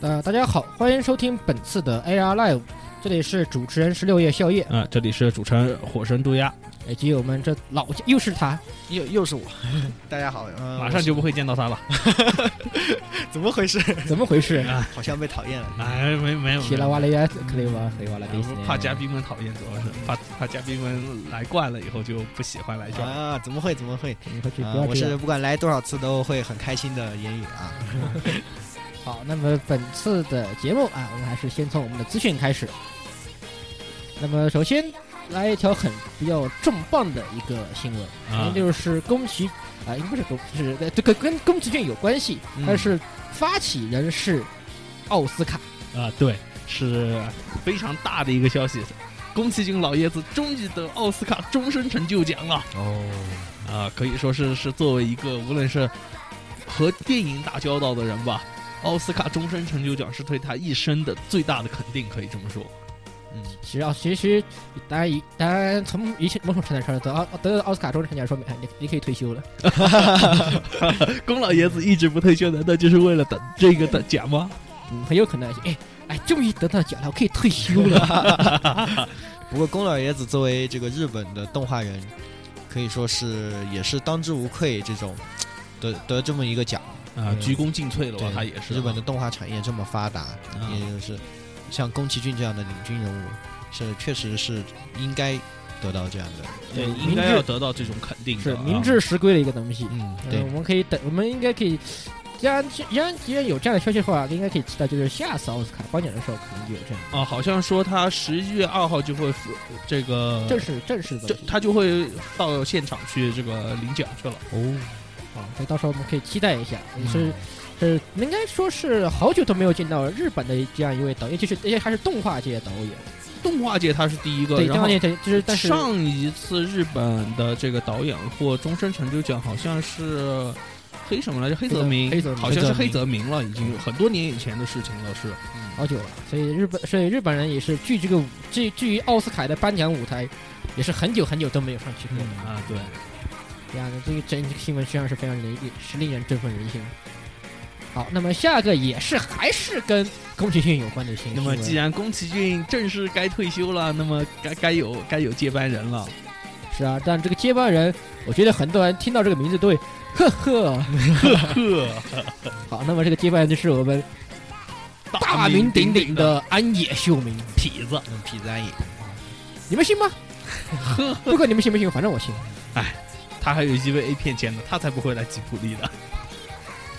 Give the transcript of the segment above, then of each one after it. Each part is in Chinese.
呃，大家好，欢迎收听本次的 AR Live，这里是主持人十六夜宵夜，啊、这里是主持人火神渡鸦，以及我们这老又是他，又又是我，大家好，嗯、马上就不会见到他了。怎么回事？怎么回事？好像被讨厌了。哎，没没有，提拉瓦雷亚克雷瓦黑瓦拉比我怕嘉宾们讨厌，主要是怕怕嘉宾们来惯了以后就不喜欢来这儿。啊，怎么会？怎么会？你回去啊不要我这是样。不管来多少次都会很开心的言语啊。好，那么本次的节目啊，我们还是先从我们的资讯开始。那么首先来一条很比较重磅的一个新闻，那啊就是宫崎啊，应该不是宫，是呃这个跟宫崎骏有关系，嗯但是发起人是奥斯卡。啊，对，是非常大的一个消息，宫崎骏老爷子终于得奥斯卡终身成就奖了。哦，啊，可以说是是作为一个无论是和电影打交道的人吧，奥斯卡终身成就奖是对他一生的最大的肯定，可以这么说。嗯，其实啊，其实当然一当然从一些某种程度上说，得奥得奥斯卡终身成就奖说明，哎你你可以退休了。宫老爷子一直不退休，难道就是为了等这个的奖吗？嗯，很有可能，哎哎，终于得到奖了，我可以退休 了。不过宫老爷子作为这个日本的动画人，可以说是也是当之无愧这种得得这么一个奖。啊，鞠躬尽瘁了吧对，？他也是啊日本的动画产业这么发达，嗯也就是像宫崎骏这样的领军人物，是确实是应该得到这样的。对，明应该智要得到这种肯定的是啊明智实归的一个东西。嗯，嗯对我。们可以等，我们应该可以，既然既然既然有这样的消息的话，应该可以期待，就是下次奥斯卡颁奖的时候可能就有这样啊，好像说他十一月二号就会赴这个正式正式的就东西。呃他就会到现场去这个领奖去了。哦，啊，所以到时候我们可以期待一下，嗯嗯也是。是，应该说是好久都没有见到日本的这样一位导演，就是而且还是动画界的导演。动画界他是第一个，对，然动后画界的就是，但是上一次日本的这个导演获终身成就奖好像是黑什么来着？黑泽明，黑泽明好像是黑黑泽泽明了，已经很多年以前的事情了，是。好久了，所以日本，所以日本人也是距这个舞，距距于奥斯卡的颁奖舞台，也是很久很久都没有上去过。啊，对，嗯这样的这个整体新闻实际上是非常令是令人振奋人心。好，那么下个也是还是跟宫崎骏有关的新闻。那么既然宫崎骏正式该退休了，那么该该有该有接班人了。是啊，但这个接班人，我觉得很多人听到这个名字都会呵呵。呵， 好，那么这个接班人就是我们大名鼎鼎的安野秀明，痞子。嗯，痞子安也。你们信吗？不管你们信不信，反正我信。他还有一位 A 片签的，他才不会来吉卜力的。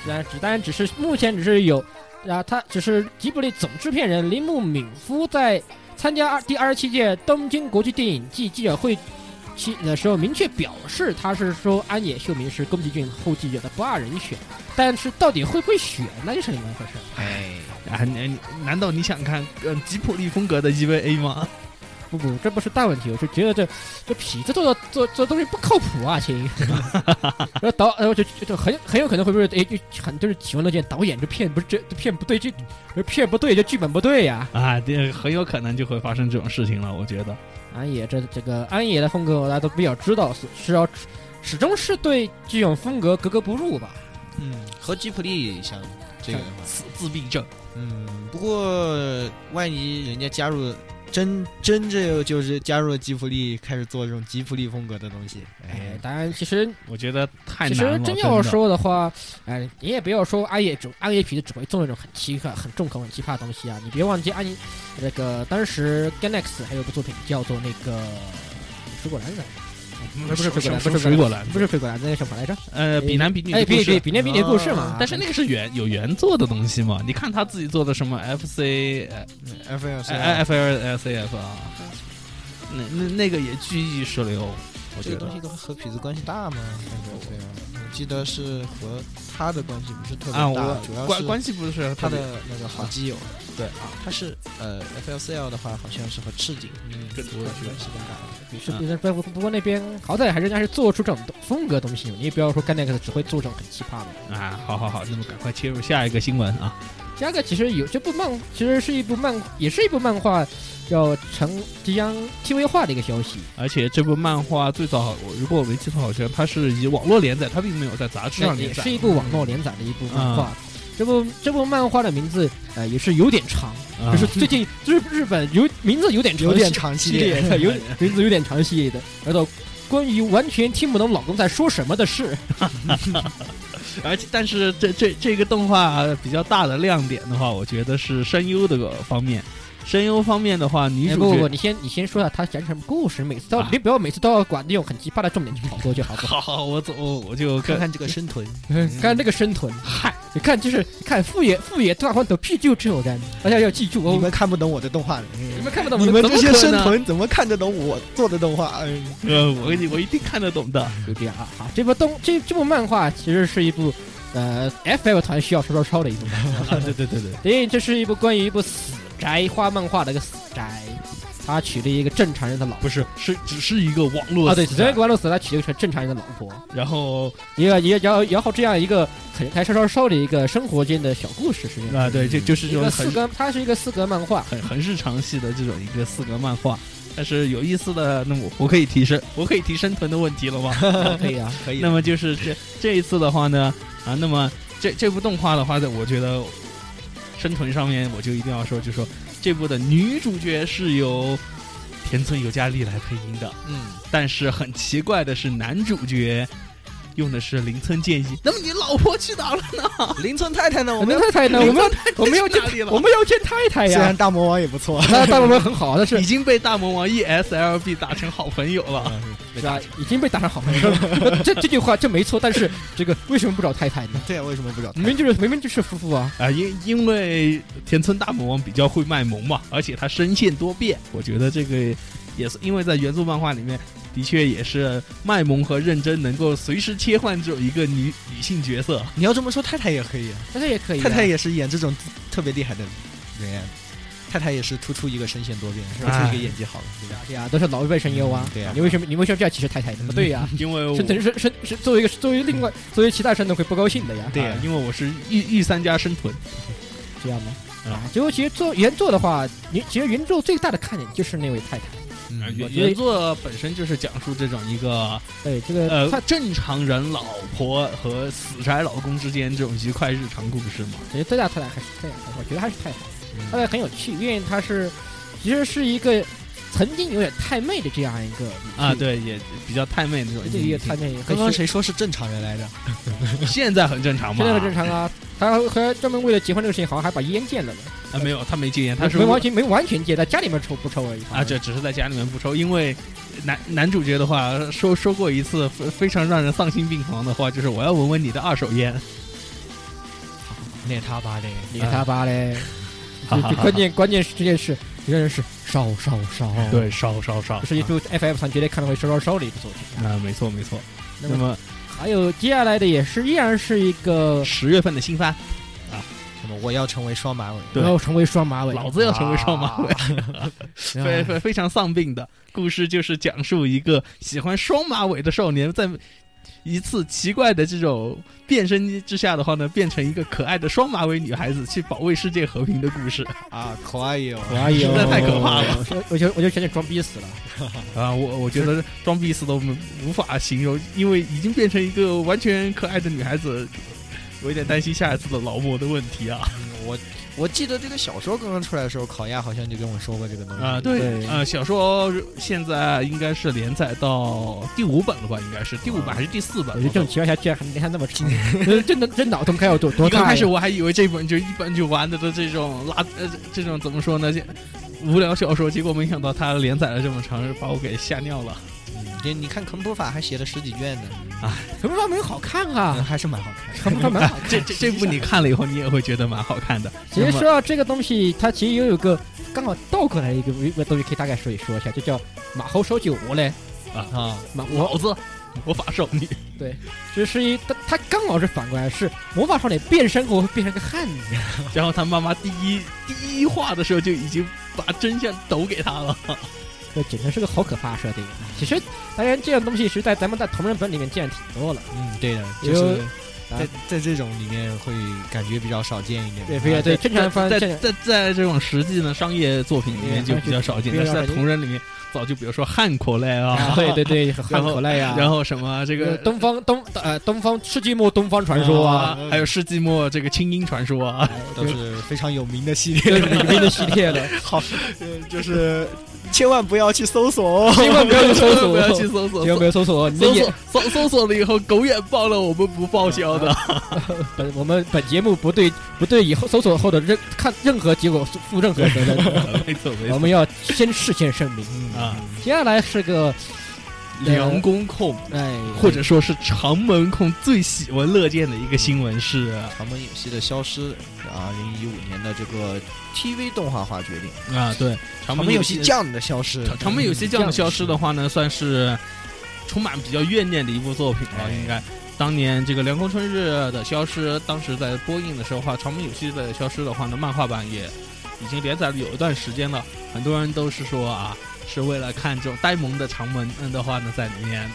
当然只当然只是目前只是有，啊，他只是吉卜力总制片人铃木敏夫在参加二第二十七届东京国际电影季记者会期的时候明确表示，他是说安野秀明是宫崎骏后继者的不二人选，但是到底会不会选，那就是另外一回事儿。哎，啊，你你难道你想看呃吉卜力风格的 EVA 吗？不不，这不是大问题，我是觉得这这痞子做的做做东西不靠谱啊，亲。 然后导，然后就就就很很有可能会不会哎，就很多人喜欢那件导演这片不是这这片不对，这片不对，这剧本不对呀、啊，这很有可能就会发生这种事情了，我觉得。安野这这个安野的风格大家都比较知道，是是要始终是对这种风格格格不入吧？嗯，和吉普力相这个的话，自自闭症嗯，不过万一人家加入真真这就是加入了吉普力，开始做这种吉普力风格的东西，哎哎，，当然其实我觉得太其难了。实真要的说的话，哎，你也不要说安野只安野痞子只会做那种很奇怪、很重口、很奇葩的东西啊！你别忘记安野那个当时 Ganex 还有部作品叫做那个水果篮子，嗯不是不是什么不是什么水果篮，不是水果篮子，那个什么来着？呃，比男比女哎，的故比事比。比那比你的故事嘛啊。但是那个是原有原作的东西嘛？你看他自己做的什么 FC 呃 F L 哎哎 F L C F 啊，那那那个也巨意识流，我哎这觉个东得西都和痞子关系大吗？感觉对啊，我记得是和他的关系不是特别啊，大，我主要关是关系不是他特别的那个好基友。对啊，他是呃 F L C L 的话，好像是和赤井嗯更多的关系关系更大。比是比那不不过那边好歹还是人家是做出这种风格的东西，你也不要说 Ganex 只会做这种很奇葩的。啊，好好好，那么赶快切入下一个新闻啊！第二个其实有这部漫，其实是一部漫，也是一部漫画，要成即将 TV 化的一个消息。而且这部漫画最早，我如果我没记错，好像它是以网络连载，它并没有在杂志那上连也载嗯啊是。一部网络连载的一部漫画。这部这部漫画的名字呃也是有点长，啊就是最近日日本有名字有点长 有点点长系系列列，的，有名字有点长系列的，然后关于完全听不懂老公在说什么的事，而且但是这这这个动画比较大的亮点的话，我觉得是声优的个方面。声优方面的话，女哎主不不角不，你先你先说下他讲什么故事，每次都要啊你不要每次都要管那种很奇葩的重点去炒作就好不好？好 好，我走，我就看跟看这个生臀，看这个生臀，嗨，你看就是看富野富野大光头屁就这种人，大家要记住你哦们，看不懂 我的动画，你嗯们看不懂你我们怎这么些可生能啊臀怎么看得懂我做的动画？嗯，呃，我一我一定看得懂的。 就这样啊。好，这部动这这部漫画其实是一部呃 FL 团需要抄抄抄的一部 漫画，啊对对对对，因为这是一部关于一部死宅花漫画的一个死宅，他娶了一个正常人的老婆不是，是只是一个网络啊，对，死只能宅管路死他娶了个正常人的老婆，然后一个也然后然后这样一个很还稍稍稍的一个生活间的小故事，实际上啊，对，就就是一这种个四很格，它是一个四格漫画，很很日常系的这种一个四格漫画。但是有意思的，那我我可以提升， 我可以提升臀的问题 了吗？可以啊，可以那么就是这这一次的话呢，啊，那么这这部动画的话呢，我觉得生存上面我就一定要说，就说这部的女主角是由田村由佳丽来配音的，嗯，但是很奇怪的是，男主角用的是林村健一。那么你老婆去哪了？ 邻村太太呢？我们太太呢？我们要我们要去见哪里了？我们要见太太虽哎呀啊然，大魔王也不错，那但我们很好，但是 已经被大魔王 E ESLB 打成好朋友了。是吧？已经被打成好朋友了。这这句话这没错，但是这个为什么不找太太呢？ 对啊，为什么不找太明太？明就是明明就是夫妇啊！ 啊，因因为田村大魔王比较会卖萌嘛，而且他声线多变，我觉得这个也是因为在原著漫画里面，的确也是卖萌和认真能够随时切换这种一个女女性角 色。你要这么说，太太也可以啊，但是也可以啊，太太也是演这种特别厉害的人啊，太太也是突出一个声线多变，突出一个演技好的，对吧？对呀，都哎是老一辈声优啊嗯。对呀你为什么你为什么这样歧视太太呢？不对呀，因为我生藤生生生作为一个作为另外作为其他生藤会不高兴的呀，对啊呀，因为我是御御三家生存，这样吗？啊啊，结果其实做原作的话，原其实原作最大的看点就是那位太太。呃原我觉得原作本身就是讲述这种一个对这个呃她正常人老婆和死宅老公之间这种愉快日常故事嘛。我觉得最大特点还是太太，我觉得还是太太，嗯太太很有趣，因为她是其实是一个曾经有点太妹的这样一个女啊，性，对，也比较太妹那种。这个也太妹，很刚刚谁说是正常人来着？现在很正常嘛？现在很正常啊。他还专门为了结婚这个事情，好像还把烟戒了呢。啊，没有，他没戒烟，他是没完全没完全戒，在家里面抽不抽而已。啊，这只是在家里面不抽，因为男男主角的话说说过一次非非常让人丧心病狂的话，就是我要闻闻你的二手烟。那他吧，这你他妈嘞！哈就哈就哈关 键关键是这件事，一个人是烧烧烧，，对，啊烧烧烧，是一部 FF 团绝对看了会烧烧烧的一部作品。啊，没错没错。那那么还有接下来的也是依然是一个，十月份的新番，什么我要成为双马尾，对然后成为双马尾，老子要成为双马嗯尾， 然啊非后非非常丧病的故事，就是讲述一个喜欢双马尾的少年在。一次奇怪的这种变身之下的话呢，变成一个可爱的双马尾女孩子去保卫世界和平的故 事。啊，可爱哟，哎呦，实 在太可怕了！我就我就全得装逼死了。啊，我我觉得装逼死都无无法形容，因为已经变成一个完全可爱的女孩子，我有点担心下一次的劳模的问题啊嗯我我记得这个小说刚刚出来的时候，烤鸭好像就跟我说过这个东西啊，对啊，小说现在应该是连载到第五本了吧？应该是第五本还是第四我本觉得？这种情况下居然还还那么 长，这脑这脑洞开有多多一大呀？刚开始我还以为这本就一本就完的的这种拉呃这种怎么说呢？这无聊小说，结果没想到它连载了这么长，把我给吓尿了。嗯你你看肯普法还写了十几卷嗯呢，什么方面好看嗯啊？还是蛮好看的。什么方面 好看？这这这部你看了以后，你也会觉得蛮好看的。其实说到这个东西，它其实也有个刚好倒过来的一个一个东西，可以大概说一说一下，就叫马猴手酒窝嘞。啊，马老我子魔法少女。这是一，它它刚好是反过来，是魔法少女变身后会变成个汉子。 然后他妈妈第一第一话的时候就已经把真相抖给他了。这简直是个好可怕的设定。啊其实，当然这样东西是在咱们在同人本里面见挺多了，嗯，对的，有就是啊在在这种里面会感觉比较少见一点。啊对，非常 对正常番在正常在在这种实际的商业作品里面就比较少见，对啊但是在同人里面，造就比如说汉口类啊， 对对对，汉口类呀，然后什么这个啊东方东呃东方世纪末东方传说啊，啊，还有世纪末这个清音传说啊，都是非常有名的系就列，是 里面的系列 了， 就是千万不要去搜索哦。千万不要去搜不索，要去搜索，千万不要搜索，你的搜眼 索搜搜索了以后，狗眼爆了，我们不报销 的。本我们本节目不对不对以后搜索后的任看任何结果负任何责任，没错 没我们要先事先声明。嗯啊，接下来是个梁公控哎，或者说是长门控最喜闻乐见的一个新闻是长门影系的消失，啊二零一五年的这个 TV 动画化决定，啊，对长长门影系酱的消失，嗯长长门有些这样消失的话呢，算是充满比较怨念的一部作品啊，哎应该。当年这个《凉宫春日》的消失，当时在播映的时候的话，长门有希的消失的话呢，漫画版也已经连载了有一段时间了，很多人都是说啊，是为了看这种呆萌的长门嗯的话呢，在里面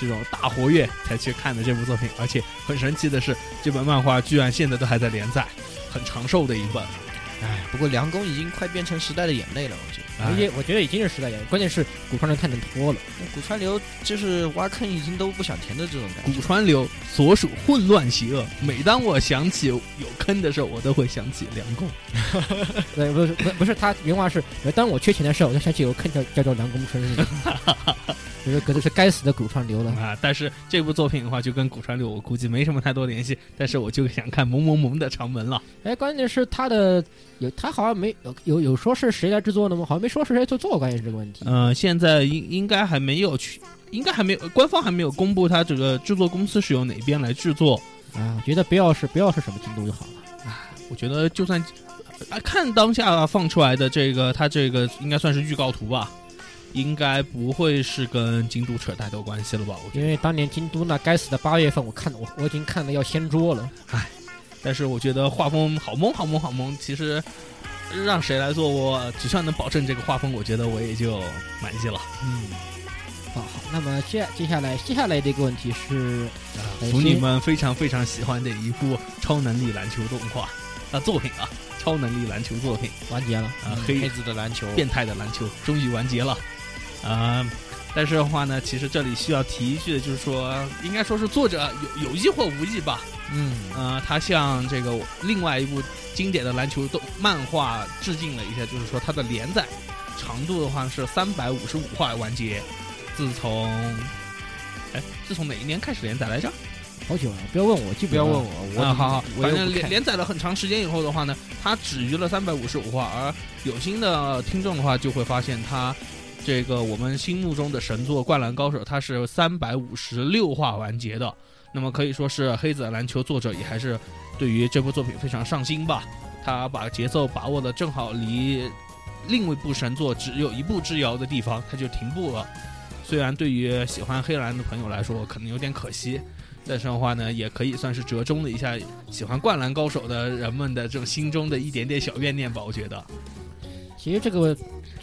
这种大活跃才去看的这部作品，而且很神奇的是，这本漫画居然现在都还在连载，很长寿的一本。哎，不过梁公已经快变成时代的眼泪了，我觉得。我也哎我觉得已经是时代演员，关键是古川人太能拖了，那古川流就是挖坑已经都不想填的这种感古觉。川流所属混乱邪恶。每当我想起有坑的时候，我都会想起梁公。对，不是不不是他原话是，呃当我缺钱的时候，我就想起有看叫叫做梁公春日， 就是可能是该死的古川流了。啊！但是这部作品的话，就跟古川流我估计没什么太多联系。但是我就想看萌萌萌的长门了。哎，关键是他的有他好像没有有有说是谁来制作的吗？好像没说是谁制作，关键是这个问题。嗯，现在应应该还没有去，应该还没有，官方还没有公布它这个制作公司是由哪边来制作。啊，我觉得不要是不要是什么京都就好了。我觉得就算啊，看当下放出来的这个，它这个应该算是预告图吧，应该不会是跟京都扯太多关系了吧？我觉得因。为当年京都那该死的八月份，我看我我已经看的要掀桌了。但是我觉得画风好萌好萌好萌，其实让谁来做我，只要能保证这个画风，我觉得我也就满意了。嗯，好，好，那么接接下来接下来的一个问题是，哎图先你们非常非常喜欢的一部超能力篮球动画啊作品啊，超能力篮球作品哎完结了，啊嗯，黑子的篮球变态的篮球终于完结了啊。但是的话呢，其实这里需要提一句的就是说，应该说是作者有有意或无意吧，嗯，呃，他向这个另外一部经典的篮球动漫画致敬了一下，就是说它的连载长度的话是三百五十五话完结。自从，哎，自从哪一年开始连载来着？好久了，不要问我，记不要问我，我啊，好好，我反也正不连看连载了很长时间以后的话呢，它止于了三百五十五话，而有心的听众的话就会发现它。这个我们心目中的神作《灌篮高手》，它是三百五十六话完结的，那么可以说是黑子的篮球作者也还是对于这部作品非常上心吧。他把节奏把握的正好离另一部神作只有一步之遥的地方，他就停步了。虽然对于喜欢黑篮的朋友来说可能有点可惜，但是的话呢，也可以算是折中了一下喜欢灌篮高手的人们的这种心中的一点点小怨念吧。我觉啊得，其实这个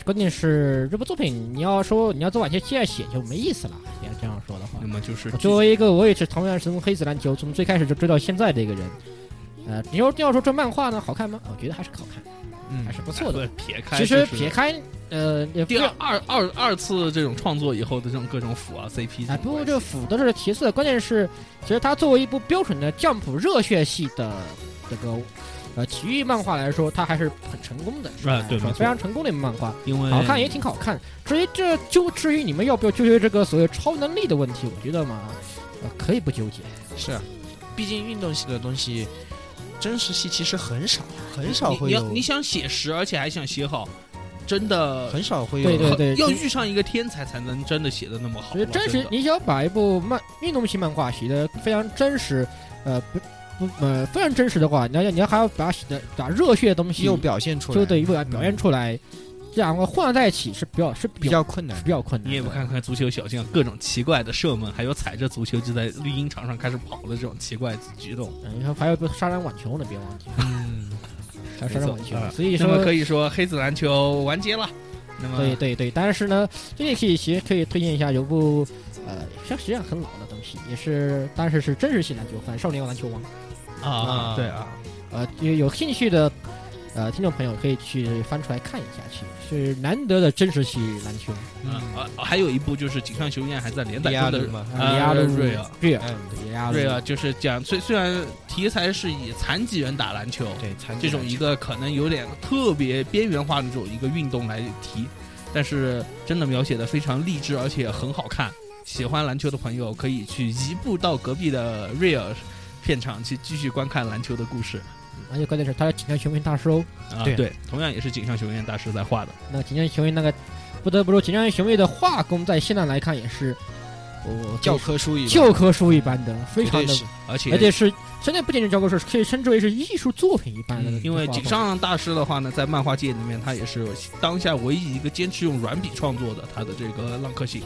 关键是这部作品，你要说你要做晚些现在写就没意思了。你要这样说的话那，么嗯就是我作为一个我也是同样是从黑子篮球从最开始就追到现在的一个人，呃，你要要说这漫画呢好看吗？我觉得还是好看，嗯还是不错的。哎撇开，其实撇。开呃也不第要二二二二次这种创作以后的这种各种腐啊 CP 啊，不过过这个腐都是其次，关键是其实它作为一部标准的 Jump 热血系的这个呃体育漫画来说，它还是很成功的，是吧啊对没错非常成功的一部漫画，因为好看也挺好看。至于这就至于你们要不要纠结这个所谓超能力的问题，我觉得嘛，呃，可以不纠结。是啊，毕竟运动系的东西，真实系其实很少，很少你会你要有，你想写实，而且还想写好，真的很少会有，对对对，要遇上一个天才才能真的写的那么好所以吧。真实的，你想把一部漫运动系漫画写的非常真实，呃，不不呃非常真实的话，你要你要还要把它写的把热血的东西 又表现出来，就得把表现嗯出来，这两个混合在一起是比较是比比较较困难是。比较困难的。你也不看看足球小将各种奇怪的射门，还有踩着足球就在绿茵场上开始跑的这种奇怪的举动。嗯，然后还有个杀人网球呢，别忘记，嗯，还有杀人网球没错。啊所以那么说，可以说黑子篮球完结了。那么对对对，但是呢，这也可以其实可以推荐一下有部呃，像实际上很老的东西，也是当时啊是真实系篮球番《少年篮球王》。啊，对啊，呃，有有兴趣的呃，听众朋友可以去翻出来看一下去，是难得的真实系篮球。啊啊，还有一部就是井上雄彦还在连载中迪亚的鲁嘛，啊里嗯亚路瑞尔瑞尔，呃嗯，里亚路瑞啊，就是讲虽虽然题材是以残疾人打篮球对，残疾这种人一个可能有点特别边缘化的这种一个运动来提，但是真的描写的非常励志，而且很好看。喜欢篮球的朋友可以去移步到隔壁的瑞尔片场去继续观看篮球的故事而且关键是他是锦江雄鹰大师哦。啊，对对，同样也是井上雄彦大师在画的。那锦江雄鹰那个，不得不说锦江雄鹰的画工在现在来看也是，哦，教科书一般教科书一般的，非绝常对的，是而且而且是现在不仅仅教科书，可以称之为是艺术作品一般的嗯那种画风。因为井上大师的话呢，在漫画界里面，他也是当下唯一一个坚持用软笔创作的。他的这个《浪客行》，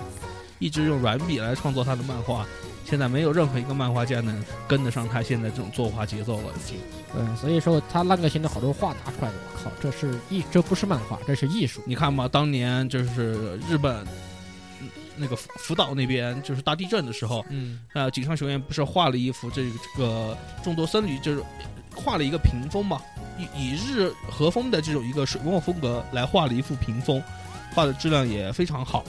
一直用软笔来创作他的漫画。现在没有任何一个漫画家能跟得上他现在这种作画节奏了，已经。对，嗯所以说他浪客行的好多画拿出来，我靠，这是艺，这不是漫画，这是艺术。你看嘛，当年就是日本嗯那个福福岛那边就是大地震的时候，嗯，呃，井上雄彦不是画了一幅这个这个众多僧侣，就是画了一个屏风嘛，以以日和风的这种一个水墨风格来画了一幅屏风，画的质量也非常好。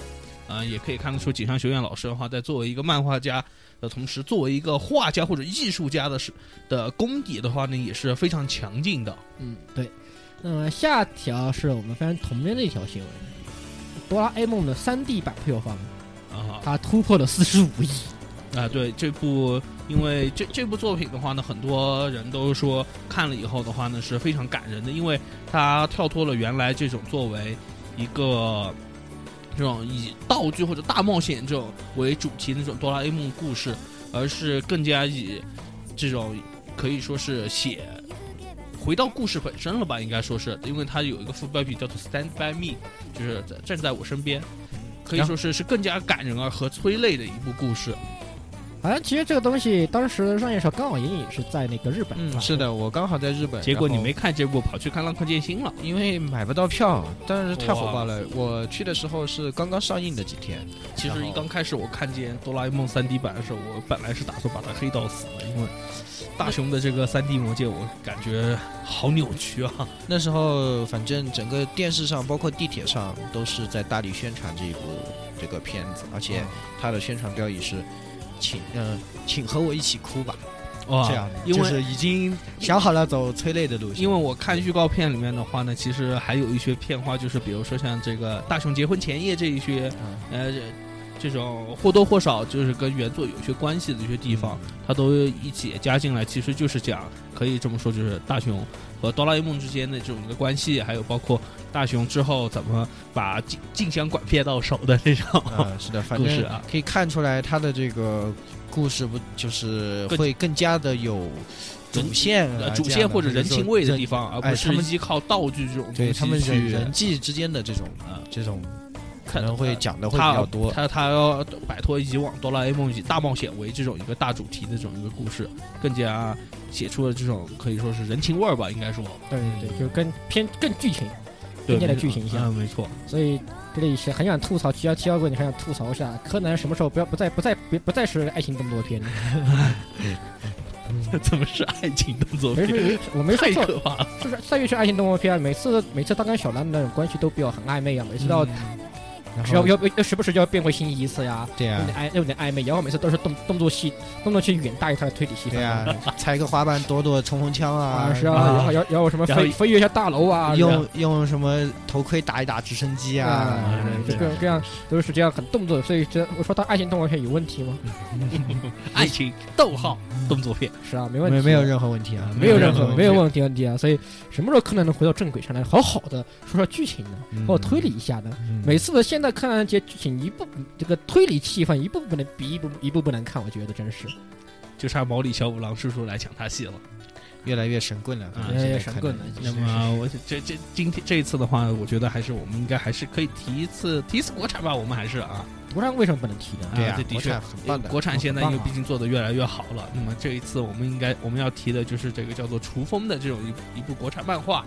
呃，也可以看得出井上雄彦老师的话，在作为一个漫画家的同时，作为一个画家或者艺术家的是的功底的话呢，也是非常强劲的。嗯，对。那么下条是我们非常同人的一条新闻，《哆啦 A 梦》的三 D 版票房，啊它突破了四十五亿。啊，对这部，因为这这部作品的话呢，很多人都说看了以后的话呢是非常感人的，因为它跳脱了原来这种作为一个这种以道具或者大冒险这种为主题的那种哆啦 A 梦故事，而是更加以这种可以说是写回到故事本身了吧，应该说是，因为它有一个副标题叫做 “Stand by me”，就是在站在我身边，可以说是是更加感人而和催泪的一部故事。好像其实这个东西当时上映的时候，刚好隐隐是在那个日本。嗯吧是的，我刚好在日本，结果你然后没看，结果跑去看《浪客剑心》了。因为买不到票，但是太火哇爆了。我去的时候是刚刚上映的几天，其实然后刚开始我看见《哆啦 A 梦》3 D 版的时候，我本来是打算把它黑到死的，因为大雄的这个3 D 魔界，我感觉好扭曲啊！那时候反正整个电视上，包括地铁上，都是在大力宣传这一部这个片子，嗯而且它的宣传标语是“请嗯、请和我一起哭吧” 哇这样，啊因为、就是已经想好了走催泪的路线，因为我看预告片里面的话呢，其实还有一些片花，就是比如说像这个大雄结婚前夜这一些，嗯呃，这这种或多或少就是跟原作有一些关系的一些地方，它都一起加进来，其实就是讲，可以这么说，就是大雄和哆啦 A 梦之间的这种一个关系，还有包括大雄之后怎么把静静香管骗到手的这种，啊，是的，反嗯故事正啊可以看出来他的这个故事不就是更会更加的有人主线啊、呃，主这线样的或者人情味的地，方，而哎不是他们依靠道具这种东就西是对他们人去人际之间的这种啊这种可看能会呃讲的会比他较多。他他要摆脱以往哆啦 A 梦以大冒险为这种一个大主题的这种一个故事，更加写出了这种可以说是人情味儿吧，应该说对对对，就更偏更剧情，对更加的没错剧情向嗯，没错。 所以这里是很想吐槽七幺七幺哥，你很想吐槽一下柯南什么时候不要不再不再别不再是爱情动作片？嗯怎么是爱情动作没片？事，我没说太错，可怕了！就是赛月是爱情动作片，每次每次他跟小兰的那种关系都比较很暧昧啊，每次都要然只要后要要时不时就要变回心仪一次呀，对呀有、点暧有点暧昧，然后每次都是动动作戏，动作戏远大于他的推理戏份对呀、踩个滑板躲躲冲锋枪啊啊，，是啊，啊然后然后然后什么然后飞飞跃一下大楼啊，用用什么头盔打一打直升机啊啊，，对就各种各样都是这样很动作，所以这我说他爱情动作片有问题吗？ 爱情逗号动作片，是啊，没问题，没没有任何问题啊啊，没有任没有何任何没有问问题问题啊，所以什么时候柯南能回到正轨上来，好好的说说剧情呢，嗯或者推理一下呢？题，每次的现在柯南的结剧情一部这个推理气氛一步不能比一步一步不能看，我觉得真是就差毛利小五郎叔叔来抢他戏了。越来越神棍了，越啊来越现在神看棍的了那么我这这今天这一次的话，我觉得还是我们应该还是可以提一次提一次国产吧，我们还是啊，独占为什么不能提呢？对呀啊这，的国确产很棒的，国产现在很棒因为啊毕竟做的越来越好了，那么这一次我们应该我们要提的就是这个叫做《雏风》的这种一一部国产漫画，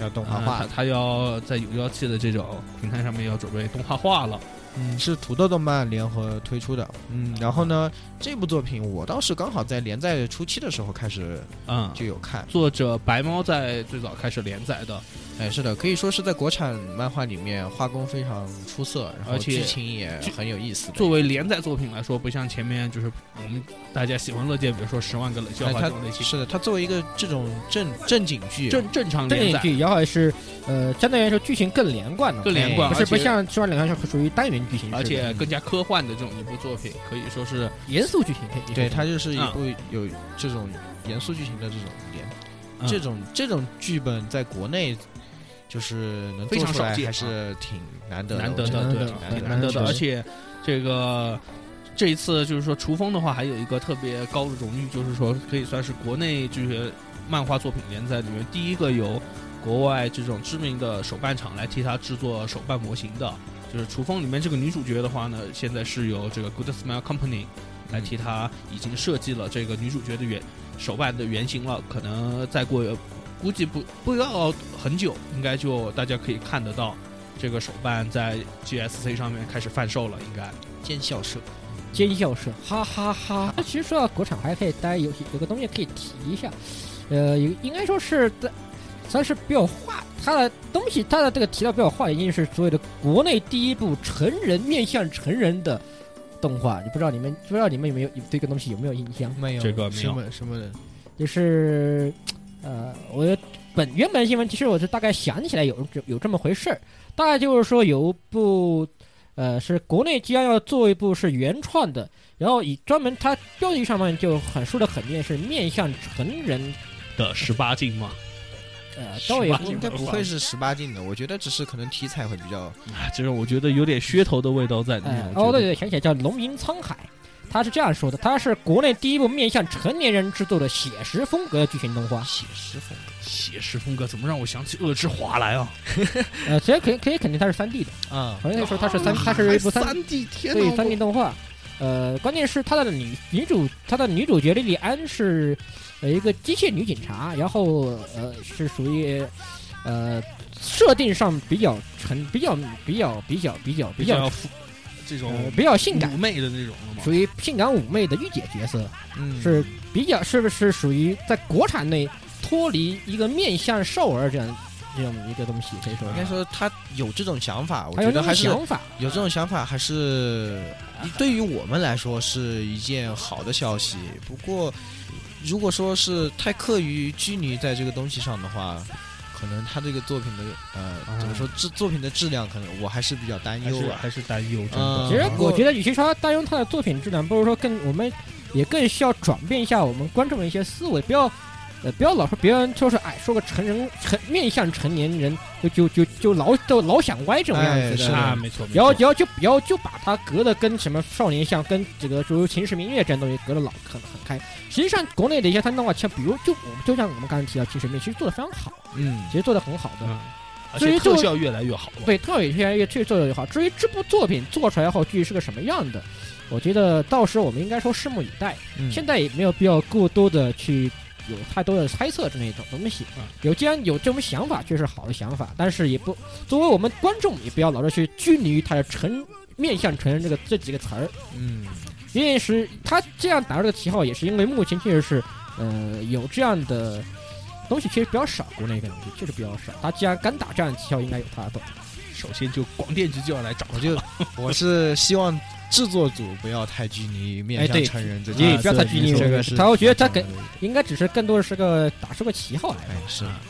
要动画啊化它，它要在有妖气的这种平台上面要准备动画化了。嗯是土豆动漫联合推出的。嗯，然后呢，这部作品我倒是刚好在连载初期的时候开始嗯，就有看。作者白猫在最早开始连载的，哎，是的，可以说是在国产漫画里面画工非常出色，然后而且剧情也剧很有意思的。作为连载作品来说，不像前面就是我们大家喜闻乐见，比如说《十万个冷笑哎，话》这它种类型，是的，它作为一个这种正正经剧，正正常这连一载，剧，然后是呃，相对来说剧情更连贯了，更连贯不是而且不像《十万两个小时》属于单元剧情，而是且嗯更加科幻的这种一部作品，可以说是严肃剧情，可以可以对，说它就是一嗯部有这种严肃剧情的这种连嗯这种这种剧本在国内就是能非做常出来少见啊还是挺难得的，难得我觉的的，真对，的挺挺难难得得的。的而且这个这一次就是说，雏风的话还有一个特别高的荣誉，就是说可以算是国内就是漫画作品联赛里面第一个由国外这种知名的手办厂来替他制作手办模型的。就是《雏风》里面这个女主角的话呢，现在是由这个 Good Smile Company 来替她已经设计了这个女主角的原手办的原型了。可能再过估计不不要很久，应该就大家可以看得到这个手办在 GSC 上面开始贩售了，应该。见校社，尖笑声，哈哈哈其实说到国产，还可以大家有有个东西可以提一下，呃，有应该说是在算是比较化，它的东西，它的这个提到比较化，已经是所谓的国内第一部成人面向成人的动画。你不知道你们不知道你们有没有对这个东西有没有印象？没有这个没有什么什么的，就是呃，我本原本新闻其实我是大概想起来有有有这么回事儿，大概就是说有一部呃是国内即将要做一部是原创的，然后以专门它标题上面就很说的很明显是面向成人，的十八禁嘛，呃，倒也是吧不应该不放会是十八禁的，我觉得只是可能题材会比较啊，这种我觉得有点噱头的味道在里面。呃我觉得哦对对，想起来叫《龙吟沧海》。他是这样说的：“他是国内第一部面向成年人制作的写实风格的剧情动画。写实风格写实风格怎么让我想起《恶之华》来啊？呃，所以可以可以肯定它是三 D 的，啊。好像可以说它是三，它还是一部三三 D 天啊对呐，三 D 动画，呃，关键是她的女女主，她的女主角莉莉安是呃一个机械女警察，然后呃是属于呃设定上比较成比较比较比较比较比比较较复这种呃比较性感，妩媚的那种了嘛。属于性感妩媚的御姐角色，嗯，是比较是不是属于在国产内脱离一个面向少儿这样这样一个东西，可以说应该说他有这种想法，哎我还有那觉得种还是想法，有这种想法还是对于我们来说是一件好的消息。不过，如果说是太刻于拘泥在这个东西上的话，可能他这个作品的啊呃怎嗯么说质作品的质量，可能我还是比较担还忧是啊。还是担忧，真的。嗯其实不我过觉得，与其说担忧他的作品质量，不如说更我们也更需要转变一下我们观众的一些思维，不要呃不要老说别人就是哎说个成人成面向成年人就就就就老就老想歪这种样哎子是的。的啊，没错，没然后，错。然后就不要就把它隔得跟什么少年像、跟这个诸如秦时明月这样东西隔得老很很开。实际上，国内的一些三动画，像比如就我们就像我们刚才提到秦时明月，其实做的非常好，嗯其，实做的很好的。嗯，而所且以就特效越来越好了。对，特别越来越去做的越好。至于这部作品做出来后具体是个什么样的，我觉得到时候我们应该说拭目以待。嗯现在也没有必要过多的去有太多的猜测之类的东西嗯。有既然有这种想法，确实好的想法，但是也不作为我们观众，也不要老是去拘泥于它的成面向成人这个这几个词儿。嗯，因为是他这样打出这个旗号，也是因为目前确实是，呃，有这样的东西确实比较少，国内这个东西确实比较少。他既然敢打这样的旗号，应该有他的道理。首先就广电局就要来找我他就了，我是希望制作组不要太拘泥面哎向对成人这你也件不要太拘泥这于个是他会觉得他给非常重要的应该只是更多的是个打出个旗号来，哎是啊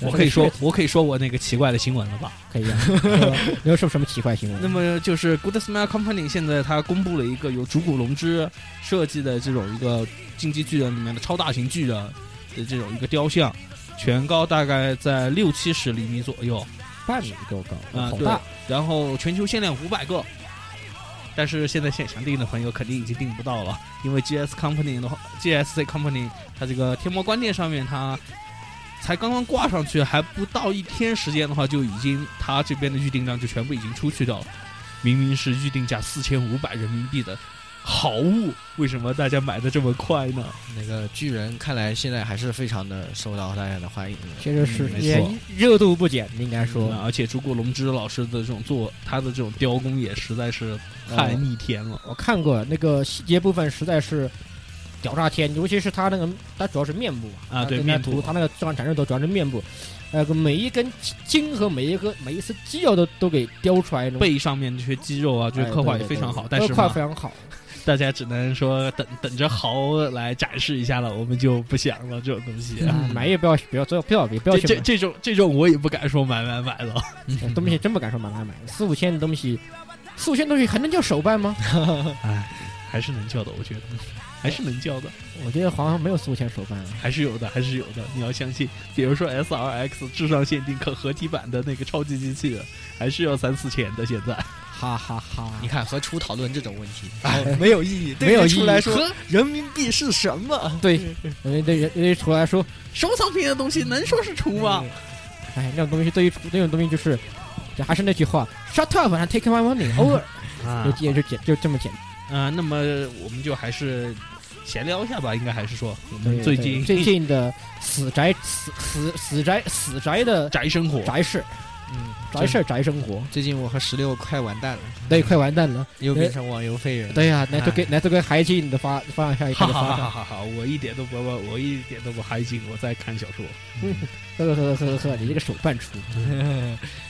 我可以说，我可以说我那个奇怪的新闻了吧？可以啊， 是吧有什么什么奇怪行为？那么就是 Good Smile Company 现在它公布了一个由竹谷龙之设计的这种一个《进击巨人》里面的超大型巨人的这种一个雕像，全高大概在六七十厘米左右，半米够高，啊好对大，然后全球限量五百个。但是现在现想订的朋友肯定已经订不到了，因为 GS Company 的话，GSC Company 它这个天猫官店上面它才刚刚挂上去，还不到一天时间的话，就已经它这边的预定量就全部已经出去掉了。明明是预定价四千五百人民币的好物，为什么大家买的这么快呢？那个巨人看来现在还是非常的受到大家的欢迎的。确实是嗯没也错热度不减，应该说嗯而且竹谷龙之老师的这种做他的这种雕工也实在是太哦逆天了。我看过那个细节部分，实在是屌炸天，尤其是他那个，他主要是面部嘛啊他对跟他面部图他那个上产生的主要是面部，呃，每一根筋和每一个每一丝肌肉都都给雕出来那种，背上面这些肌肉啊，就哎刻画对也非常好，对但是刻画嘛非，常好，大家只能说等等着豪来展示一下了，我们就不想了这种东西啊啊。买也不要不要不要不要不要这去这买，这种这种我也不敢说买买买了，嗯东西真不敢说买买买，四五千的东西，四五千的东西还能叫手办吗？哎， 还是能叫的，我觉得还是能叫的，我觉得好像没有四五千手办啊。还是有的，还是有的。你要相信，比如说 S R X 至上限定可合体版的那个超级机器人，还是要三四千的。现在哈哈哈！你看，何出讨论这种问题？哎啊没有意义。没有对出意义来说人民币是什么？嗯对，因为对人对于出来说，收藏品的东西能说是厨吗？哎，那种东西对于那种东西就是，这还是那句话，shut up and take my money，偶尔啊就也就简就这么简单。啊，那么我们就还是闲聊一下吧，应该还是说嗯我们对最对近最近的死宅死死死宅死宅的宅生 活，宅事嗯，宅事宅生活，嗯最近我和石榴快完蛋了，对，快完蛋了。又变成网游废人。对呀，那都给那都给海景的发发下一个嗯哈哈哈发哈哈！我一点都不我我一点都不嗨劲，我在看小说。呵呵呵呵呵，你这个手办出，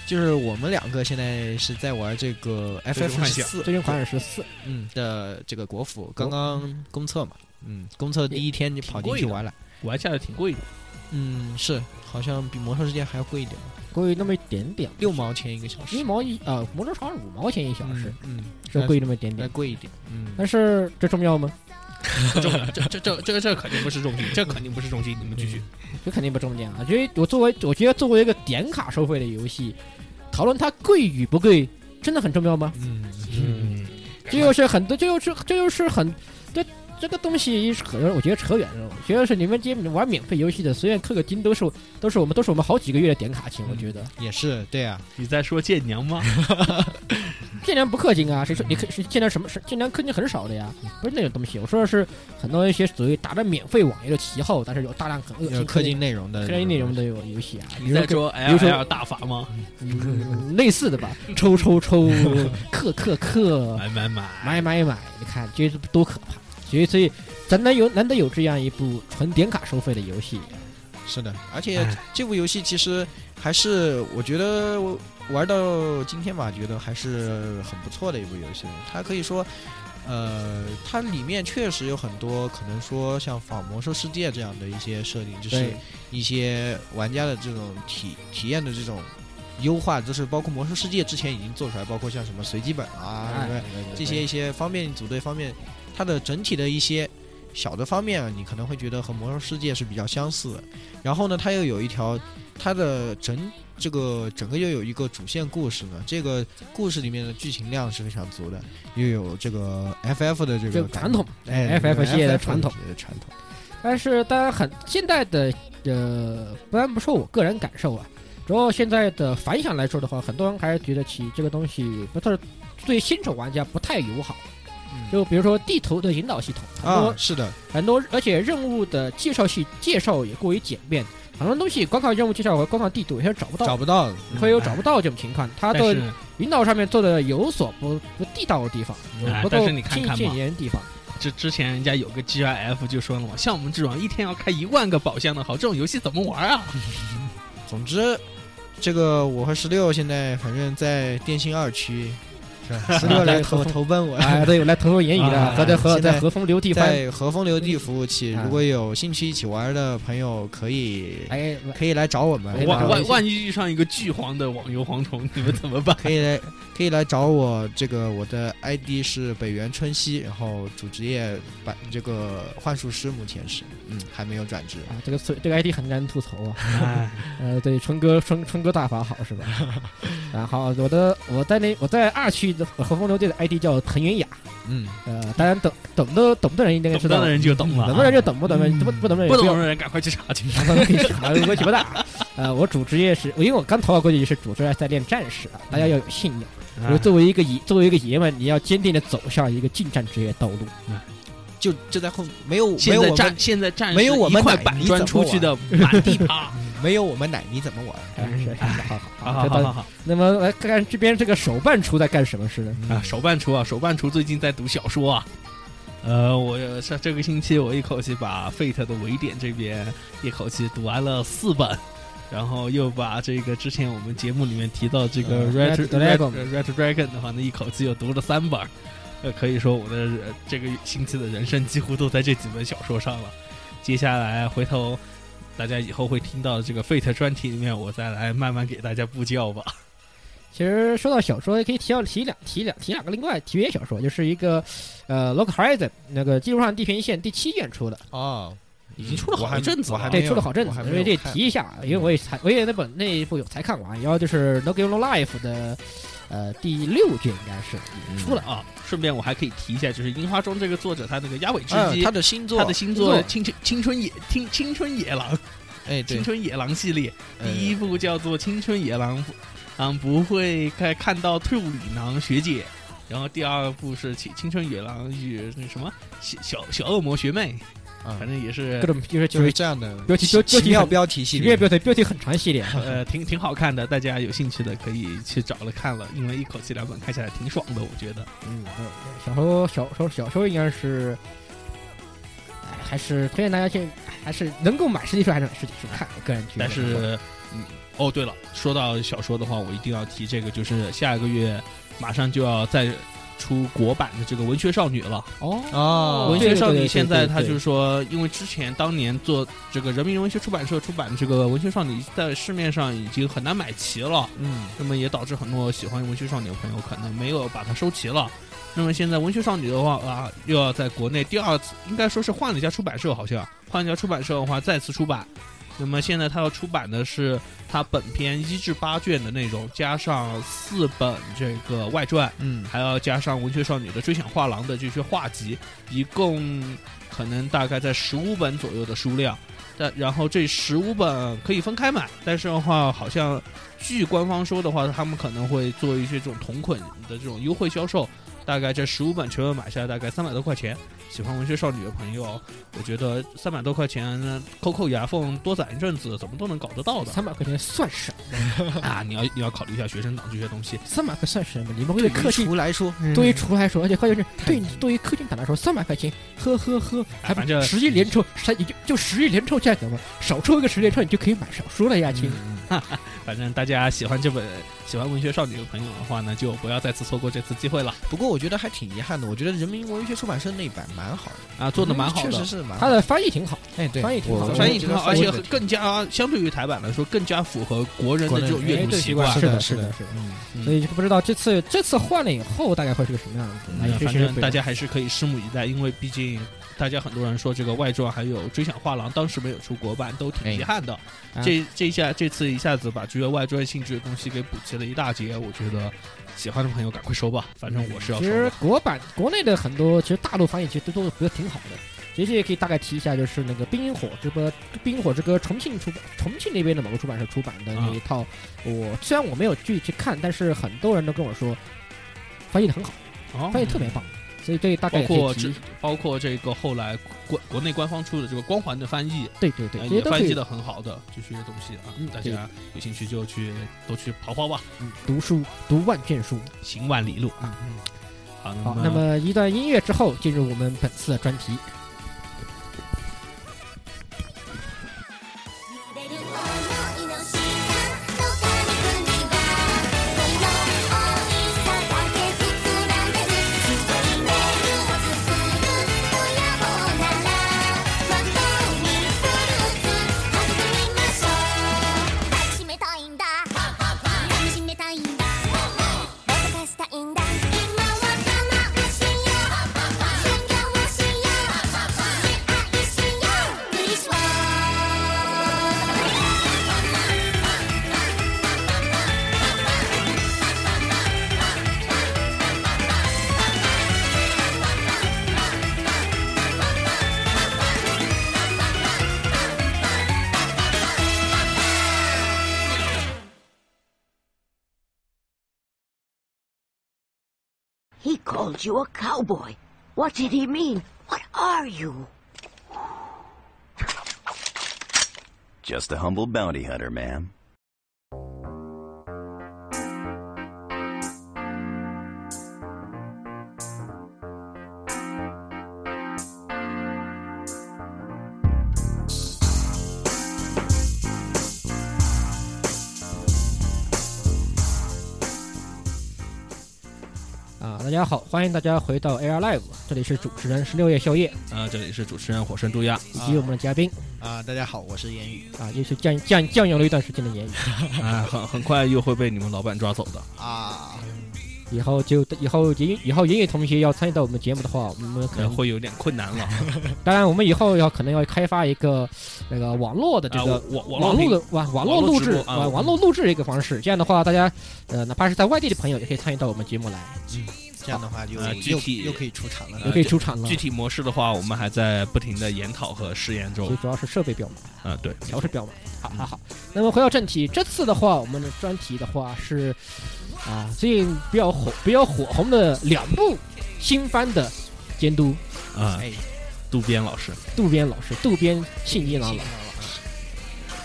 就是我们两个现在是在玩这个最终 FF 幻十想四，最终款式十四，嗯的这个国服，刚刚公测嘛，嗯，公测第一天就跑进贵去的玩了，玩下来挺贵的，嗯，是，好像比魔兽世界还要贵一点，贵那么一点点，六毛钱一个小时，一毛一啊，摩托厂五毛钱一小时，嗯，就贵那么一点那点。贵一点，嗯，但是这重要吗？不重要这这这这这肯定不是重心，这肯定不是重心。你们继续。这肯定不中间啊！因为我作为我觉得作为一个点卡收费的游戏，讨论它贵与不贵，真的很重要吗？嗯嗯，这又是很多，这又是这又是很这这个东西扯，我觉得扯远了。我觉得是你们这玩免费游戏的，随便氪个金都是都是我们都是我们好几个月的点卡钱，我觉得也是，对啊，你在说剑娘吗？尽量不氪金啊！谁说你氪是尽量什么是尽量氪金很少的呀？不是那种东西，我说的是很多一些所谓打着免费网页的旗号，但是有大量很恶有心呃氪金内容的，氪金内容的游游戏啊，比你如在说说哎比如 L 说 L 大法吗？嗯类似的吧，抽抽抽，克克克，买买买！买买买，你看这多可怕！所以，所以咱难有难得有这样一部纯点卡收费的游戏，是的，而且哎这部游戏其实还是我觉得我玩到今天吧，觉得还是很不错的一部游戏。它可以说，呃，它里面确实有很多可能说像仿魔兽世界这样的一些设定，就是对一些玩家的这种体体验的这种优化，就是包括魔兽世界之前已经做出来，包括像什么随机本啊，哎对不对这些一些方面组队方面，它的整体的一些小的方面啊，你可能会觉得和魔兽世界是比较相似的。然后呢，它又有一条它的整这个整个又有一个主线故事呢，这个故事里面的剧情量是非常足的，又有这个 FF 的这这个个感传统哎 FF 系列的 FF 传统系列的传统，但是当然很现在的呃，不然不说我个人感受啊，主要现在的反响来说的话，很多人还是觉得起这个东西不是对新手玩家不太友好。嗯就比如说地图的引导系统，很多啊，是的，很多，而且任务的介绍系介绍也过于简便，很多东西光靠任务介绍和光靠地图有些找不找到，不到了，会有找不到这种情况。它但的是引导上面做的有所不不地道的地方，有哎不但够是你看亲看近嘛人的地方。这之前人家有个 G R F 就说了嘛，像我们这种一天要开一万个宝箱的好，这种游戏怎么玩啊？总之，这个我和十六现在反正在电信二区，是吧？十六来投投奔我。哎，对，我来投投言 语的，啊和在和现在在和风流地翻。在和风流地服务器，啊如果有兴趣一起玩的朋友，可以哎，可以来找我们哎，万那万万一遇上一个巨黄的网游蝗虫，你们怎 么办？可以来可以来找我。这个我的 ID 是北原春熙，然后主职业版这个幻术师，目前是嗯还没有转职。啊，这个所这个 ID 很难吐槽啊。哎， 呃，对，春哥春春哥大法好 是吧？啊，好，我的我在那我在二区的和风流地的 ID 叫藤原雅。嗯，呃，当然懂懂的懂的人应该懂知道嗯的。人就懂了啊，懂的人就懂不懂的人，嗯不不懂的人不也懂要的人赶快去查去。麻烦可以查，问题不大。呃，我主职业是，因为我刚投到过去也是主职业在练战士啊，大家要有信仰。我啊作为一个爷，作为一个爷们，你要坚定的走向一个近战职业道路。就就在后没有没现有在我站们现在站没有我们一块奶板你砖怎出么去的满地 爬。啊没有我们奶你怎么玩？哎，是，是好好好，好好这好到好好那么来看看这边这个手办厨在干什么事呢？啊！手办厨啊，手办厨最近在读小说啊。呃，我上这个星期我一口气把《Fate 的维典》这边一口气读完了四本，然后又把这个之前我们节目里面提到这个呃 Red Red Dragon Red Dragon 的话，那一口气又读了三本儿。呃，可以说我的呃这个星期的人生几乎都在这几本小说上了。接下来回头大家以后会听到这个 Fate 专题里面，我再来慢慢给大家布教吧。其实说到小说，也可以提到提两提两提两个另外体育小说，就是一个呃《Log Horizon》那个《技术上地平线》第七卷出的，哦，已经出了我好还一阵子我了还啊没对，有出了好阵我子还，所没有以这看提一下，因为我也才我也那本那一部有才看完，然后就是《No Game No Life》的呃第六卷应该是嗯也出了。啊。顺便我还可以提一下，就是《樱花庄》这个作者他那个鸭尾织嗯，姬，他的星座，他的新作作《青春青春野青青春野狼》哎青对，春野狼系列，呃第一部叫做《青春野狼》，嗯，不会看看到兔女郎学姐。然后第二部是《青青春野狼与那什么小小小恶魔学妹》，啊反，正也是呃各种就是就就是是这样的尤其奇尤其奇妙标题系体列育，标题标题很长系列，呃挺挺好看的，大家有兴趣的可以去找了看了，因为一口气两本看下来挺爽的，我觉得。嗯，小时候小时候小时候应该是，哎，还是推荐大家去，还是能够买实体书还是买实体书看，我个人觉得。但是，嗯，哦，对了，说到小说的话，我一定要提这个，就是下个月马上就要再出国版的这个《文学少女》了。哦，哦文学少对对对女现对在它对就是说，因为之前当年做这个人民文学出版社出版这个《文学少女》，在市面上已经很难买齐了，嗯，那么也导致很多喜欢文学少女的朋友可能没有把它收齐了。那么现在《文学少女》的话啊，又要在国内第二次，应该说是换了一家出版社，好像换了一家出版社的话再次出版。那么现在它要出版的是它本篇一至八卷的内容，加上四本这个外传，嗯还要加上文学少女的追想画廊的这些画集，一共可能大概在十五本左右的数量。但然后这十五本可以分开买，但是的话，好像据官方说的话，他们可能会做一些这种同捆的这种优惠销售。大概这十五本全部买下来，大概三百多块钱。喜欢文学少女的朋友，我觉得三百多块钱抠抠牙缝多攒一阵子，怎么都能搞得到的三百块钱算什么？ 啊！你要你要考虑一下学生党这些东西。三百块算什么？你嗯们为了氪金厨来说，对于厨来说，而且关键是对你对于氪金党来说，三百块钱，呵呵呵，还不反正十一连抽，还也就就十一连抽价格嘛，少抽一个十连抽，你就可以买小说了呀，亲。反正大家喜欢这本喜欢文学少女的朋友的话呢，就不要再次错过这次机会了不过我觉得还挺遗憾的，我觉得人民文学出版社那一版蛮好的，啊，嗯做的蛮好确实的。是蛮它好的。的翻译挺好，哎，对，翻译挺好我的翻译挺好，而且很更加相对于台版来说，更加符合国人的这种国人阅哎读对习惯惯是。是的的，是是的是的。嗯，所以就不知道这次这次换了以后大概会是个什么样子。哎嗯这反是正大家还是可以拭目以待，因为毕竟大家很多人说这个外传还有追想画廊当时没有出国版，都挺遗憾的。哎这这下这次一下子把这个外传性质的东西给补齐了一大截，我觉得喜欢的朋友赶快收吧，反正我是要其收实的。国版国内的很多，其实大陆翻译其实都做的不是挺好的。其实也可以大概提一下，就是那个《冰与火之歌》《冰与火之歌》重庆出版，重庆那边的某个出版社出版的啊那一套，我虽然我没有具体去看，但是很多人都跟我说，翻译的很好，哦翻译特别棒，所以这大概包也可以括提这，包括这个后来国国内官方出的这个光环的翻译，对对对，呃这些也都可翻译以的很好的，这些东西啊嗯，大家有兴趣就去都去刨刨吧，嗯读书读万卷书。行万里路嗯啊。好，好，那么一段音乐之后，进入我们本次的专题。揺れる想いの下どかに国は恋の美味しさだけ膨らんでるスイメールを作ると野望ならまとにフルーツ運びましょう抱きしめたいんだ抱きしめたいんだどうかしたいんだ今は我慢しよう修行をしよう He called you a cowboy. What did he mean? What are you? Just a humble bounty hunter, ma'am. 啊，大家好，欢迎大家回到 Air Live，这里是主持人十六夜宵夜啊、这里是主持人火神杜鸦以及我们的嘉宾啊，大家好，我是言语啊，又是酱酱酱油了一段时间的言语，啊，很 很快又会被你们老板抓走的。啊，以后就以后言语以后言语同学要参与到我们节目的话，我们可可能能会有点困 难了啊当然我们以后要可能要开发一个那个网络的这啊！个我我我网络平的网网络网络录直制播啊网网络录制一个方式，这样的话，大家呃，哪怕是在外地的朋友也可以参与到我们节目来，这样的话就啊具又体又可以出场了也呃呢。可以出场了啊具。体模式的话，我们还在不停的研讨和试验所中以。主要是设备表码，啊，对，调试表码。好好好，那么回到正题，这次的话，我们的专题的话是啊，最近比较火、比较火红的两部新番的监督啊哎，渡边老师，渡边老师，渡边信一郎老师。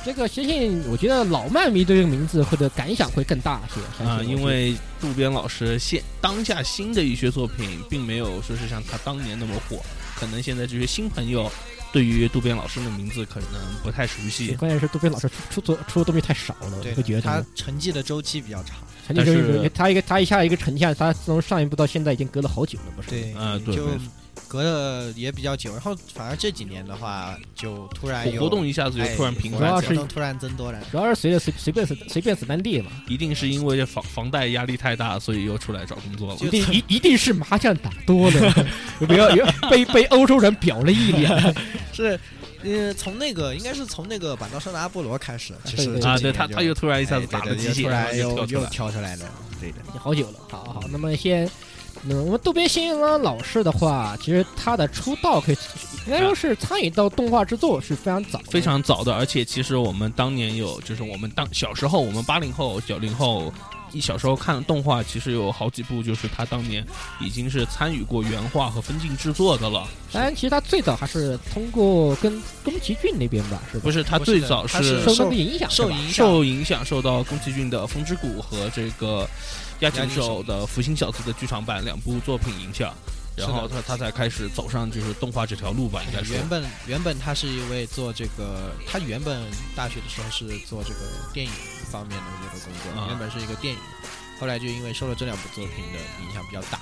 这个相信，我觉得老漫迷对这个名字或者感想会更大一些。相啊，信因我觉得为渡边老师现当下新的一些作品，并没有说是像他当年那么火，可能现在这些新朋友对于渡边老师的名字可能不太熟悉，关键是渡边老师出出作出的东西太少了，对我觉得的，他成绩的周期比较长，陈立生但是他一个他一下一个沉下，他从上一部到现在已经隔了好久了，不是？对啊对就没隔了也比较久。然后反而这几年的话，就突然有活动一下子就哎突然平主要缓是起活来，动突然增多了。主要是随着随随便死随便死单地嘛， 一定是因为这房房贷压力太大，所以又出来找工作了就一定一一定是麻将打多 了，不要被被欧洲人表了一脸。是，呃，从那个应该是从那个板道圣的阿波罗开始，其实对这啊！几对年他，就他又突然一下子哎对打的了就鸡血，突然后就跳然又出又来。跳出来了，对的，好久了，好好好，那么先，那我们渡边信一郎老师的话，其实他的出道可以应该说是参与到动画制作是非常早的，非常早的，而且其实我们当年有，就是我们当小时候，我们八零后、九零后，一小时候看动画，其实有好几部就是他当年已经是参与过原画和分镜制作的了。当然，其实他最早还是通过跟宫崎骏那边吧，是吧？不是，他不是最的早他是是受他们影响是吧受影响，受影响受到宫崎骏的《风之谷》和这个押井守的《福星小子》的剧场版两部作品影响，然后他他才开始走上就是动画这条路吧，应该说。原本原本他是一位做这个，他原本大学的时候是做这个电影方面的这个工啊作，原本是一个电影，后来就因为受了这两部作品的影响比较大，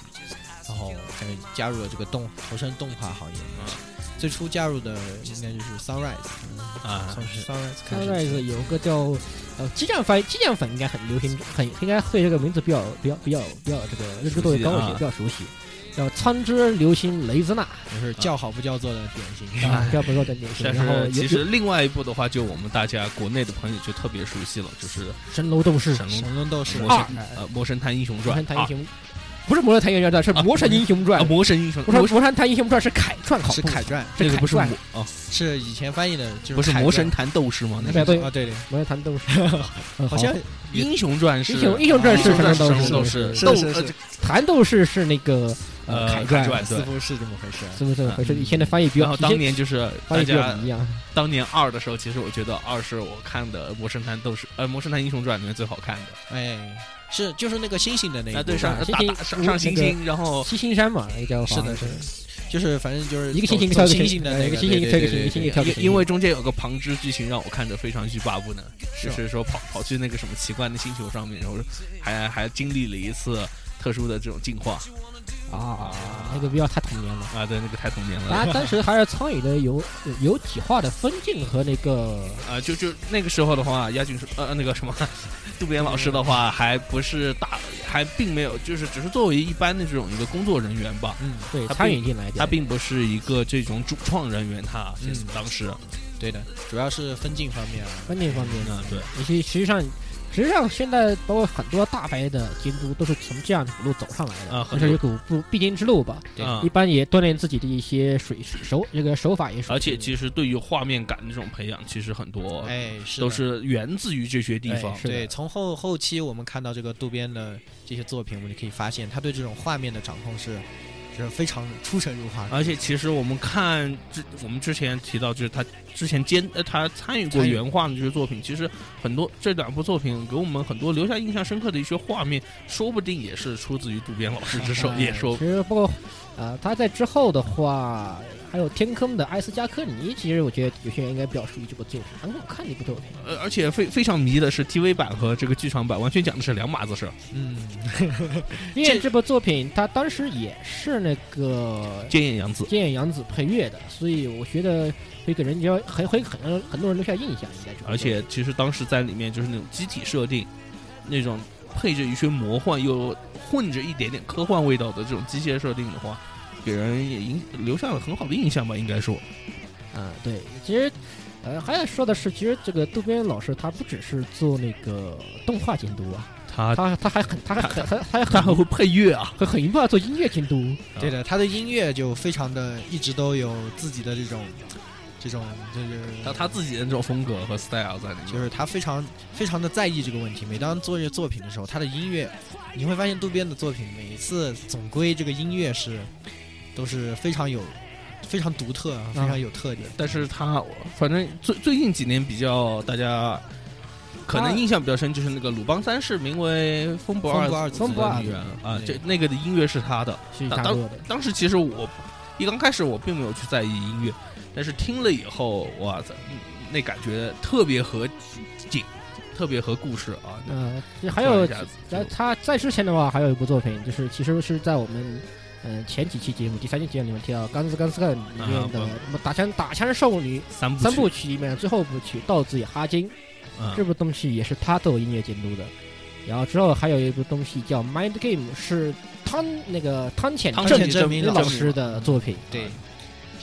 然后才加入了这个动投身动画行业。啊最初加入的应该就是 Sunrise，啊，从 Sunrise 开始 Sunrise 有个叫呃激战番，激战粉应该很流行，很应该对这个名字比较比较比较比较这个认知度也高一些，啊比较熟悉。叫苍之流星雷兹娜，就是叫好不叫座的典型。啊，比较 不错的典型。但然后是有其有实另外一部的话，就我们大家国内的朋友就特别熟悉了，就是神楼斗士神龙神龙斗士嗯魔二神呃魔神探英雄魔传神谭英啊雄，不是魔神谭英雄传，是啊魔神英雄啊传。魔神英雄不是魔魔神谭英雄传是凯传好，是凯，传，是这个凯不是魔传，啊是以前翻译的，就是不是凯传魔神坛斗士吗？那哎个对啊，对对，魔神谭斗士。 嗯好像英雄传是英雄英雄传是英雄神龙传斗神龙斗士，士是斗是呃是，谭斗士是那个呃凯凯传，传似乎是这么回事。是不是？回事嗯以前的翻译比然较后，当年就是翻大译比较家不一样。当年二的时候，其实我觉得二是我看的《魔神坛斗士》呃《魔神坛英雄传》里面最好看的哎，是就是那个星星的那一啊，部对上星打星打上上星星，然后七星山嘛，那个叫是的好像是就是反正就是一个星星跳走一个走星星星的呃那一个个星星对跳一个对对星星对一个跳对一个星因因为中间有个旁支剧情让我看的非常欲罢不能，啊就是说跑跑去那个什么奇怪的星球上面，然后还还经历了一次特殊的这种进化啊，那个比较太童年了。啊，对，那个太童年大了。家当时还是参与的有有几话的分镜和那个啊，就就那个时候的话，亚军是呃那个什么，渡边老师的嗯话还不是大，还并没有，就是只是作为一般的这种一个工作人员吧，嗯，对他参与并进来的，他并不是一个这种主创人员，他嗯当时对的，主要是分镜方面啊。分镜方面嗯对尤其实际上实际上，现在包括很多大牌的监督都是从这样的股路走上来的，啊很多这是一股不必经之路吧。对啊一般也锻炼自己的一些水手，这个手法也是。而且其实对于画面感的这种培养，其实很哦多哎，是都的是源自于这些地方哎。是的对，从后后期我们看到这个渡边的这些作品，我们就可以发现他对这种画面的掌控是是非常出神入啊化的。而且其实我们看之我们之前提到，就是他之前监呃他参与过参与原画的这些作品，其实很多这两部作品给我们很多留下印象深刻的一些画面，说不定也是出自于渡边老师之手，哎也 说其实包括啊，他在之后的话，还有天坑的埃斯加科尼，其实我觉得有些人应该比较熟悉这部作品，很好看的一部作品。呃，而且非非常迷的是 TV 版和这个剧场版完全讲的是两码子事儿。嗯，因为这部作品，它当时也是那个菅野洋子，菅野洋子配乐的，所以我觉得会给人家很会很让很多人留下印象，应该是。而且其实当时在里面就是那种机体设定，那种配着一些魔幻又混着一点点科幻味道的这种机械设定的话，给人也影留下了很好的印象吧，应该说。啊，对，其实，呃，还想说的是，其实这个渡边老师他不只是做那个动画监督啊，他他他还很他还 很他还 他还很会配乐啊，很很一贯做音乐监督，对的，他对音乐就非常的一直都有自己的这种这种就是他他自己的那种风格和 style 在里面。就是他非常非常的在意这个问题。每当做这作品的时候，他的音乐，你会发现渡边的作品每一次总归这个音乐是都是非常有非常独特、啊，非常有特点。但是他反正最最近几年比较大家。可能印象比较深就是那个鲁邦三世名为风不二风不二子子风不的二女子人啊，这对那个的音乐是他的，是当大当哥的。当时其实我一刚开始我并没有去在意音乐，但是听了以后，哇塞，嗯那感觉特别合景，特别合故事啊。那嗯、其实还有突然一下子就然后他在之前的话，还有一部作品，就是其实是在我们呃前几期节目、第三期节目里面提到《钢丝钢丝干》里面的啊什么打枪打枪少女三部三部曲，曲里面的最后一部曲《稻子与哈金》嗯这部东西也是他做音乐监督的。然后之后还有一部东西叫《Mind Game》，是汤那个汤浅汤政浅证明明老师的作品。对，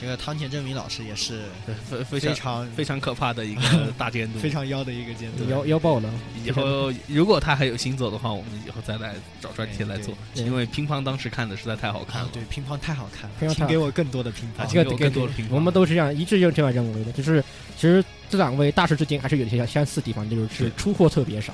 这个汤浅正明老师也是非非非常常非常可怕的一 个大监督。非常妖的一个监督。腰腰爆了，以后如果他还有新作的话，我们以后再来找专题来做，对对因为乒乓当时看的实在太好看啊了，，对乒乓太好看乒乓了，太请好给我更多的乒啊乓。这有 个更多的评价我们都是这样一致用这样认为的。就是其实这两位大师之间还是有些相相似地方，就是是出货特别少，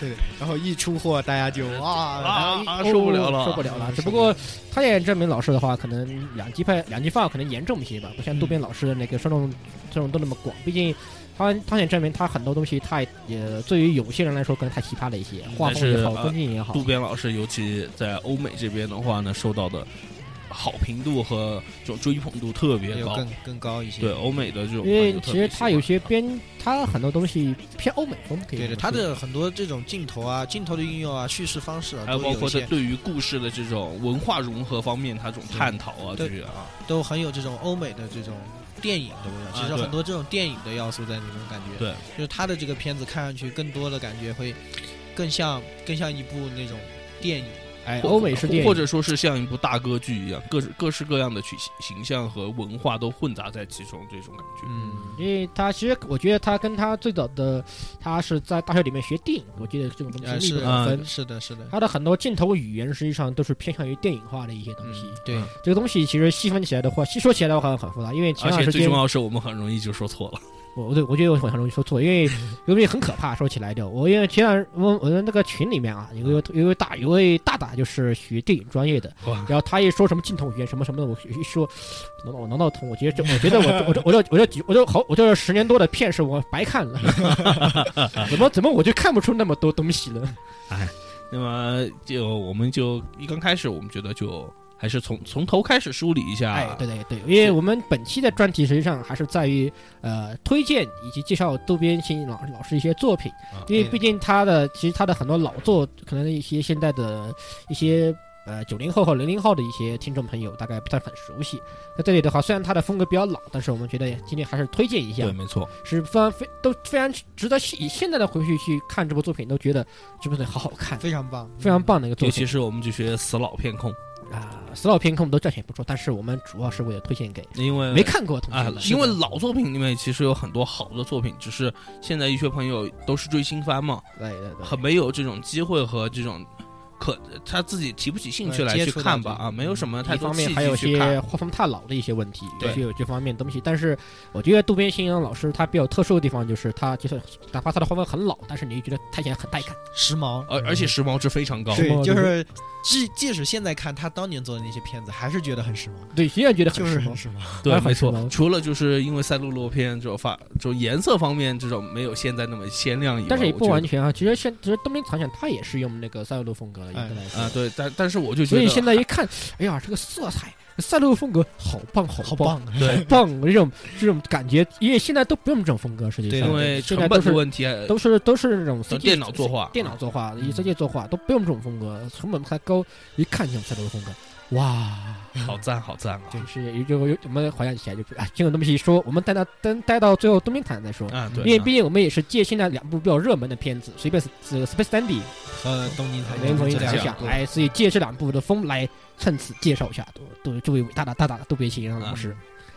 对，然后一出货，大家就哇，然啊后一啊受不了哦了，受不了 了。只不过他也证明老师的话，可能两极派两极化可能严重一些吧，不嗯像渡边老师的那个受众受众都那么广。毕竟他他也证明他很多东西太也对于有些人来说可能太奇葩了一些，画风也好，但是呃东西也好渡。边老师，尤其在欧美这边的话呢，受到的好评度和这种追捧度特别有高。更更高一些。对欧美的这种，因为其实他有些编，他很多东西偏欧美风，可以对这的，么他说的很多这种镜头啊、镜头的运用啊、叙事方式啊，还有都包有括一在些对于故事的这种文化融合方面，他这种探讨啊，这对些啊，都很有这种欧美的这种电影的味道。啊其实对很多这种电影的要素在里面，感觉对就是他的这个片子看上去更多的感觉会更像更像一部那种电影。哎，或欧美式电影或者说是像一部大歌剧一样，各各式各样的曲形象和文化都混杂在其中，这种感觉。嗯，因为他其实我觉得他跟他最早的他是在大学里面学电影，我觉得这种东啊呃西密是不可分嗯。是的，是的，他的很多镜头语言实际上都是偏向于电影化的一些东西。嗯，对嗯，这个东西其实细分起来的话，细说起来的话很复杂，因为前而段且时最间重要是我们很容易就说错 了，我对我觉得我很容易说错，因 为有东西很可怕。说起来的，我因为前两我我的那个群里面啊，有个有个大有位大大就是学电影专业的，哇，然后他一说什么镜头语言什么什么的，我一说，我挠我挠到疼，我觉得这我觉得我我这我这我这几我这好我这十年多的片是我白看 了，怎么怎么我就看不出那么多东西了？那么就我们就一刚开始，我们觉得就还是从从头开始梳理一下，哎，对对对，因为我们本期的专题实际上还是在于呃推荐以及介绍渡边信老老师一些作品啊，因为毕竟他的其实他的很多老作，可能一些现在的一些。呃，九零后和零零后的一些听众朋友大概不太很熟悉。那这里的话，虽然他的风格比较老，但是我们觉得今天还是推荐一下对，，没错，是非常非都非常值得以现在的回去去看这部作品，都觉得这部作品好好看，非常棒，嗯非常。棒的一个作尤其品。是我们这些死老片控，啊、死老片看我们都赚钱不说，但是我们主要是为了推荐给因为没看过的同啊学们，，因为老作品里面其实有很多好的作品，只是现在医学朋友都是追新番嘛，对对对，很没有这种机会和这种可他自己提不起兴趣呃来接去触看到吧这啊，没有什么嗯太一多方契面还有机一去看些。画风太老的一些问题，对也许有这方面的东西。但是我觉得渡边信洋老师他比较特殊的地方就是他就是哪怕他的画风很老，但是你又觉得看起来很带感。时髦。嗯而而且时髦值非常高，嗯是对髦，就是即即使现在看他当年做的那些片子，还是觉得很时髦，对，依然觉得很就是时很髦。时髦。还对，很没时髦错。除了就是因为赛璐珞片这种发，就颜色方面这种没有现在那么鲜亮以外，但是也我不觉完得全啊，其实现其实东林长响他也是用那个赛璐珞风格的，应该来说啊，对，但但是我就觉所得，以现在一看，哎呀，这个色彩赛璐珞风格好棒，好好棒，棒，对 好棒！这种这种感觉，因为现在都不用这种风格，实际对上因为现成在都本是的问题，啊都是都是那种都 CG 电脑作画电脑作画以 CG 作画都不用这种风格，成本太高，一看像赛璐珞风格，哇！好赞好赞啊！就是也就有我们回想起来就是啊，这种东西一说，我们待到等待到最后东明坦再说。啊，对，因为毕竟我们也是借现在两部比较热门的片子，随便是是 Space Dandy 和呃东京台联合一这两两下，个哎，所以借这两部的风来趁此介绍一下，都都这位伟大的大大的渡边信洋老师。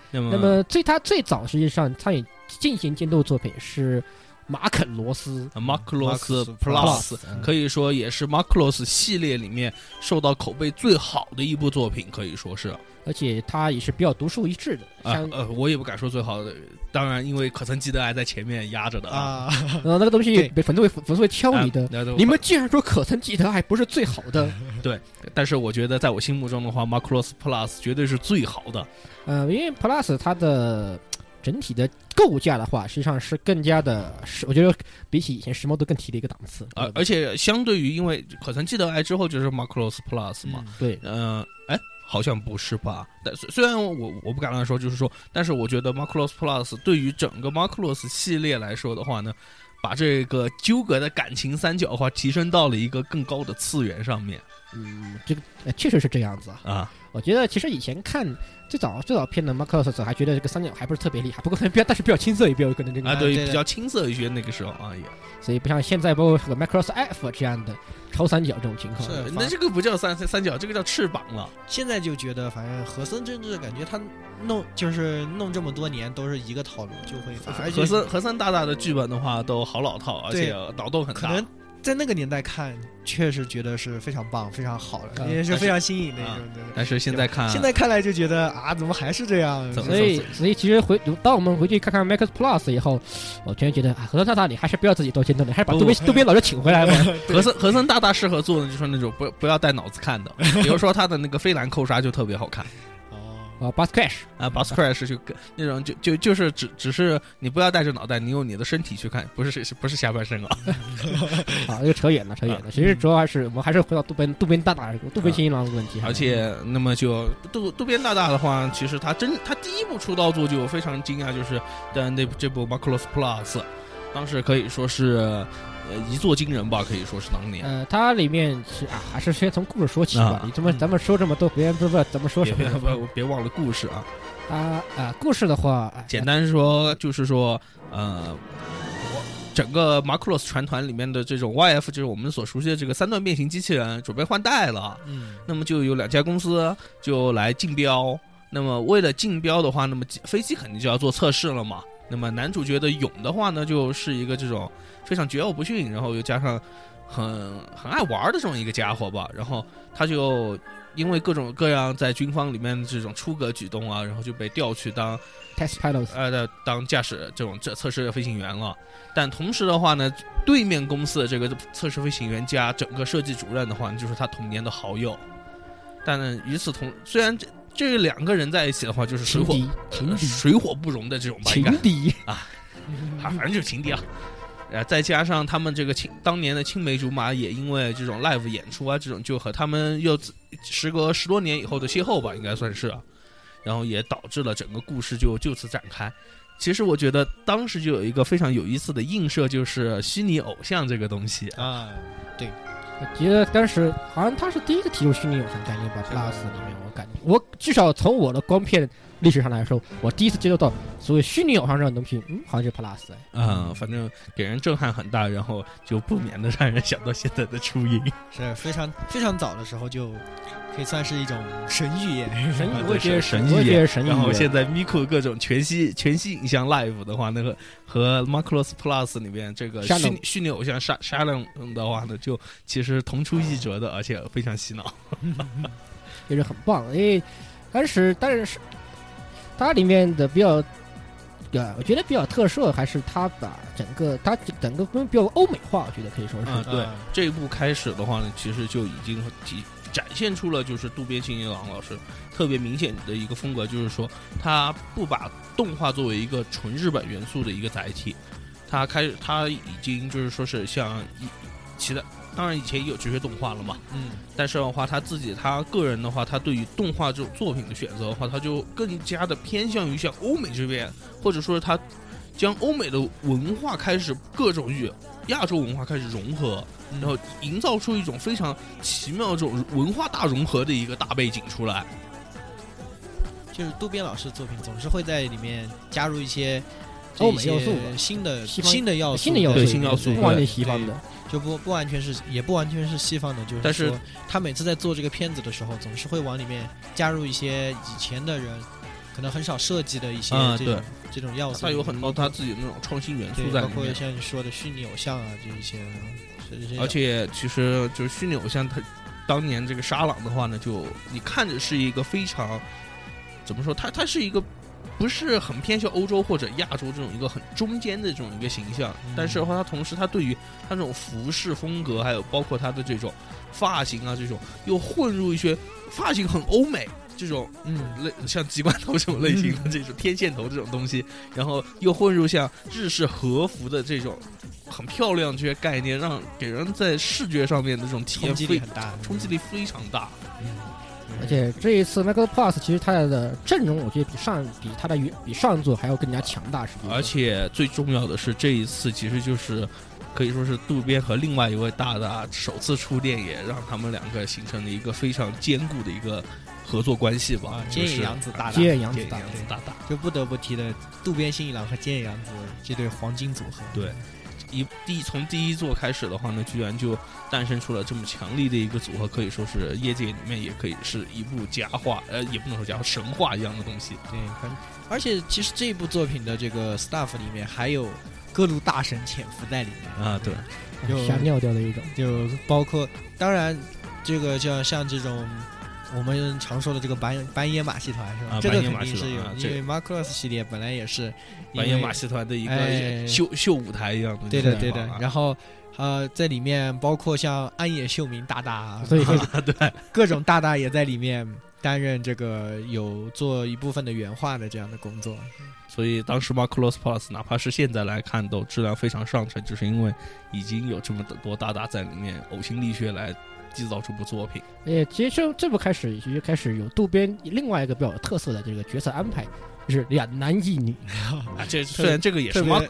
那么那么最他最早实际上参与进行监督的作品是马肯罗斯，啊马克罗斯 Marcus Plus Plus，嗯可以说也是马克罗斯系列里面受到口碑最好的一部作品，可以说是啊而且他也是比较独树一帜的，像呃，我也不敢说最好的，当然因为可曾记得还在前面压着的啊，呃那个东西对被粉丝会粉丝会挑你的。啊你们竟然说可曾记得还不是最好的？但是我觉得在我心目中的话，Macross Plus 绝对是最好的。呃，因为 Plus 它的整体的构架的话，实际上是更加的，是我觉得比起以前时髦都更提了一个档次。啊嗯而、而且相对于，因为可曾记得爱之后就是 Macross Plus 嘛，嗯对，嗯，哎、好像不是吧？但虽虽然我我不敢乱说，就是说，但是我觉得 Macross Plus 对于整个 Macross 系列来说的话呢，把这个纠葛的感情三角化提升到了一个更高的次元上面嗯，这个、呃确实是这样子啊。啊。我觉得其实以前看最早最早片的 Marcus 还觉得这个三角还不是特别厉害，不过可能比较但是比较青涩，也比较有可能这个，啊，对，对比较青涩一些那个时候啊也。所以不像现在包括和 Marcus F 这样的超三角这种情况。是呃那这个不叫三三角，这个叫翅膀了。现在就觉得反正和森政治感觉他弄就是弄这么多年都是一个套路，就会反和而就森和森大大的剧本的话都好老套，而且脑洞很大。可能在那个年代看，确实觉得是非常棒、非常好的，嗯也是非常新颖的一啊种对。但是现在看，现在看来就觉得啊，怎么还是这样？怎么所以，所以其实回当我们回去看看 Max Plus 以后，我真的觉得啊，何大大你还是不要自己做监督，你还是把不渡边渡边老师请回 来吧。和森和森大大适合做的就是那种不不要带脑子看的，比如说他的那个飞兰扣杀就特别好看哦，啊 b u s Crash，啊，Boss Crash 就跟那种就就就是只只是你不要带着脑袋，你用你的身体去看，不是是不是下半身啊，啊，又扯远了，扯远了。其嗯实主要还是我们还是回到渡边渡边大大渡边信一郎的问题。啊而且那么就渡渡边大大的话，其实他真他第一部出道作就非常惊讶，就是在那部这部 Macross Plus，当时可以说是呃一座惊人吧，可以说是当年。呃，它里面是啊，还是先从故事说起啊吧。你这么咱们说这么多，别人不知道咱们说也什别么别别忘了故事啊！啊啊！故事的话，啊简单说就是说，呃，整个马库洛斯船团里面的这种 YF，就是我们所熟悉的这个三段变形机器人准备换代了，嗯，那么就有两家公司就来竞标。那么为了竞标的话，那么机飞机肯定就要做测试了嘛。那么男主角的勇的话呢，就是一个这种非常桀骜不驯，然后又加上很很爱玩的这种一个家伙吧。然后他就因为各种各样在军方里面的这种出格举动啊，然后就被调去当 test pilot 呃的当驾驶这种这测试飞行员了。但同时的话呢，对面公司的这个测试飞行员加整个设计主任的话，就是他童年的好友。但与此同，虽然这这两个人在一起的话，就是水情呃火 Oh 敌情敌水火不容的这种吧，应该情敌，啊，反正就是情敌啊。呃，再加上他们这个青当年的青梅竹马，也因为这种 live 演出啊，这种就和他们又自时隔十多年以后的邂逅吧，应该算是、啊，然后也导致了整个故事就就此展开。其实我觉得当时就有一个非常有意思的映射，就是虚拟偶像这个东西啊，我觉得当时好像他是第一个提出虚拟偶像概念吧，Plus 里面我感觉，我至少从我的光片历史上来说，我第一次接触到所谓虚拟偶像这种东西，嗯，好像就是 Plus 哎。嗯，反正给人震撼很大，然后就不免的让人想到现在的初音。是非常非常早的时候就可以算是一种神预言。神啊我也对觉得是神我也预觉言得神预然后言现在 Miku 各种全息全息影像 Live 的话，那个和 Macross Plus 里面这个沙虚龙拟虚拟偶像沙沙龙的话呢，就其实同出一辙的，而且非常洗脑。也是很棒的，因为当时但是它里面的比较，呃，我觉得比较特色还是它把整个它整个比较欧美化，我觉得可以说是。嗯，对啊，这一部开始的话呢，其实就已经体展现出了就是渡边信一郎老师特别明显的一个风格，就是说他不把动画作为一个纯日本元素的一个载体，他开他已经就是说是像以其他，当然以前也有职业动画了嘛，嗯，但是的话他自己他个人的话，他对于动画这种作品的选择的话，他就更加的偏向于像欧美这边，或者说他将欧美的文化开始各种与亚洲文化开始融合，嗯然后营造出一种非常奇妙这种文化大融合的一个大背景出来。就是渡边老师的作品总是会在里面加入一些这哦欧美要素些新的西方新的要素，新的要素，对嗯新要素不完全西方的，就不不完全是，也不完全是西方的，就是但是说他每次在做这个片子的时候，总是会往里面加入一些以前的人可能很少涉及的一些啊这种、这种要素。他有很多他自己的那种创新元素对，在包里括面。像你说的虚拟偶像啊，这一些，这些而且其实就是虚拟偶像，他当年这个沙朗的话呢，就你看着是一个非常怎么说，他他是一个不是很偏向欧洲或者亚洲这种一个很中间的这种一个形象，嗯但是的话，他同时他对于他这种服饰风格，还有包括他的这种发型啊这种，又混入一些发型很欧美这种嗯，类像鸡冠头这种类型的这种天线头这种东西，然后又混入像日式和服的这种很漂亮这些概念，让给人在视觉上面的这种体冲验击非力很大，冲击力非常大。而且这一次 m i c r o Plus 其实它的阵容，我觉得比上比它的原比上一座还要更加强大，是不嗯是？而且最重要的是，这一次其实就是可以说是渡边和另外一位大大首次触电，也让他们两个形成了一个非常坚固的一个合作关系吧啊，。就菅野是洋子大大菅野洋子菅大野洋子大大。就不得不提的渡边信一郎和菅野洋子这对黄金组合。对一第从第一座开始的话呢，居然就诞生出了这么强力的一个组合，可以说是业界里面也可以是一部佳话，呃，也不能说佳话，神话一样的东西。对，反正而且其实这部作品的这个 staff 里面还有各路大神潜伏在里面啊对，有吓尿掉的一种。就包括当然这个像像这种。我们常说的这个板板野马戏团是吧？啊这个板野肯马定戏是团有，啊这因为 Macross 系列本来也是因完颜为马戏团的一哎个秀秀舞台一样的对地方的啊，对的。然后呃，在里面包括像安野秀明大大，所以 说对，各种大大也在里面担任这个有做一部分的原画的这样的工作。所以当时 Macross Plus 哪怕是现在来看都质量非常上乘，就是因为已经有这么多大大在里面呕心沥血来制造这部作品。也其实这部开始就开始有渡边另外一个比较有特色的这个角色安排，就是两男一女。啊，这虽然这个也是嗯特 Mac 别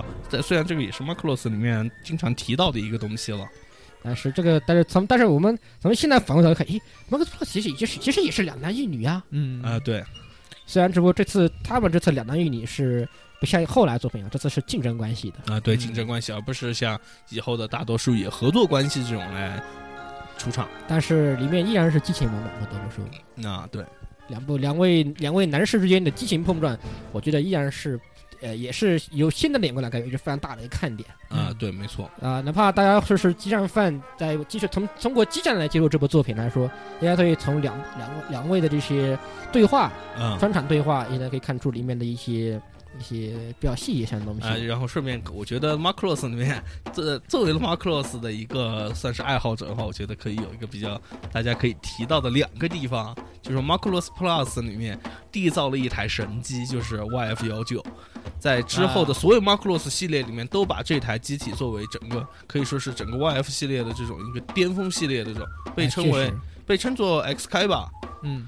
啊，在虽然这个也是 Macross 里面经常提到的一个东西了。但是这个，但是从但是我们从现在反过头来看，咦 m a x Plus 其实也是其实也是两男一女啊。嗯啊、对，虽然只不过这次他们这次两男一女是不像后来作品啊，这次是竞争关系的。啊、对嗯竞争关系，而不是像以后的大多数以合作关系这种来出场。但是里面依然是激情满满，不得不说，啊，对，两部两位两位男士之间的激情碰撞，我觉得依然是，呃，也是由现在的眼光来看，也是非常大的一个看点啊、嗯对，没错，啊、哪怕大家说是激战犯在继续从通过激战来接触这部作品来说，大家可以从两两两位的这些对话、嗯。专场对话，应该可以看出里面的一些一些比较细节上的东西。啊、然后顺便，我觉得 Macross 里面，这作为了 Macross 的一个算是爱好者的话，我觉得可以有一个比较大家可以提到的两个地方，就是 Macross Plus 里面缔造了一台神机，就是 YF 幺九，在之后啊的所有 Macross 系列里面都把这台机体作为整个可以说是整个 YF 系列的这种一个巅峰系列的这种，被哎称确为实被称作 X 开吧，嗯，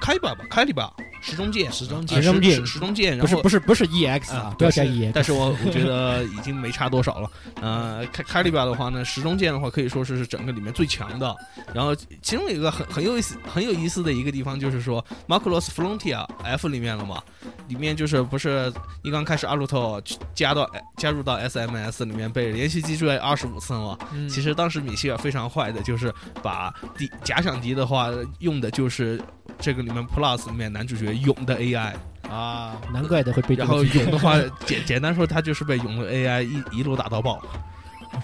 开吧吧，开里吧，时钟剑，时钟啊呃剑时钟剑时时钟剑，不然是后不是不是 EX 啊啊，，不要但加是 EX。但是我我觉得已经没差多少了。呃，开开利吧的话呢，时钟剑的话可以说是整个里面最强的。然后其中有一个很很有意思很有意思的一个地方，就是说 Marcos Frontier F 里面了嘛，里面就是不是一刚开始阿鲁特加到加入到 SMS 里面被连续击坠二十五次嘛。嗯其实当时米歇尔非常坏的，就是把敌假想敌的话用的就是这个里面 Plus 里面男主角勇的 AI。啊，难怪的会被这然个后拒绝勇的话，简简单说，他就是被勇的 AI 一一路打到爆。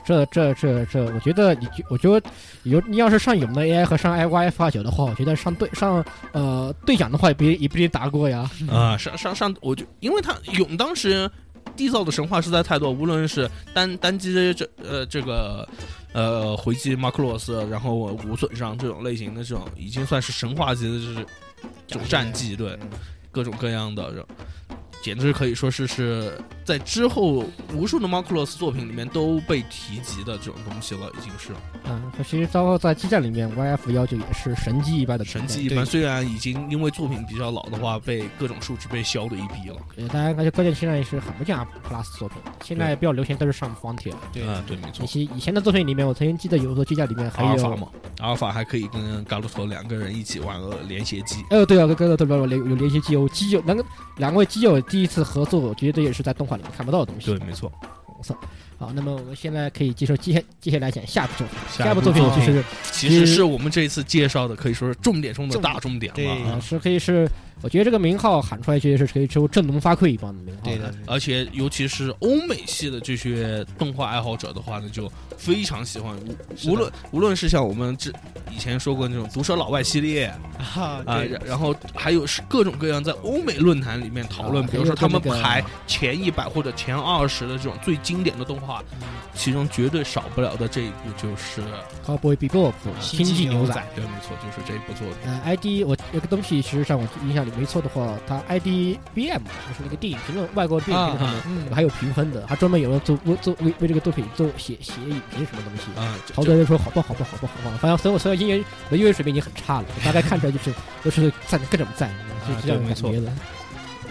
这这这这，我觉得你就我觉得有你要是上勇的 AI 和上 IYF 二九的话，我觉得上对上呃队长的话也不一也不一定打过呀。嗯啊、上上上，我就因为他勇当时缔造的神话实在太多，无论是单单击这呃这个呃回击马克洛斯，然后无损伤这种类型的这种，已经算是神话级的这这种战绩，对嗯各种各样的，然后简直可以说是是在之后无数的马克洛斯作品里面都被提及的这种东西了，已经是。嗯，它其实包括在激战里面，YF 幺九也是神机一般的存神在奇一般，虽然已经因为作品比较老的话，被各种数值被削的一逼了。呃，大家而且关键现在是很不讲 Plus 作品，现在比较流行都是上方帖。对，啊，对，没以错。前以前的作品里面，我曾经记得有一个机甲里面还阿尔法有嘛，阿尔法还可以跟嘎鲁头两个人一起玩个连携机。哎呦，对啊，跟跟跟对联有联系基友，基友两个两位基友第一次合作，我觉得这也是在动画里面看不到的东西。对，没错。好，那么我们现在可以接受接下接下来讲下部作品，下部作品哎部作就品是其实是我们这次介绍的，可以说是重点中的重大重点对了。呃是可以是，我觉得这个名号喊出来，确实是可以出振聋发聩一帮的名号。对的，而且，尤其是欧美系的这些动画爱好者的话呢，就非常喜欢。是无的无论无论是像我们之以前说过那种毒舌老外系列啊啊，对然然后还有是各种各样在欧美论坛里面讨论，啊比如说他们还有那个排前一百或者前二十的这种最经典的动画，嗯其中绝对少不了的这一部就是， Cowboy Bebop，星星际际牛牛仔仔。对，没错，就是这一部作品。呃，ID 我有个东西，实际上我印象里没错的话，它 ID BM 就是那个电影评论，外国电影评论上面嗯还有评分的，还专门有人做为做为为这个作品做写写影评什么东西。啊，好多人说好不好不好不好不好，反正所有所有音乐我的音乐水平已经很差了，大概看出来就是都是赞各种赞，就是这样的感觉的。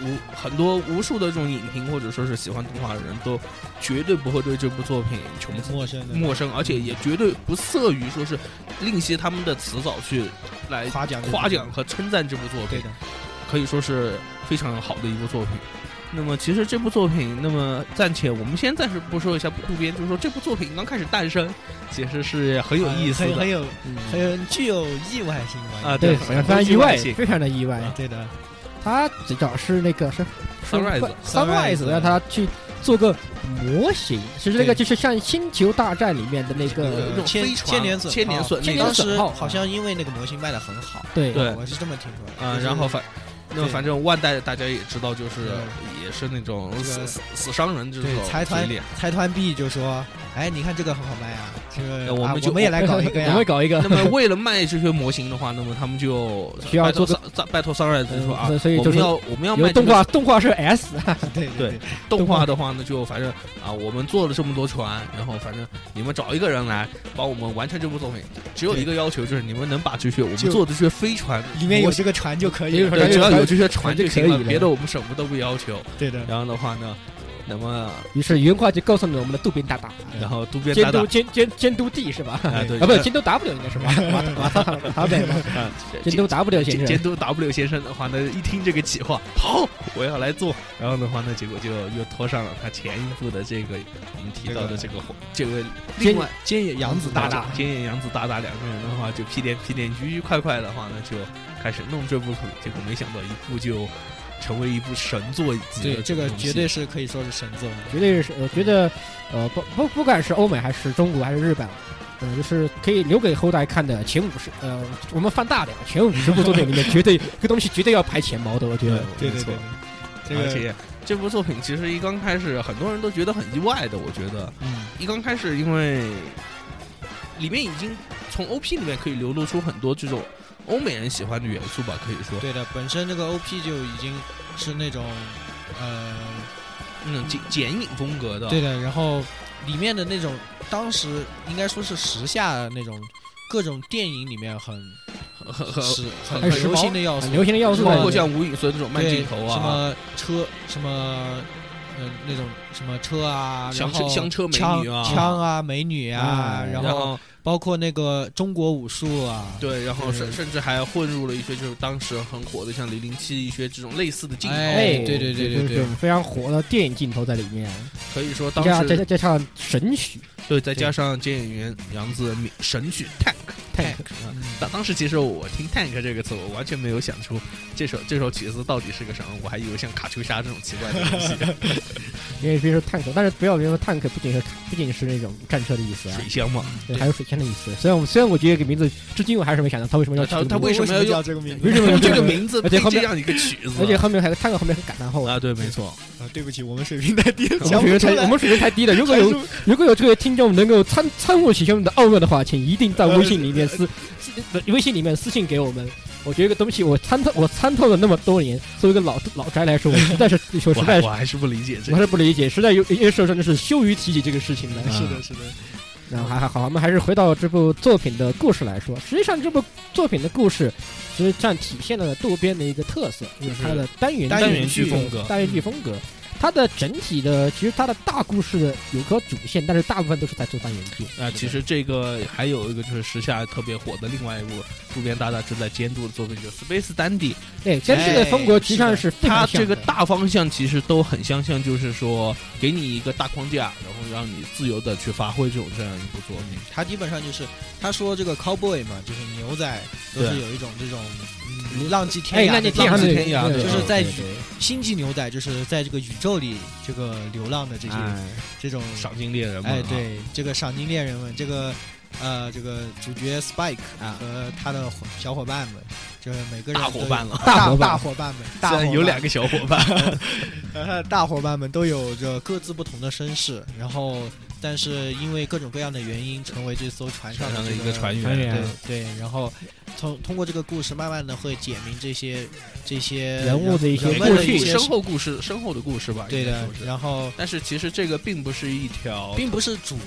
无很多无数的这种影评或者说是喜欢动画的人都绝对不会对这部作品穷陌生嗯的陌生，而且也绝对不色于说是吝惜他们的词藻去来夸奖夸奖和称赞这部作对品，的，可以说是非常好的一部作品。那么其实这部作品，那么暂且我们先暂时不说一下渡边，就是说这部作品刚开始诞生，其实是很有意思很的很有嗯很具有意外性吧啊啊，对，很非常有意外，性非常的意外。对的，他最早是那个是 Sunrise Sunrise Sunrise 让他去做个模型，其实那个对就是像《星球大战》里面的那有个一种千飞船千年隼号千年隼那千年个当隼时号啊好像因为那个模型卖的很好，对对我是这么听说的。啊，就是然后反，那对反正万代大家也知道，就是对也是那种这死个死死伤人这种对财团系列。财团 B 就说，哎，你看这个很好卖啊，这那个呃我啊们就我们也来搞一个我呀们也，搞一个那。么为了卖这些模型的话，那么他们就需要拜托做桑拜托桑 r 就说啊嗯，所以我就们是要我们要有卖这动个画，动画是 S，对对对，动画的话呢，就反正啊，我们做了这么多船，然后反正你们找一个人来帮我们完成这部作品，只有对一个要求，就是你们能把这些我们就做的这些飞船里面有模型这个船就可以了。对对，只要有这些船船就就行可以了，了别的我们什么都不要求。对的，然后的话呢，那么 于是原话就告诉了我们的渡边大大，然后渡边监大大督监监监督 D 是吧？啊，啊，对，不，监督 W 应该是吧？ 马马萨塔塔本吧，啊监督 W 监先生监。督 W 先生的话呢，一听这个企划，好，我要来做。然后的话呢，结果就又拖上了他前一部的这个我们提到的这个伙这位另外菅野洋子大大，菅野洋子大大两个人的话，就屁颠屁颠、愉愉快快的话呢，就开始弄这部图。结果没想到一部就成为一部神作级的对，这个东西绝对是可以说是神作。绝对是，我觉得，呃，不不，不管是欧美还是中国还是日本，呃，就是可以留给后代看的前五十，呃，我们放大点，前五十部作品里面，绝对这个东西绝对要排前茅的，我觉得。对没对错对，这而个且这部作品其实一刚开始，很多人都觉得很意外的。我觉得嗯，一刚开始，因为里面已经从 OP 里面可以流露出很多这种欧美人喜欢的元素吧，可以说，对的，本身这个 OP 就已经是那种呃那种剪剪影风格的。嗯对的，然后里面的那种，当时应该说是时下那种各种电影里面很很很是很还有很时流行髦的要啊素很，流行的要素在包里括面，像吴宇森这种慢对镜头什啊，么车什么。嗯，那种什么车啊，然香车后香车美枪女啊嗯枪啊，美女啊，哎然然后后包括那个中国武术啊，对，然后对甚甚至还混入了一些就是当时很火的像零零七一些这种类似的镜头，哎对对对就是对这种非常火的电影镜头在里面，可以说当加再时加上神曲，对，再加上监演员杨紫的神曲 Tank。 Tank 啊，当当时其实我听 Tank 这个词，我完全没有想出这首这首曲子到底是个什么，我还以为像卡秋莎这种奇怪的 东西，因为比如说探克，但是不要别说探克，不仅是不仅是那种战车的意思啊水，箱嘛。对，还有水枪的意思。虽然我虽然我觉得这个名字，至今我还是没想到他为什么要他取他这个为名什么要用叫这个名为什么要用用 这这个个名字而且配后面这样一个曲子？字？而且后面还有探克后面还感叹号 啊，对，没错，啊？对不起，我们水平太低了 我们水平太我 们水平太低了。如果有如果有这个听众能够参参悟其中的奥妙的话，请一定在微信里面私私呃微信里面私信给我们。我觉得这个东西我参透我参透了那么多年，作为一个老老宅来说，我实在是我我实还在是我还是不理解这我个还。是不理解，实在有有些时候真的是羞于提起这个事情的。是的，是的，嗯然后还还好，我们还是回到这部作品的故事来说。实际上，这部作品的故事实际上体现了渡边的一个特色，就是它的单元单元剧风格单元剧风格。它的整体的，其实它的大故事的有个主线，但是大部分都是在做单元剧。啊、其实这个还有一个就是时下特别火的另外一部渡边大大正在监督的作品，就是《Space Dandy》。对，跟哎这个风格实际上是非它常这像个的。大方向其实都很相像，就是说给你一个大框架，然后让你自由的去发挥这种这样一部作品。他基本上就是他说这个 cowboy 嘛，就是牛仔，都是对有一种这种嗯浪迹哎，天那涯你的天浪上上迹的的天涯对的就是在对对星际牛仔，就是在这个宇宙里这个流浪的这些哎这种赏金猎人嘛，哎，啊，对，这个赏金猎人们，这个呃，这个主角 Spike 啊和他的伙小伙伴们，就是每个人大都伙有伴了大大伙伴大伙伴们，大虽伙然伴有两个小伙伴， 呃大伙伴们都有着各自不同的身世，然后但是因为各种各样的原因，成为这艘船上船上的的这一个船船员，员对对，然后从通过这个故事，慢慢的会解明这些这些人物的一些每人们个过的一去故些身后故事，身后的故事吧，对应该的说，是然后但是其实这个并不是一条并不是主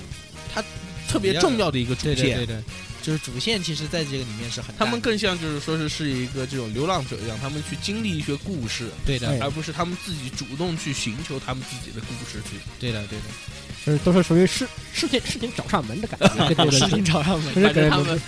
特别重要的一个主对的线对，的，就是主线其实在这个里面是很他淡们的更像就是说是是一个这种流浪者一样，他们去经历一些故事，对的哎而不是他们自己主动去寻求他们自己的故事去。对的对的。就是都是属于事事情事情找上门的感觉，对对对事对情。找上门就。是反给正他人们，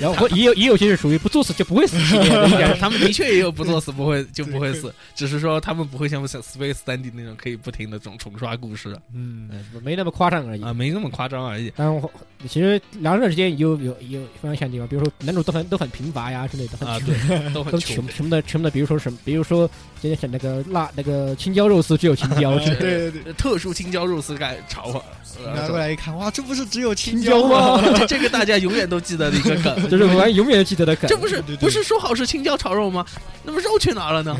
然后我也有也有些是属于不作死就不会死系列 的，一点他们的确也有不作死不 会就不会死，只是说他们不会像像 Space Dandy 那种可以不停的这种重刷故事嗯，没那么夸张而已。啊，没那么夸张而 已。但我其实两者之间有有有非常像的地方，比如说男主都很都很贫乏呀之类的，很啊，穷，对，都很都穷穷。穷的穷的，比如说什么，比如说今天像那个辣那个青椒肉丝只有青椒，啊对对对，特殊青椒肉丝盖炒啊，拿过来一看，哇，这不是只有青青椒吗？这这个大家永远都记得的一个 梗，这是我永远记得的梗这，不是对对对不是说好是青椒炒肉吗？那么肉去哪了呢？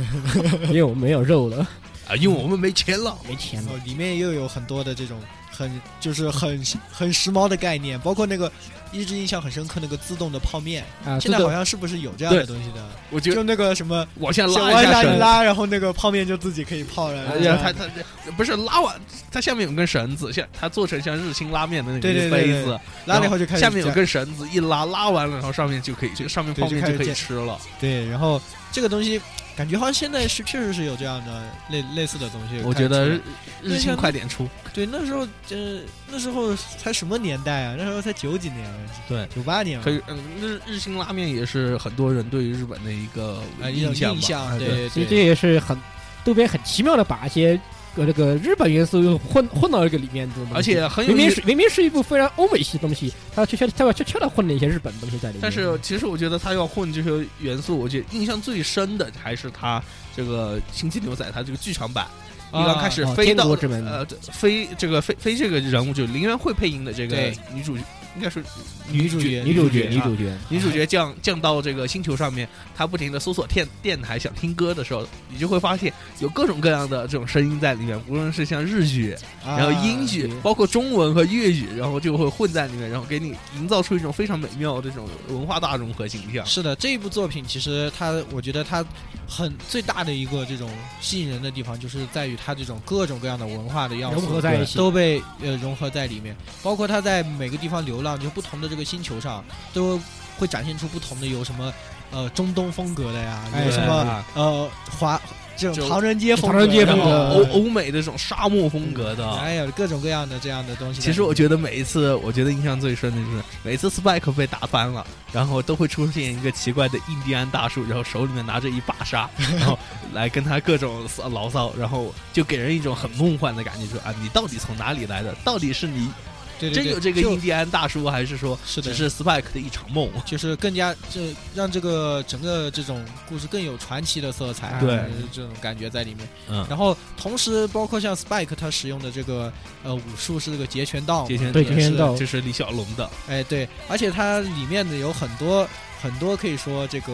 因为我没有肉了，啊，因为我们没钱了。没钱然后哦了。里面又有很多的这种很就是很很时髦的概念，包括那个一直印象很深刻那个自动的泡面，啊，现在这个好像是不是有这样的东西的？我觉就得那个什么，往下想拉拉一下一绳，拉，然后那个泡面就自己可以泡了。哎然呀，后他他这不是拉完，它下面有根绳子，像它做成像日清拉面的那对个对对杯对子，拉了以然后就开始下面有加根绳子，一拉拉完了，然后上面就可以，这个上面对泡就面开就始可以见吃了。对，然后这个东西感觉好像现在是确实是有这样的类类似的东西。我觉得日那日清像快点出，对那时候呃那时候才什么年代啊？那时候才九几年，对九八年嘛可以，嗯，日日清拉面也是很多人对于日本的一个啊，一种印象印吧。象，啊对其对实这也是很渡边很奇妙的把一些。呃，这个日本元素又混混到这个里面，这种东而西且很有明意明思是。明明是一部非常欧美系的东西，他悄悄他悄悄的混了一些日本东西在里面。但是其实我觉得他要混这些元素，我觉得印象最深的还是他这个《星际牛仔》他这个剧场版。一啊刚开始哦飞天到、国之门呃，这飞这个飞飞这个人物就林元惠配音的这个对女主，应该是女主角女主角，女女主角啊主角，女主角降降到这个星球上面，她不停的搜索电电台想听歌的时候，你就会发现有各种各样的这种声音在里面，无论是像日语，啊然后英语对，包括中文和粤语，然后就会混在里面，然后给你营造出一种非常美妙的这种文化大融合形象。是的，这一部作品其实它，我觉得它很最大的一个这种吸引人的地方，就是在于它这种各种各样的文化的要素融合在一起都被呃融合在里面，包括它在每个地方流浪，就不同的这个星球上都会展现出不同的，有什么呃中东风格的呀，哎有什么、啊呃华这就种唐人街风格唐的，人街然风后格欧欧美的这种沙漠风格的，哎呀，各种各样的这样的东西。啊其实我觉得每一次，我觉得印象最深的就是每次 Spike 被打翻了，然后都会出现一个奇怪的印第安大叔，然后手里面拿着一把沙，然后来跟他各种骚牢骚，然后就给人一种很梦幻的感觉，说啊，你到底从哪里来的？到底是你对对真对有这个就印第安大叔，还是说是的只是 Spike 的一场梦？就是更加这让这个整个这种故事更有传奇的色彩，对就是这种感觉在里面。嗯然后同时包括像 Spike 他使用的这个呃武术是这个截拳道嘛，截拳对也是截拳道就是李小龙的，哎对，而且它里面的有很多很多可以说这个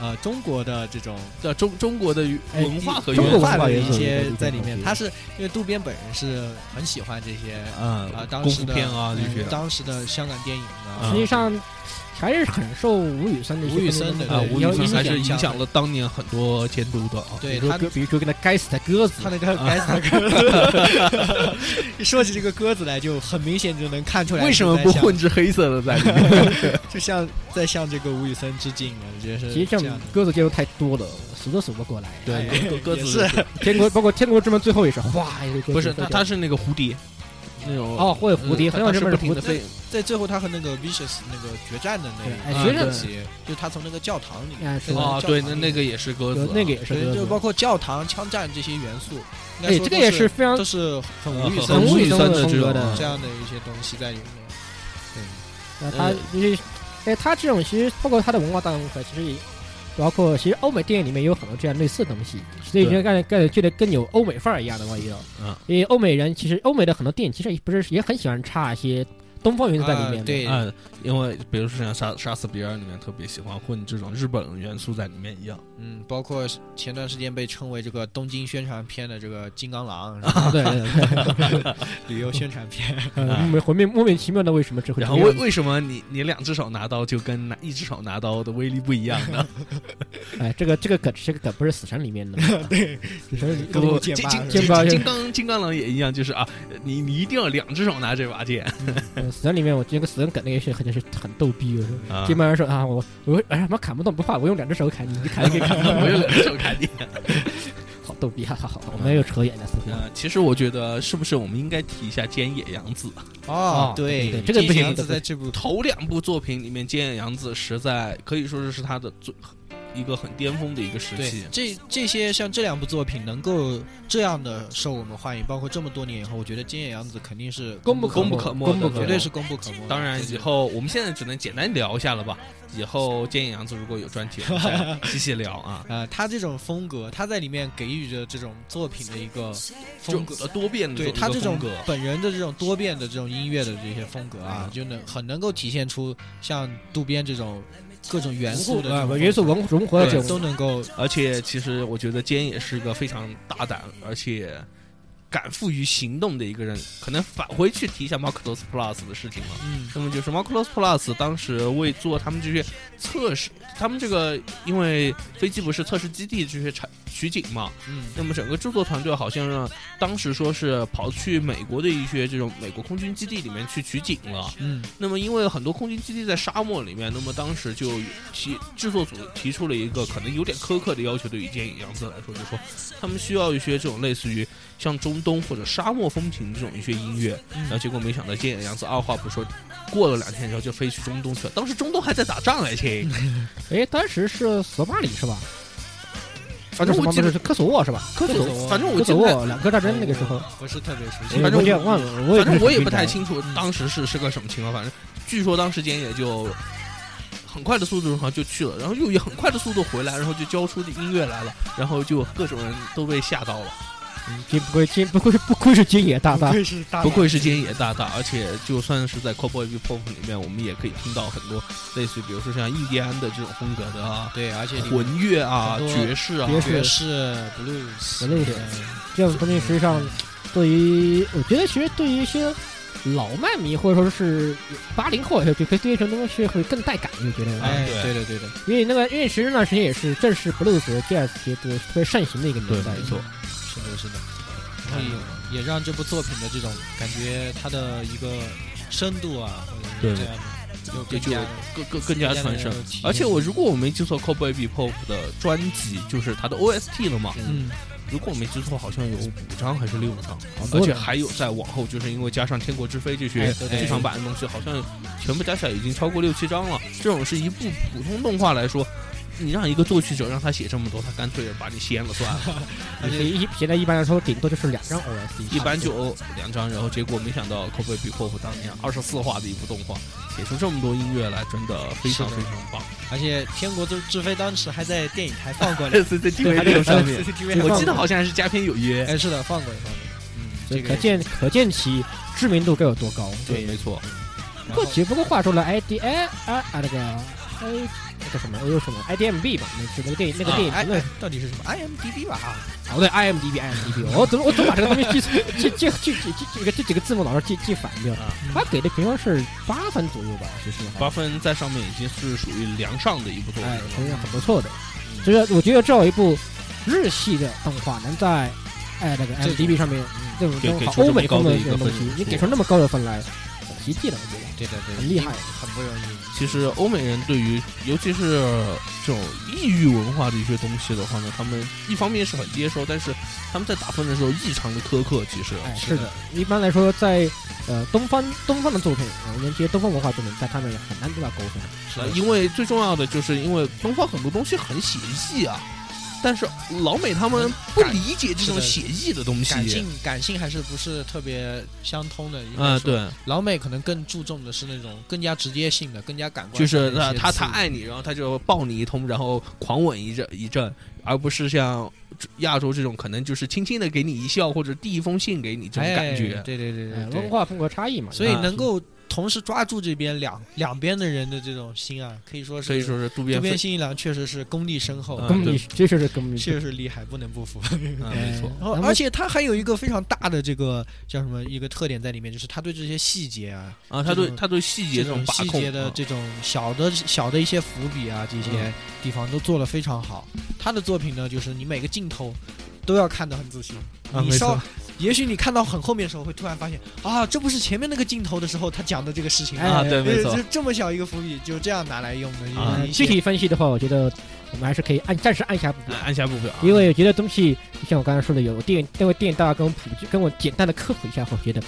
呃中国的这种叫中中国的文化和哎中国文元素化的元一素些对在里对面对。他是因为渡边本人是很喜欢这些嗯啊当功时夫的片啊嗯这些当时的香港电影嗯啊实，际上还是很受吴宇森的一些吴宇森的东西啊，对吴宇有森影影还响是影响响了当年很多监督的啊。对比如他说，比如说跟他该死的鸽子他，那个该死的鸽子，一 说起这个鸽子来，就很明显就能看出来为什么是不在向混？至黑色的在里面？就像在向这个吴宇森致敬了，啊我觉得是其实这样种鸽子介入太多了，数都数不过来。 对哎 鸽鸽也子是天国包括天国之门最后也是哗一个鸽子不是，飞它掉它是那个蝴蝶，那种哦，会有蝴嗯蝶，它很有它这是本不事停蝴的蝶。飞，在最后他和那个 Vicious 那个决战的对那哎个决战战集，就他从那个教堂里面，哎，是的，哦，教对，堂那里那个也是鸽有子，啊那个也是啊对，鸽就子。包括教堂、枪战这些元素，应该对，说这都个也是非常都是很呃吴宇很森很吴吴宇宇森森的的这风种格的这样的一些东西在里面。对，那呃他就是，哎，他这种其实包括他的文化大融合，其实也包括其实欧美电影里面也有很多这样类似的东西，所以对就感觉感觉觉得更有欧美范儿一样的味道。嗯，因为欧美人其实欧美的很多电影其实也不是也很喜欢插一些东方元素在里面啊的。对嗯，因为比如说像杀杀死比尔里面特别喜欢混这种日本元素在里面一样，嗯，包括前段时间被称为这个东京宣传片的这个《金刚狼》是吧， 啊对对对旅游宣传 片。对，嗯莫名莫名其妙的为什么这会然这后样？为为什么你你两只手拿刀就跟拿一只手拿刀的威力不一样 呢？哎，这个这个梗这个梗不是死神里面 的吗，对，死神里跟不我金剑金拔金是吧金金刚金刚狼也一样，就是啊，你你一定要两只手拿这把剑嗯死神里面我觉得死神梗那个是很是很逗逼，我说。啊 金毛人说啊，我我哎什么砍不动不怕，我用两只手砍你，你砍也可以 砍不我动，用两只手砍你。好逗逼，哈哈哈！我们又扯远了，似乎。 呃，其实我觉得是不是我们应该提一下菅野洋子？哦，对对对，这个不行金刚这子个不在这部头两部作品里面，菅野洋子实在可以说是他的最一个很巅峰的一个时对期。这这些像这两部作品能够这样的受我们欢迎，包括这么多年以后，我觉得金野洋子肯定是 功不不可功没，可没功不的可绝没对是功不可没。当然，以以后。后我们现在只能简单聊一下了吧。以后菅野洋子如果有专题，我们 再细细聊啊。呃，他这种风格，他在里面给予着这种作品的一个就呃风格，多变的对嗯一个他这种风格，本人的这种多变的这种音乐的这些风格啊，就能很能够体现出像渡边这种各种元素的这种啊，风格元素融融合的这对都种，能够而且其实我觉得菅野是一个非常大胆，而且。敢付于行动的一个人，可能返回去提一下 Marcos Plus 的事情了。嗯那么就是 Marcos Plus 当时为做他们这些测试，他们这个因为飞机不是测试基地这些场取景嘛，嗯那么整个制作团队好像让当时说是跑去美国的一些这种美国空军基地里面去取景了。嗯那么因为很多空军基地在沙漠里面，那么当时就提制作组提出了一个可能有点苛刻的要求，对于菅野洋子来说，就说他们需要一些这种类似于像中东或者沙漠风情这种一些音乐。然后嗯，结果没想到菅野洋子二话不说，过了两天然后就飞去中东去了。当时中东还在打仗来亲，哎，当时是索马里是吧？反正我不记是得是科索沃是吧？科索索沃，沃反正我科记索得沃两科大战那个时候，不是特别熟悉，哎反正我也我忘了，我也反正我也不是太记清楚当时是是个什么情况，反正据说当时间也就很快的速度，然后就去了，然后又以很快的速度回来，然后就交出的音乐来了，然后就各种人都被吓到了。得，金不愧金不愧不愧是金野大 大，是大不愧是菅野大大，而且就算是在 c o p o y Pop 里面，我们也可以听到很多类似于比如说像印第安的这种风格的啊，对，而且里面混乐啊、很多爵士啊，爵爵士士 blues 我那个这样的东西实际上对于我觉得其实对于一些。老漫迷或者说是八零后也会对对这种东西会更带感，我觉得。哎，啊对对的对的，因为那个，因为其实那段时间也是正是 blues 和 jazz 这些歌特别盛行的一个年代，没错。是的是的，嗯然后也也让这部作品的这种感觉，它的一个深度啊，或者对是这样的就就更就加更更更加传神更加能够体。验而且我如果我没记错，Cowboy Bebop 的专辑就是它的 OST 了嘛，嗯，如果我没记错，好像有五张还是六张，多而的且还有在往后，就是因为加上《天国之飞》这些哎对对剧场版的东西，好像全部加起来已经超过六七张了。哎这种是一部普通动画来说，你让一个作曲者让他写这么多，他干脆把你掀了算了。而且一现在一般来说顶多就是两张 OST，一般就两张，然后结果没想到《c o b e b e p o p 当年二十四话的一部动画，写出这么多音乐来，真的非常是非的常棒。而且《天国之之飞》当时还在电影台放过 呢 CCTV 这这个上个上面面， ，CCTV 我记得好像还是加片有约。哎，是的，放过放过。嗯，所以这可个见可见其知名度该有多高。对，没错。不过其不过话说了，I D I 啊啊那个 I 那个什么，我有什么 I D M B 吧，那是那个电影那个啊电影哎评论哎，到底是什么？IMDB 吧啊，啊，不对 I M D B I M D B，我总我总把这个东西记记记记记记这个这几个字母老是记记反掉啊。他给的评分是八分左右吧，其实还八分在上面已经是属于良上的一部作品哎，了。评分很不错的。这个我觉得这有一部日系的动画能在哎那个 M D B 上面这种这种嗯给给好出这欧么美高风的的一这个种东分西数，你给出那么高的分来，奇迹了，我觉得。对的对的，很厉害英很不容易。其实欧美人对于尤其是这种异域文化的一些东西的话呢，他们一方面是很接受，但是他们在打分的时候异常的苛刻。其实，啊哎，是的，一般来说，在呃东方东方的作品，呃我们这些东方文化作品，在他们也很难得到高分。那因为最重要的就是因为东方很多东西很写意啊，但是老美他们不理解这种写意的东西。感性感性还是不是特别相通的？应该啊、说，对，老美可能更注重的是那种更加直接性的、更加感官就上的是一些刺激，他他他爱你，然后他就抱你一通，然后狂吻一阵一阵，而不是像亚洲这种可能就是轻轻的给你一笑或者递一封信给你这种哎感觉。对对对哎对，对文化风格差异嘛，所以啊能够同时抓住这边两两边的人的这种心啊，可以说是所以说是渡边渡边飞，信一郎确实是功力深厚，啊根嗯本对这就是根本确实是厉害，不能不服。嗯，没错，然后，而且他还有一个非常大的这个叫什么一个特点在里面，就是他对这些细节啊，啊，他对这种他对细节这这种把细控节的啊这种小的小的一些伏笔啊，这些嗯地方都做得非常好。他的作品呢，就是你每个镜头都要看得很仔细。啊你没稍错，也许你看到很后面的时候，会突然发现啊，这不是前面那个镜头的时候他讲的这个事情吗哎啊，对，没对，错就，这么小一个伏笔，就这样拿来用的，啊就是一些具体分析的话，我觉得我们还是可以按暂时按下不表哎，按下不表啊，因为我觉得东西，就像我刚才说的，有电那位电影大家跟我普及，跟我简单的科普一下，我觉得，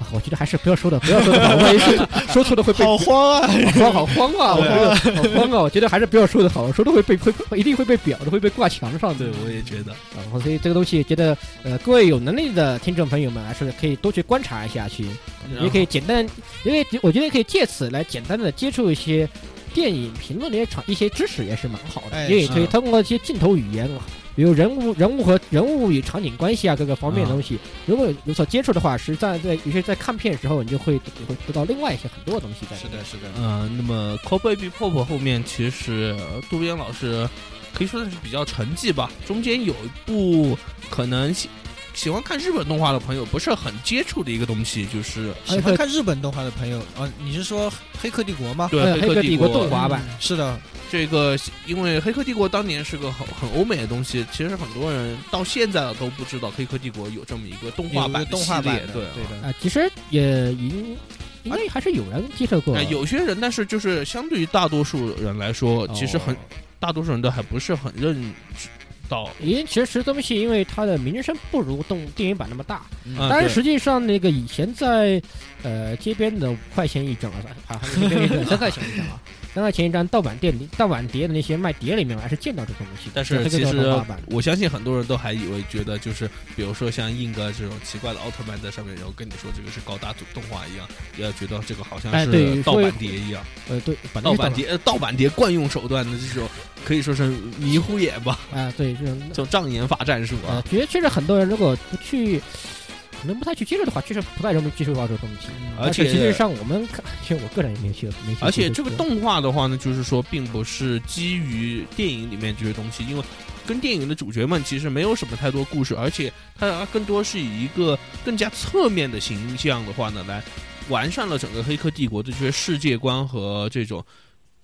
啊，我觉得还是不要说的，不要说的好，万一说 说错了会被好慌啊！ 好好慌啊，我觉得 好慌啊，我觉得还是不要说的好，说的会被会会一定会被表的，会被挂墙上的。对我也觉得，然后啊所以这个东西，觉得呃，各位有能力的听众朋友们，还是可以多去观察一下去，也可以简单，因为我觉得可以借此来简单的接触一些电影评论的一些常一些知识，也是蛮好的。哎因为是啊可以的通过一些镜头语言，比如人物、人物和人物与场景关系啊，各个方面的东西，如果有有所接触的话，实际上在有些在看片的时候，你就会你会得到另外一些很多的东西在里是面。的，是的，呃，那么 c o b a b y Pop 后面其实呃渡边老师可以说的是比较沉寂吧，中间有一部可能喜喜欢看日本动画的朋友不是很接触的一个东西，就是喜欢看日本动画的朋友啊，你是说《黑客帝国》吗？对呃黑客客帝帝国动画版吧，是的，这个，因为《黑客帝国》当年是个很很欧美的东西，其实很多人到现在都不知道《黑客帝国》有这么一个动画版有一个动画版的系列的对啊对的。啊，其实也应应该还是有人接触过。哎，有些人，但是就是相对于大多数人来说，其实很、哦大多数人都还不是很认知到。因为其实东西，因为它的名声不如动电影版那么大，啊嗯但是对实际上那个以前在呃街边的五块钱一张啊，啊还是街边一张三块钱一张啊，三块钱一张盗版店里盗版碟的那些卖碟里面，我还是见到这种东西的。但这是个其叫实动画版我相信很多人都还以为觉得就是，比如说像印个这种奇怪的奥特曼在上面，然后跟你说这个是高达动画一样，也觉得这个好像哎对是盗会版碟一样。呃对，本来盗是版碟，呃盗版碟惯用手段的这种，可以说是迷糊眼吧，啊，对这种这种障眼法战术呃啊，。觉得确实很多人如果不去。可能不太去接触的话，确实不太容易接触到这个东西。嗯而但是实际且上，我们看，其实我个人也没去，没去。而且这个动画的话呢，就是说并不是基于电影里面这些东西，因为跟电影的主角们其实没有什么太多故事，而且它更多是以一个更加侧面的形象的话呢，来完善了整个《黑客帝国》的这些世界观和这种。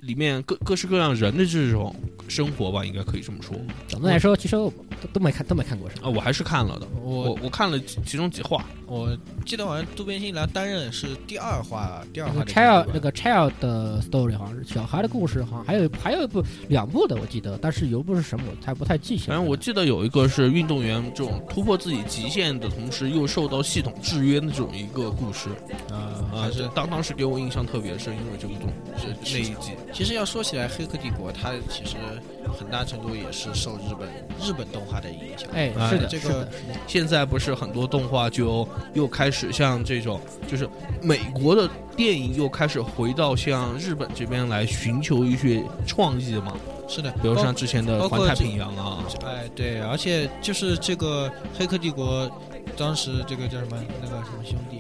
里面各各式各样人的这种生活吧，应该可以这么说。总的来说，其实我都都没看都没看过是吧？啊，我还是看了的，我我我看了其其中几话，我记得好像渡边信男担任是第二话，第二那话个的男 child 主那吧个 child 的 story 好像是小孩的故事，好像还有还有一部两部的我记得，但是有一部是什么我还不太记起来反了。正我记得有一个是运动员这种突破自己极限的同时又受到系统制约的这种一个故事啊，啊还，是这当当时给我印象特别深，因为这个东是那一集其实要说起来，《黑客帝国》它其实很大程度也是受日本日本动画的影响。哎哎，是的，这个是的，是的现在不是很多动画就又开始像这种，就是美国的电影又开始回到像日本这边来寻求一些创意嘛，是的，比如包像之前的《包括环太平洋》啊，哎对，而且就是这个《黑客帝国》，当时这个叫什么那个什么兄弟，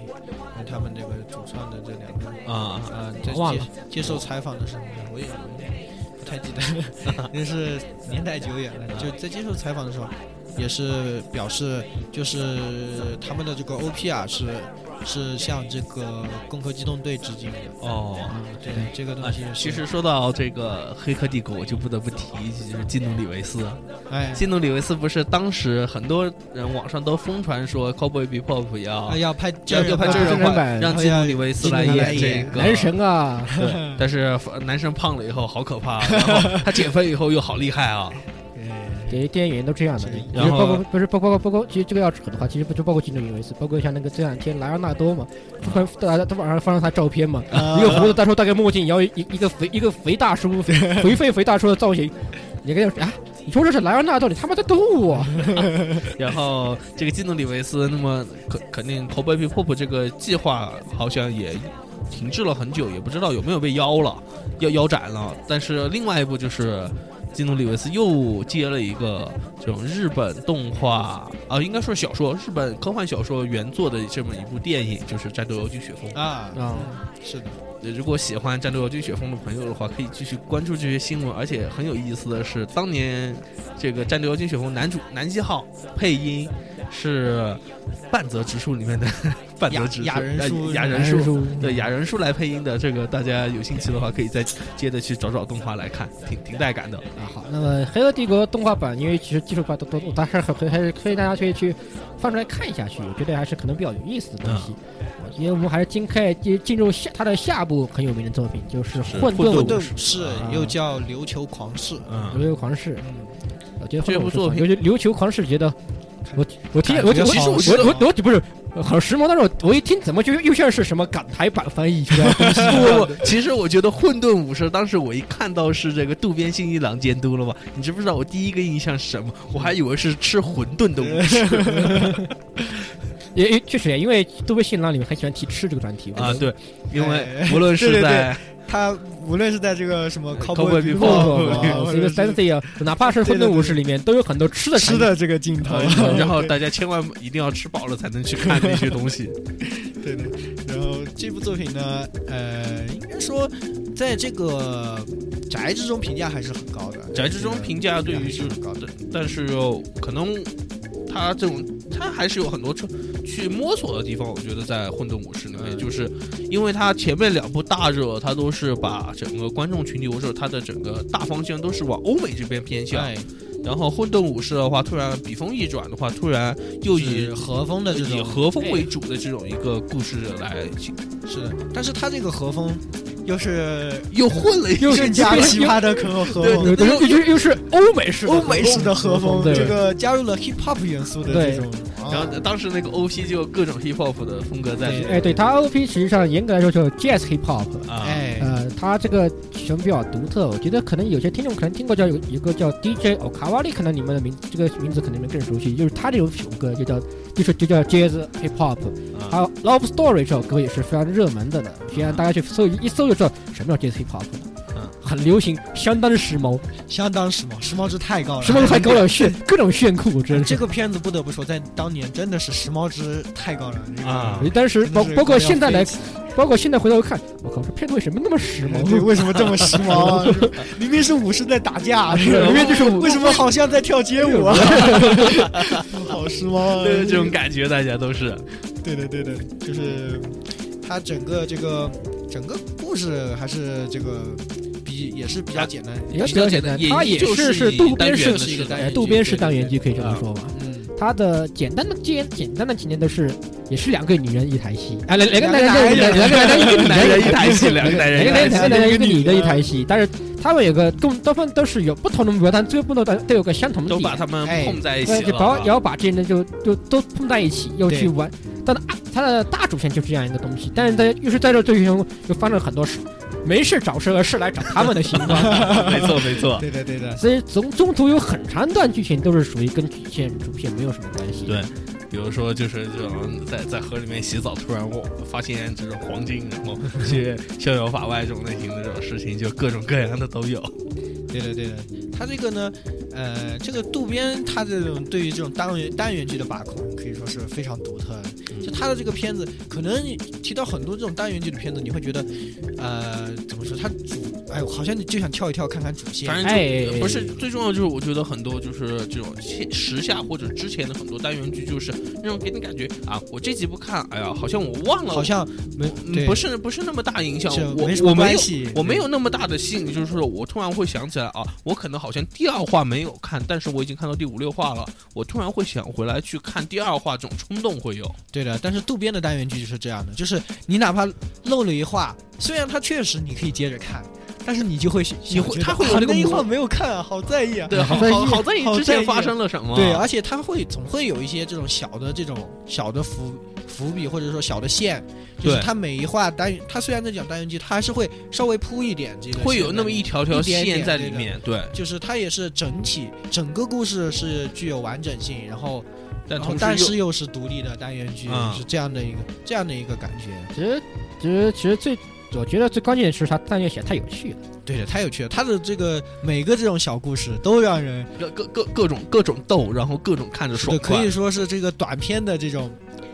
他们这个主创的这两个人啊啊，在忘接了接受采访的时候，我也不太记得 了，那是年代久远了。就在接受采访的时候，也是表示就是他们的这个 OP 啊是是向这个《攻壳机动队》致敬的。哦。啊，对，这个东啊西是，其实说到这个《黑客帝国》，我就不得不提一句，就是基努里维斯。啊哎，基努里维斯不是当时很多人网上都疯传说《Cowboy Bebop》要哎要拍要要拍真人人版让基努里维斯来演这个男。神啊，对，但是呃男神胖了以后好可怕，啊然后他减肥以后又好厉害啊。这些电影演员都这样的，是其然实后包括不是包括包括，其实这个要扯的话，其实不就包括基努里维斯，包括像那个这两天莱昂纳多嘛，突啊然大家他网上放上他照片嘛，一个胡子大叔戴个墨镜，然后一一个肥一个肥大 叔，肥肥肥大叔的造型，你跟啊，你说这是莱昂纳多，你他妈在逗啊我！然后这个基努里维斯，那么肯肯定 Cowboy Bebop 这个计划好像也停滞了很久，也不知道有没有被腰了，要腰斩了。但是另外一部就是基努里维斯又接了一个这种日本动画啊，应该说小说，日本科幻小说原作的这么一部电影，就是《战斗妖姬雪峰》。啊，啊，是的，如果喜欢《战斗妖姬雪峰》的朋友的话，可以继续关注这些新闻。而且很有意思的是，当年这个《战斗妖姬雪峰》男主南希号配音是半泽直树里面的 半泽直树雅雅人呃树雅人男神树。叔，对雅人树来配音的这个，大家有兴趣的话，可以再接着去找找动画来看，挺挺带感的。啊，好，那么《黑恶帝国》动画版，因为其实技术版都都，我还是很还是推荐大家可以去翻出来看一下去，我觉得还是可能比较有意思的东西。嗯因为我们还是进开进进入下它的下部很有名的作品，就是《是混混沌沌武士士是啊又叫琉球狂士，嗯，流球狂士》。我觉得混沌武士这部作品我觉得琉球狂士》觉得我我听感我觉我好我时髦我我我不是很时髦，但是我我一听怎么就又像是什么港台版翻译出来的 东西不不不，其实我觉得《混沌武士》当时我一看到是这个渡边信一郎监督了吧，你知不知道我第一个印象是什么？我还以为是吃馄饨的武士。也也确实也因为杜威信郎里面很喜欢提吃这个专题啊，，对，因为嗯哎无论是 对对在他无论是在这个什么 Cowboy 哦不 Bebop，不不，这个 Sensi 啊，哪怕是混沌武士里面都有很多吃的吃的这个镜头，呃， 然后大家千万一定要吃饱了才能去看那些东西。对对，然后这部作品呢，呃，应该说在这个宅之中评价还是很高的。翟志忠评价对于是是很高的，但是可能他这种他还是有很多去去摸索的地方。我觉得在《混沌武士》里嗯面，就是因为他前面两部大热，他都是把整个观众群体或者他的整个大方向都是往欧美这边偏向。哎，然后《混沌武士》的话，突然笔锋一转的话，突然又以是和风的这以种哎和风为主的这种一个故事来，是的，但是他这个和风又是又混了一又更加奇葩的和和对风又，又又又是欧美式的欧美式的和风，对这个加入了 hip hop 元素的对这种，啊然后当时那个 OP 就有各种 hip hop 的风格在里面哦哎，对，它 OP 实际上严格来说叫 Jazz Hip Hop。啊，哎，呃，它这个曲风比较独特，我觉得可能有些听众可能听过叫有一个叫 DJ Okawali，可能你们的名这个名字可能你们更熟悉，就是他这首首歌就叫就是就叫 Jazz Hip Hop，还啊有 Love Story 这首歌也是非常热门的了，现在大家去搜一搜就知道什么叫 Jazz Hip Hop 嗯了，啊很流行，相当时髦。相当时髦，时髦值太高了，什么都还高了，炫各种炫酷，真这是。个片子不得不说，在当年真的是时髦值太高了这个啊当时真的哎包是包括快要现在来飞，起包括现在回头看，我靠，这片子为什么那么时来了对，髦？为什么这么时髦啊？明明是武士在打架，是明明就是武为什么好像在跳街舞啊？好时髦啊！对这种感觉大家都是对的，对的，就是它整个这个整个故事还是这个比也也是比较简单，也比较简单，也它也就是是以渡单边元式的是一个单哎，元渡机边对式对单元对机可以对这么啊说吧。嗯，它的简单的简简单的情节都是，也是两个女人一台戏，啊，两两个两男个人男人两个男人一个女男人人一台戏两个男人一两台个戏男人一个女的一台戏，但是他们有个共大部分都是有不同的目标，但最后都都有个相同的都点把。他们哎碰在一对，起就了把也啊。要把这些人就就都碰在一起，又去对玩。但它它的大主线就这样一个东西，但是在又是在这最中又发生了很多事，没事找事而事来找他们的情况。 没错没错， 对的对的，所以中中途有很长一段剧情都是属于跟主线主线没有什么关系。对比如说就是这种在在河里面洗澡，突然我发现这种黄金，然后去逍遥法外这种类型的这种事情，就各种各样的都有。对的对的。它这个呢，呃，这个渡边他这种对于这种单元单元剧的把控，可以说是非常独特的。嗯就他的这个片子，可能你提到很多这种单元剧的片子，你会觉得，呃，怎么说？它主，哎呦，好像你就想跳一跳看看主线。反正哎就不是最重要，就是我觉得很多就是这种现时下或者之前的很多单元剧，就是那种给你感觉啊，我这集不看，哎呀，好像我忘了，好像没嗯对不是不是那么大影响是，我没什我么没有关系，我没有那么大的吸引力，就是说我突然会想起来啊，我可能好像第二话没有看，但是我已经看到第五六话了，我突然会想回来去看第二话，这种冲动会有。对的，但是渡边的单元剧就是这样的，就是你哪怕漏了一话，虽然它确实你可以接着看，但是你就会你会他它会有那个啊那一魔话没有看啊，好在意啊。对，好在意好好在你好之在前意发生了什么？对，而且它会总会有一些这种小的这种小的伏伏笔，或者说小的线，就是对它每一话单元，它虽然在讲单元剧，它还是会稍微铺一点这个，会有那么一。条条一点点线在对里的面，对，就是它也是整体，整个故事是具有完整性，然后啊但然后同哦但时是又是独立的单元剧，嗯是这样的一个这样的一个感觉。其实其实其实最我觉得最关键的是它但愿写得太有趣了。对的，太有趣了。他的这个每个这种小故事都让人又各各各各种各种逗，然后各种看着爽对，可快以。说是这个短片的这种，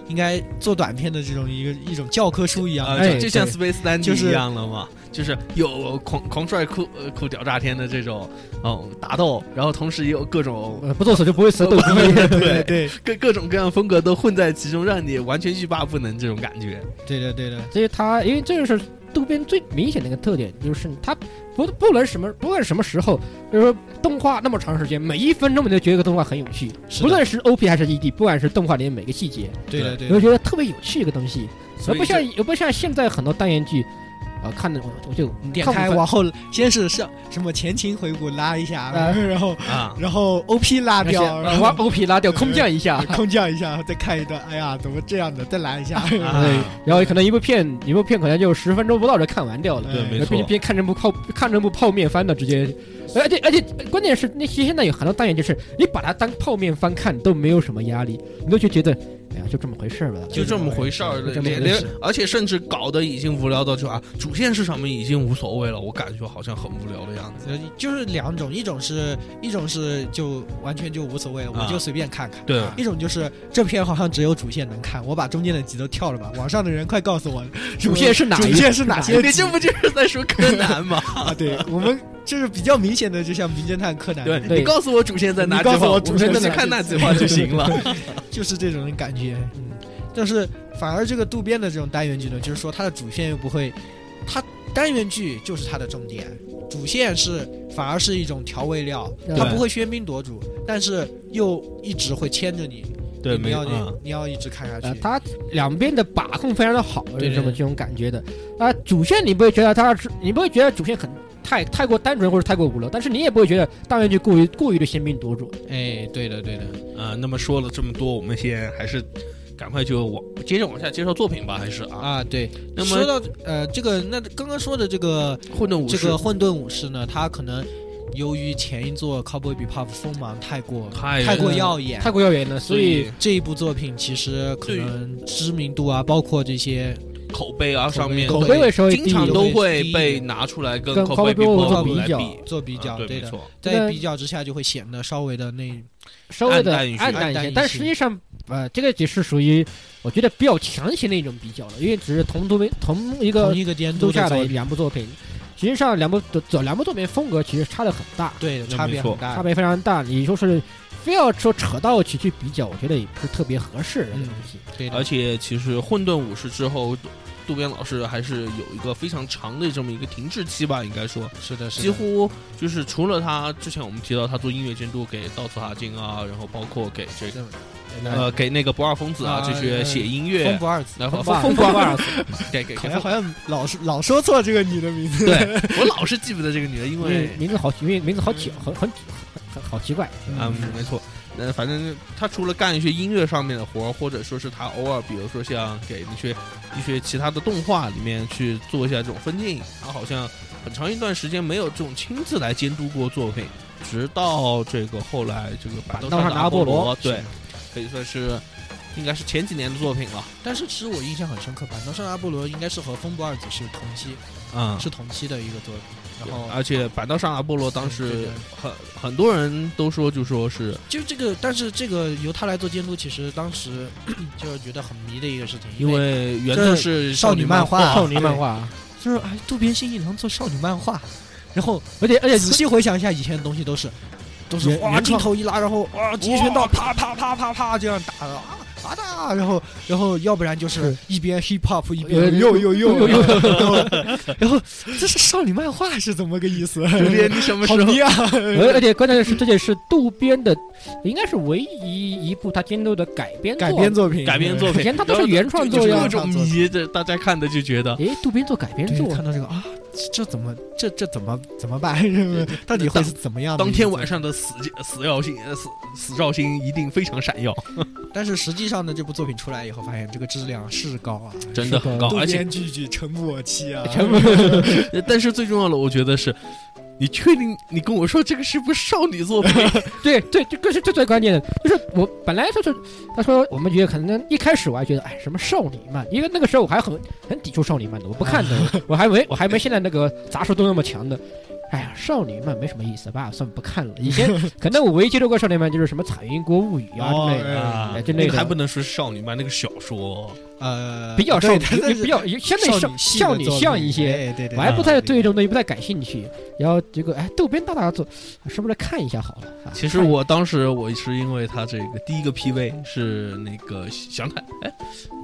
应该做短片的这种一个一种教科书一样的。呃，哎就就像对 Space d a n d 啊就 y 是一样了嘛，就是有狂狂帅酷呃酷屌炸天的这种嗯打斗，然后同时也有各种呃，不作死就不 会死，斗鸡。 对对各各种各样风格都混在其中，让你完全欲罢不能这种感觉。啊对的，对的，所以它因为这就是渡边最明显的一个特点，就是它不不论什么不论什么时候，就是说动画那么长时间，每一分钟你都觉得这个动画很有趣，是不的论是 OP 还是 ED，不管是动画里面每个细节，对的，对你会的，觉得特别有趣一个东西，而所以不像这而不像现在很多单元剧，啊，看的我我就你点看开不往后，先是上什么前情回顾拉一下，啊然后啊，然后 OP 拉那些掉，然把后 OP 拉掉，空降一 下，空降一下，再看一段，哎呀，怎么这样的？再来 一下，啊然后可能一部片一部片可能就十分钟不到就看完掉了。对，哎没然后边错，边看这部泡看这部泡面番的，直接，而且而且关键是那些现在有很多单元，就是你把它当泡面番看都没有什么压力，你都就觉得，哎呀，就这么回事儿吧。就这么回事儿，就这么回连事连，而且甚至搞得已经无聊到就啊，主线是什么已经无所谓了，我感觉好像很无聊的样子。呃就是两种，一种是一种是就完全就无所谓了，我啊就随便看看。对一种就是这片好像只有主线能看，我把中间的集都跳了吧。网上的人快告诉我，主线是哪一主线是哪些你集这不就是在说柯南吗？ 啊？对我们就是比较明显的，就像《名侦探柯南》对对你告诉我主线在哪你几告诉话，我我主线们去在哪看几那几话话就行 了。就是这种感觉。嗯，但是反而这个渡边的这种单元剧呢，就是说它的主线又不会，它单元剧就是它的重点，主线是反而是一种调味料，它对不会喧宾夺主，但是又一直会牵着你，你要你嗯你要一直看下呃，去。它两边的把控非常的好，对是这么对这种感觉的。啊，主线你不会觉得它是，你不会觉得主线很太太过单纯或者太过无聊，但是你也不会觉得单元剧过于过于的喧宾夺主。哎，对的对的，啊，那么说了这么多，我们先还是赶快就往接着往下介绍作品吧，还是啊，啊对。那么说到呃这个，那刚刚说的这个混沌武这士个混沌武士呢，他可能由于前一座 Cowboy Bebop 锋芒太过太太过耀眼，太过耀眼了，所所以以这一部作品其实可能知名度啊，包括这些口碑啊上面口碑会稍微经低一常点。都会被拿出来跟跟 c o p Cowboy y Bebop 做来比较做比较，啊对，没的，错，那在比较之下就会显得稍微的那稍微的暗淡一些暗淡暗一淡些一，些但实际上，呃，这个也是属于我觉得比较强行的一种比较了，因为只是同都同一个同一个监都督的下作的品，两部作品，实际上两部走两部作品风格其实差的很大，对的，那差别没很错差大。别非常大。你说是非要说扯到一起去比较，我觉得也不是特别合适的嗯呃东西。对的而且其实混沌武士之后。渡边老师还是有一个非常长的这么一个停滞期吧，应该说，是的，是的，几乎就是除了他之前我们提到他做音乐监督给稻草哈金啊，然后包括给这个这哎呃给那个不二疯子啊啊这些写音乐风，不二子，然后不二风不不二二子，给给好给像好风，像老是老说错这个女的名字。对我老是记不得这个女的，因为名名字好奇，名名字好奇，很很很好奇怪。嗯，没错。那反正他除了干一些音乐上面的活儿，或者说是他偶尔，比如说像给那些一些其他的动画里面去做一下这种分镜，他好像很长一段时间没有这种亲自来监督过作品，直到这个后来这个板板凳上的拿阿波菠萝哦对，可以算是应该是前几年的作品了， 但是其实我印象很深刻，板凳上的阿波罗应该是和风不二子是同期，嗯是同期的一个作品。然后而且板凳上阿波罗当嗯对时对很很多人都说就说是就这个，但是这个由他来做监督，其实当时 就觉得很迷的一个事情，因为为原作是少女漫漫画，少女漫画，啊对，就是哎，渡边信一郎做少女漫画，然后而且而且仔细回想一下，以前的东西都是都是原哇原镜创头一拉，然后哇截拳道啪啪啪啪啪这样打啊啊哒，然后然后要不然就是一边 hip hop 一边又又又又又又又又，然后这是少女漫画是怎么个意思？渡边，你什么时好候迷啊！而而且关键是这件事，渡边的应该是唯一一部他监督的改编作改编作品，改编作品，以前他都是原创就作是呀各。种迷，这大家看的就觉得诶，渡边做改编对。作看，到这个啊，这这怎么这这怎么怎么办？是不是到底会是怎么样的当一个天作晚上的死死耀星死死照星一定非常闪耀，但是实际上呢，这部作品出来以后，发现这个质量是高啊，真的是的很高。渡而且，边句句诚不我欺啊！但是最重要的，我觉得是，你确定你跟我说这个是不是少女作品？对对，这更是最最关键的，就是我本来就是他说我们觉得可能一开始我还觉得哎什么少女漫，因为那个时候我还很很抵触少女漫的，我不看的，我还没我还没现在那个杂书都那么强的。哎呀，少女漫没什么意思吧，算不看了。以前可能我唯一接触过少女漫就是什么《彩云国物语》啊之类的，啊哎，就那那个个还不能说是少女漫，那个小说呃，比较少对女，它它是比较相对少少女系的少女作品像一些。哎、对对我还不太对这对种东西不太感兴趣，然后结果哎，渡边大大做，啊是不是来看一下好了？啊其实看一我当时我是因为他这个第一个 PV 是那个想看，哎，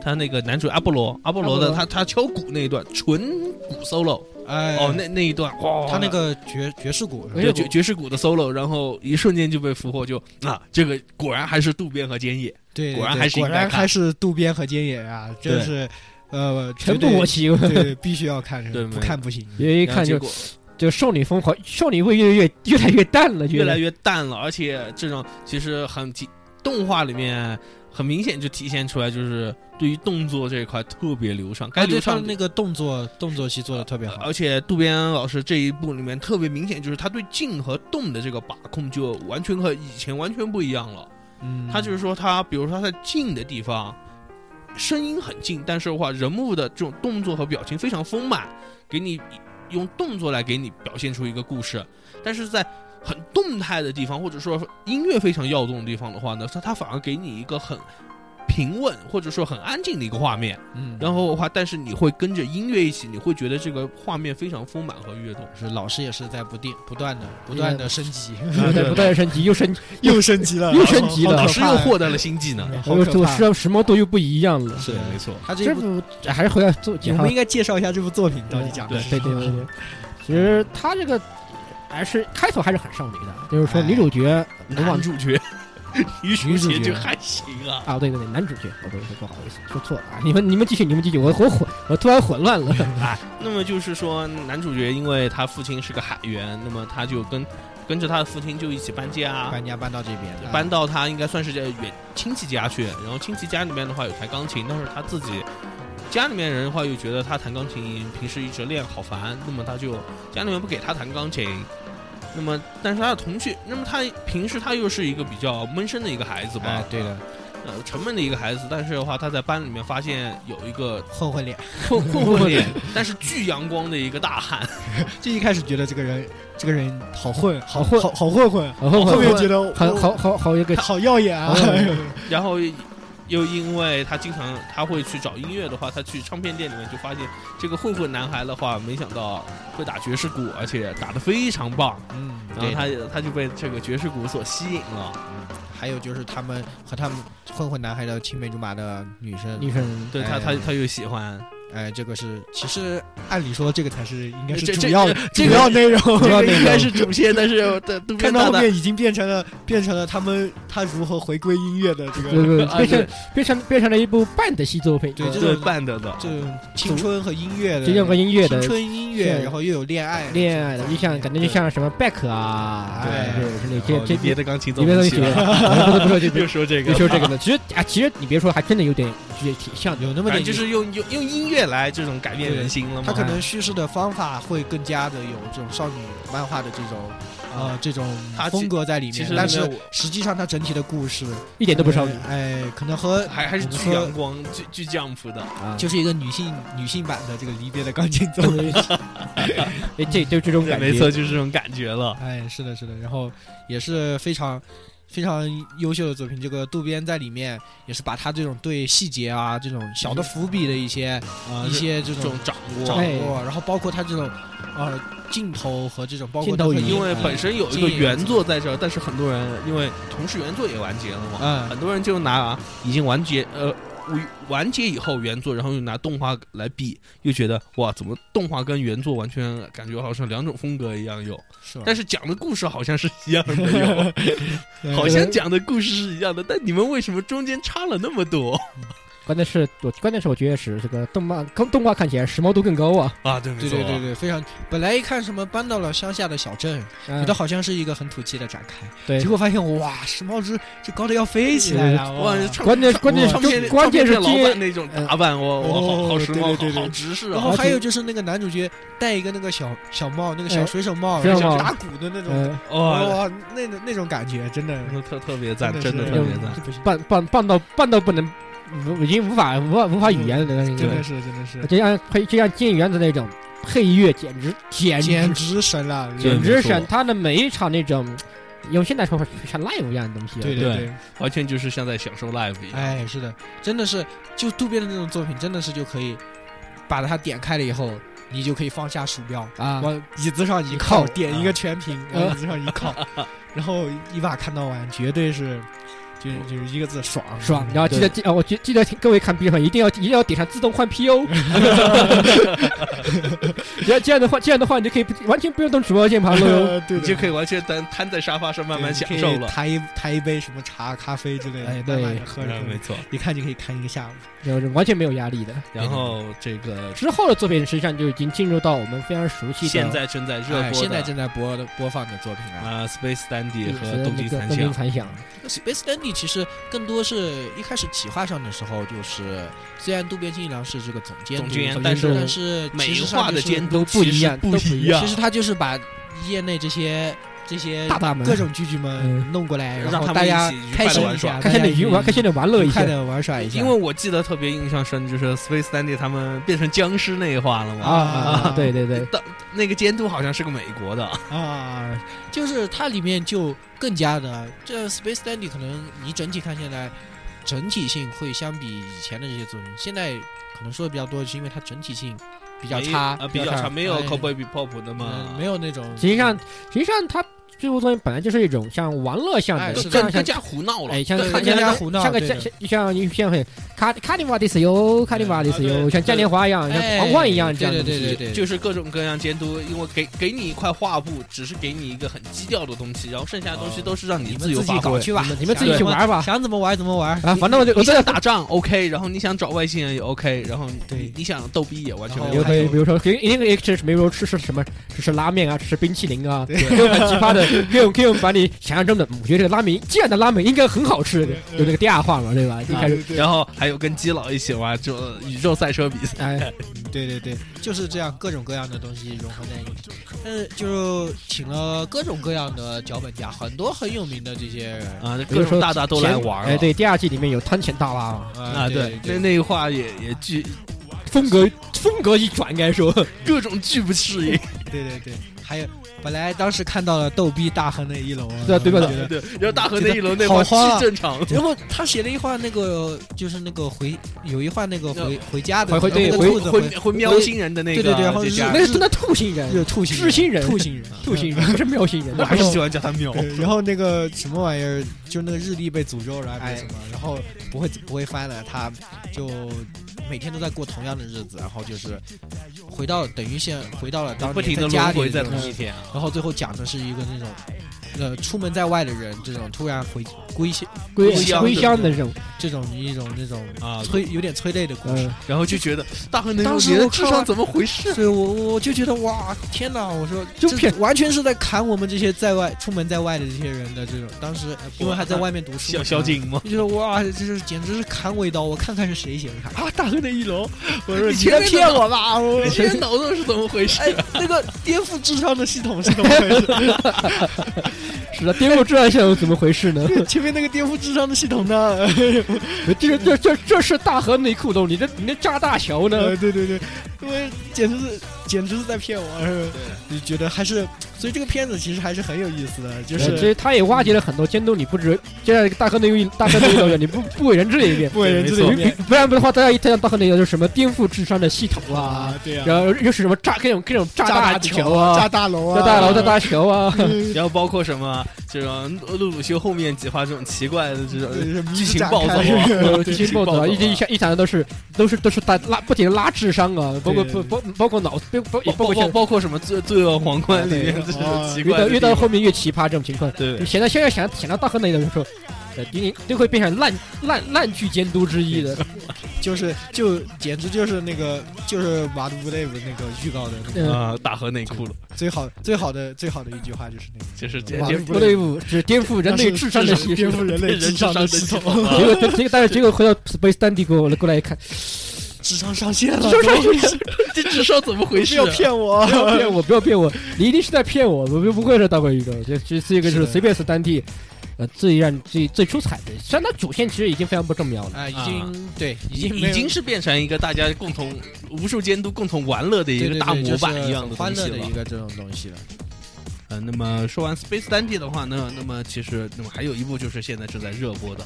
他那个男主阿波罗，阿波罗阿的波哎他他敲鼓那一段纯鼓 solo，哎哦，那那一段哇，他那个爵爵士鼓是吧哎对爵爵士鼓的 solo，然后一瞬间就被俘获，就啊，这个果然还是渡边和菅野，对，对果然对还是果应该然看还是渡边和菅野啊，真对是呃，全绝部对我欺对，必须要看这对个，不没看不行。因为一然后看结就果就少女风狂，少女味越来越越来越淡了，觉越得 来越淡了，而且这种其实很体动画里面很明显就体现出来，就是对于动作这一块特别流畅，该啊对流他畅的的那个动作动作戏做的特别好呃呃而，且渡边老师这一部里面特别明显，就是他对静和动的这个把控就完全和以前完全不一样了。嗯，他就是说他，比如说他在静的地方，声音很静，但是的话，人物的这种动作和表情非常丰满，给你用动作来给你表现出一个故事。但是在很动态的地方，或者说音乐非常要动的地方的话呢，他他反而给你一个很平稳或者说很安静的一个画面。嗯，然后的话，但是你会跟着音乐一起，你会觉得这个画面非常丰满和跃动。是老师也是在不定不断的不断的升级，不断不断地升级，又升又升级了，又升级了老好可师怕又获得了新技能，好又可做怕。时时髦度又不一样了。是没错。他这这部部还是回来做我解们放应该介绍一下这部作品到底讲的对是对什么对对对，其实他这个还是开头还是很少女的，就是说女主角我男忘主 角，女主女主角角就还行啊。啊，对对对，男主角，我不是不好意思说错了啊，你们你们继续，你们继续，我我混，我突然混乱了。啊那么就是说，男主角因为他父亲是个海员，那么他就跟跟着他的父亲就一起搬家，啊搬家搬到这边，啊搬到他应该算是在远亲戚家去。然后亲戚家里面的话有台钢琴，但是他自己家里面人的话又觉得他弹钢琴平时一直练好烦，那么他就家里面不给他弹钢琴。那么，但是他的同学，那么他平时他又是一个比较闷声的一个孩子吧，哎，对的，呃，沉闷的一个孩子。但是的话，他在班里面发现有一个混混脸，混 混混脸，但是巨阳光的一个大汉，就一开始觉得这个人，这个人好混，好混好好混混。然后后很面觉得很我好好好一个好耀眼啊！ 然后又因为他经常他会去找音乐的话，他去唱片店里面就发现这个混混男孩的话，没想到会打爵士鼓，而且打得非常棒，嗯，然后对的他他就被这个爵士鼓所吸引了，还有就是他们和他们混混男孩的青梅竹马的女生，女生对他哎他他又喜欢，哎，这个是其其实实按理说这个才是应该是这主要这这主要内容， 这个应该是主线，但是但渡边 看到大后大面已经变成了变成了他们他如何回归音乐的这对对，个。啊变成对变成变成了一部半的西作品，对这对种办的的，这种青春和音乐的啊就任何音乐的青春音乐，然后又有恋爱恋爱的，就像感觉就像什么 Back 啊，对对之类然这后这你哦别的钢琴奏里面东鸣西曲了，不说不说就又说这个，就说这个的。其实啊，其实你别说，还真的有点也挺像的。有那么反正哎点就是用用用音乐来这种改变人心了嘛。他可能叙事的方法会更加的有这种少女漫画的这种呃这种它啊其风格在里其面实，但里是面实际上它整体的故事一点都不 少女。哎，可能和还还是巨阳光、巨巨 jump 的，啊就是一个女性女性版的这个离别的钢琴 奏鸣。哎，这就这种对，感觉，没错，就是这种感觉了。 哎，是的，是的，然后也是非常非常优秀的作品。这个渡边在里面也是把他这种对细节啊、这种小的伏笔的一些、啊一些这这种种掌掌握，哎握，然后包括他这种呃镜头和这种包括镜头他语因为本身有一个进原作在这儿，但是很多人因为同时原作也完结了嘛，嗯很多人就拿已经完结呃完完结以后原作，然后又拿动画来比，又觉得哇，怎么动画跟原作完全感觉好像两种风格一样有，是吧但是讲的故事好像是一样的有，好像讲的故事是一样的，但你们为什么中间差了那么多关键是我关键是我觉得是这个动漫跟动画看起来时髦度更高啊。啊？对，没对错对对对，非常。本来一看什么搬到了乡下的小镇，嗯觉得好像是一个很土气的展开，对结，果发现哇，时髦之这高的要飞起来了，啊哇哇！，唱关键关键唱就片唱关键是片店老板接那种打扮，我我好好时髦，哦对对对好对好直视然啊后！还有就是那个男主角戴一个那个小小帽，那个小哎水手帽，水手然后帽打鼓的那种，嗯哇，哇，那那种感觉真的特特别赞，真真的的特是别赞。不行，棒棒棒到棒到不能，无已经无法无法无法语言了那真个的。是真的是，就像配就像金元子那种配乐，简直简简直直神了，对简没直错神！他的每一场那种，用现在说法像 live 一样的东西啊。对对对，完全就是像在享受 live 一样。哎，是的，真的是，就渡边的那种作品，真的是就可以把它点开了以后，你就可以放下鼠标，啊，往椅子上一靠靠，点一啊个全屏，往椅子上一靠，嗯 然后一把看到完，绝 对是，就就是一个字爽爽！然后记得记啊，我记记得各位看 B 站一定要一定要点上自动换 PU，只要这样的话，这样的话你就可以不完全不用动主播键盘了哟。 呃对你的就可以完全单瘫在沙发上慢慢享受对可以了。抬一抬一杯什么茶、咖啡之类的，哎慢慢对地喝着嗯，喝没着，错。一看就可以看一个下午。就是完全没有压力的。然后这个之后的作品实际上就已经进入到我们非常熟悉的现在正在热哎播现在的正在播的播放的作品啊，啊，Space Dandy 就是和那东个京残东京响，残响， Space Dandy 其实更多是一开始企划上的时候，就是虽然渡边信一郎是这个总监督，总监但但是是美其实上化的就是监督都不其实一样不都不一一样样其实他就是把业内这些这些大大们各种剧剧们嗯弄过来，让然后他们大家一起愉快开地心玩一下，耍开心的娱玩，开心的的玩乐一下快。的玩耍一下，因为我记得特别印象深，就是 Space Dandy 他们变成僵尸那一话了嘛。啊啊，对对对，到那个监督好像是个美国的，啊，就是它里面就更加的，这 Space Dandy 可能你整体看下来，整体性会相比以前的这些作品，现在可能说的比较多，是因为它整体性比较差，啊，比较差，没有哎 Cowboy Bebop 那嗯么没有那种，实际上实际上它这部作品本来就是一种像玩乐向哎的，是的像更像更加胡闹了，哎，像更像更加像胡闹像个对像的像一像很卡卡尼瓦的石油，卡尼瓦的石啊油，对像嘉年华一样，像哎狂欢一样这对样的对东对对西。对，就是各种各样监督，因为给给你一块画布，只是给你一个很基调的东西，然后剩下的东西都是让你们自由自发己搞挥。去吧，你们自己去玩吧，想怎么玩怎么玩。啊，反正我就我你这想打仗 OK，然后你想找外星人也 OK，然后对你你想逗逼也完全然没后你就有。可以，还有比如说，可以那个吃什么，比如说吃吃什么，吃吃拉面啊，吃吃冰淇淋啊，各种很奇葩的，各种各种把你想象中的，嗯我觉得这个拉面这样的拉面应该很好吃，有那个第二话嘛，对吧？一开始，然后还有跟基佬一起玩，就呃宇宙赛车比赛。哎， 对对对，就是这样，各种各样的东西融合在一起。但是就请了各种各样的脚本家，很多很有名的这些人啊，比各如种说大大都来前玩啊了。哎，对，第二季里面有汤浅大拉嘛，啊，哎对对，那那一话也也巨风格风格一转，应该说，各种巨不适 应，对对对，还有本来当时看到了逗逼大亨那一楼啊，对啊对吧我觉得对。然后大河那一楼那话好慌啊巨正常，然后他写了一话，那个就是那个回有一话那个回回家的回回那对个那个回兔子会会喵回星人的那个对对对然后这日家那个真的吐信人，就兔星智星人兔星人 兔星人不是喵星人，我还是然后喜欢叫他喵。对，然后那个什么玩意儿，哎就那个日历被诅咒了还是什么，然后不会不会翻了，他就每天都在过同样的日子，然后就是回到等于现回到了当不停年的家轮里回的在这同种一天啊。然后最后讲的是一个那种，呃，出门在外的人，这种突然回归乡，归归乡归乡的任务，这种一种那种啊催有点催泪的故事。嗯，然后就觉得大河当南时人的我智看商完怎么回事？所以我我就觉得哇，天哪！我说就这骗完全是在砍我们这些在外出门在外的这些人的这种。当时呃因为还在外面读书小嘛，小景吗？就觉得哇，这是简直是砍我一刀！我看看是谁写的啥。啊，大河南一楼，我说你前面骗的我吧？我今天脑洞是怎么回事？哎，那个颠覆智商的系统是怎么回事？是的，颠覆这项又怎么回事 呢？ 前面那个颠覆智商的系 统呢？这这这这是大河内裤洞，你这你这炸大桥呢呃，？对对对，因为简直是简直是在骗我，是吧就觉得还是，所以这个片子其实还是很有意思的，就呃其是实他也挖掘了很多监督你不知，就像大河内裤大河内裤洞，你不不为人知的一面。不为人知的一不面。不然不的话，大家一看到大河内裤就是什么颠覆智商的系统啊哇，，对啊，然后又是什么炸各种各种炸大桥啊，炸大楼啊，炸大楼、炸大桥 啊， 然后包括什么这种鲁鲁修后面几话这种奇怪的这对种迷剧之情展暴走嗯开啊，呃对亲暴走啊，一一下一场都是都是都是大拉不停地拉智商啊，包括不对包包括脑包包也包包括现包包在包括什么罪罪恶皇冠里面对这种奇越怪的到地越到方，后面越奇葩这种情况。对你。现在现在想想到大河内的时候，呃，你你就会变成烂烂烂剧监督之一的，就是就简直就是那个就是瓦杜布雷那个预告的那个嗯，啊，大河内裤了，最好最好的最好的一句话就是那个就是这哇哇这不不对不，只颠覆人类智商的系颠统。覆人类人智智商商的的系系统统，结果，结果，但是结果回到 Space d a n d y 过来过来一看， 智商上线了，啊智商怎么回事这智商怎么回不事 要啊？骗我不，要骗我，不要骗我，你一定是在骗我，我不不会是大怪宇宙，这这这个是是的随便是单 T，呃，最让最最出彩的，虽然它主线其实已经非常不重要了，啊，已经对，已经已没有经是变成一个大家共同无数监督共同玩乐的一对个对大对模就是板一样的东欢乐西的了一。个这种东西了。呃，那么说完 Space Dandy 的话呢，那么其实那么还有一部就是现在正在热播的，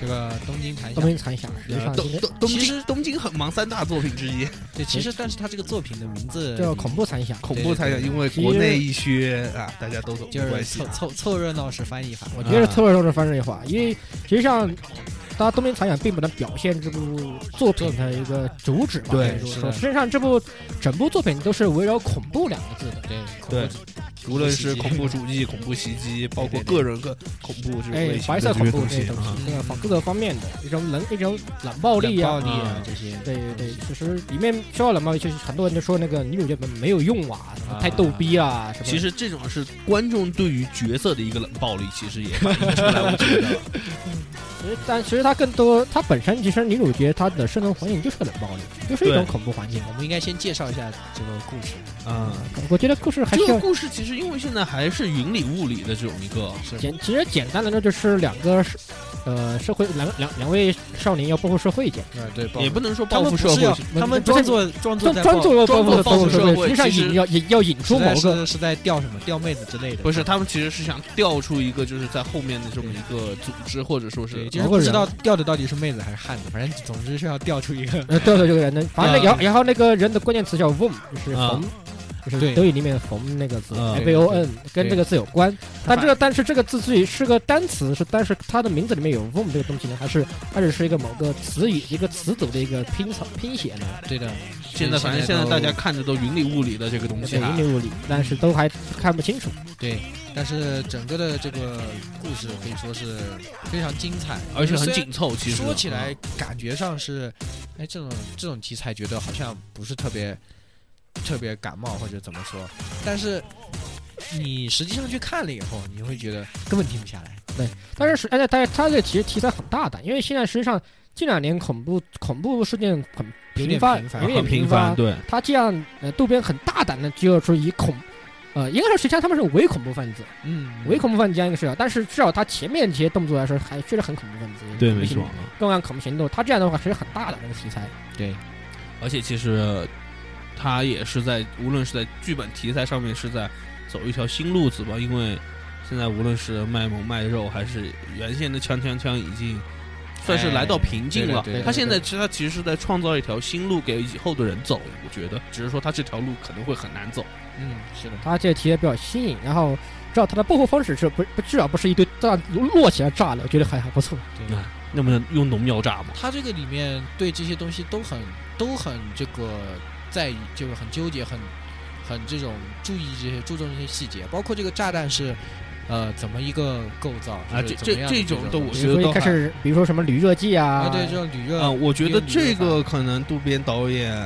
这个东京残都响没，残响，实际呃上东应该东东其实京东京很忙三大作品之一，对，其实但是他这个作品的名字叫恐怖残响，恐怖才想，对对对因为国内一些啊，大家都懂就没是关系凑啊。凑凑热闹是翻译法，我我觉得是特别是翻这话，因为实际上。它东京残响并不能表现这部作品的一个主旨吧？对可以是说，的实际上这部整部作品都是围绕“恐怖”两个字的。对对无论是恐恐怖主义、恐怖袭击，包括对对对个人各恐怖这种哎类，型白色的这恐些怖东这西些东西啊，，各个方各个方面的一种冷一种冷暴力力啊，力啊啊这些，对对对，其实里面说到冷暴力，就是很多人都说那个女主角没有用啊，什么啊太逗逼啊，什么。其实这种是观众对于角色的一个冷暴力，其实也反映出来，我觉得。 其实，但其实她更多，她本身其实女主角她的生存环境就是个冷暴力，就是一种对恐怖环境。我们应该先介绍一下这个故事，啊、我觉得故事还这是个要故事其实因为现在还是云里雾里的这种一个，简，其实简单来说就是两个是，呃，社会两两两位少年要报复社会去，啊对，也不能说他报复们不社是要会，他们不装是作装作专在专注要报装复作报复报复社社会，会实际上其实引要引要引出实某在个是是在钓什么钓妹子之类的，不是他们其实是想调出一个就是在后面的这么一个组织，或者说对，是就是不知道钓的到底是妹子还是汉子，反正总之是要钓出一个。呃，对对，这个人呢，反正然后嗯然后那个人的关键词叫 vom，就是啊缝，就是对德语里面缝那个字啊 f o n，跟这个字有关。但这把个但是这个字最是个单词，是但是它的名字里面有 vom 这个东西呢，还是还是是一个某个词语一个词组的一个拼凑拼写呢？ 对的，现在反正现在大家看着都云里雾里的这个东西对，云啊里，雾里，但是都还看不清楚。对，但是整个的这个故事可以说是非常精彩，而且很虽然紧凑。其实说起来，感觉上是，哎，这种这种题材觉得好像不是特别特别感冒或者怎么说，但是你实际上去看了以后，你会觉得根本停不下来。但是实而且但是它这个其实题材很大胆，因为现在实际上近两年恐怖恐怖事件很有点频繁频，繁有点啊很频频繁繁，，对，他这样呃渡边很大胆的就要说以恐，呃，应该说实际上他们是伪恐怖分子，嗯伪恐怖分子这样一个视角，但是至少他前面这些动作来说，还确实很恐怖分子，对，恐怖没行错动，。更让恐怖行动，他这样的话其实很大胆的一个题材，对，而且其实他也是在无论是在剧本题材上面是在走一条新路子吧，因为现在无论是卖萌卖肉，还是原先的锵锵锵已经。算是来到瓶颈了哎对的对的。他现在其实他其实是在创造一条新路给以后的人走，我觉得，只是说他这条路可能会很难走。嗯，是的，他这个题材比较新颖，然后至少他的爆破方式是不不至少不是一堆炸摞摞起来炸的，我觉得还还不错。对的。那么用农药炸吗？他这个里面对这些东西都很都很这个在意，就是很纠结，很很这种注意这些注重这些细节，包括这个炸弹是呃怎么一个构造啊就是这怎么样这的这种东都我西比觉如说得都一开还始，比如说什么铝热剂啊，啊，对这种铝热啊，我觉得用这铝热个可能渡边导演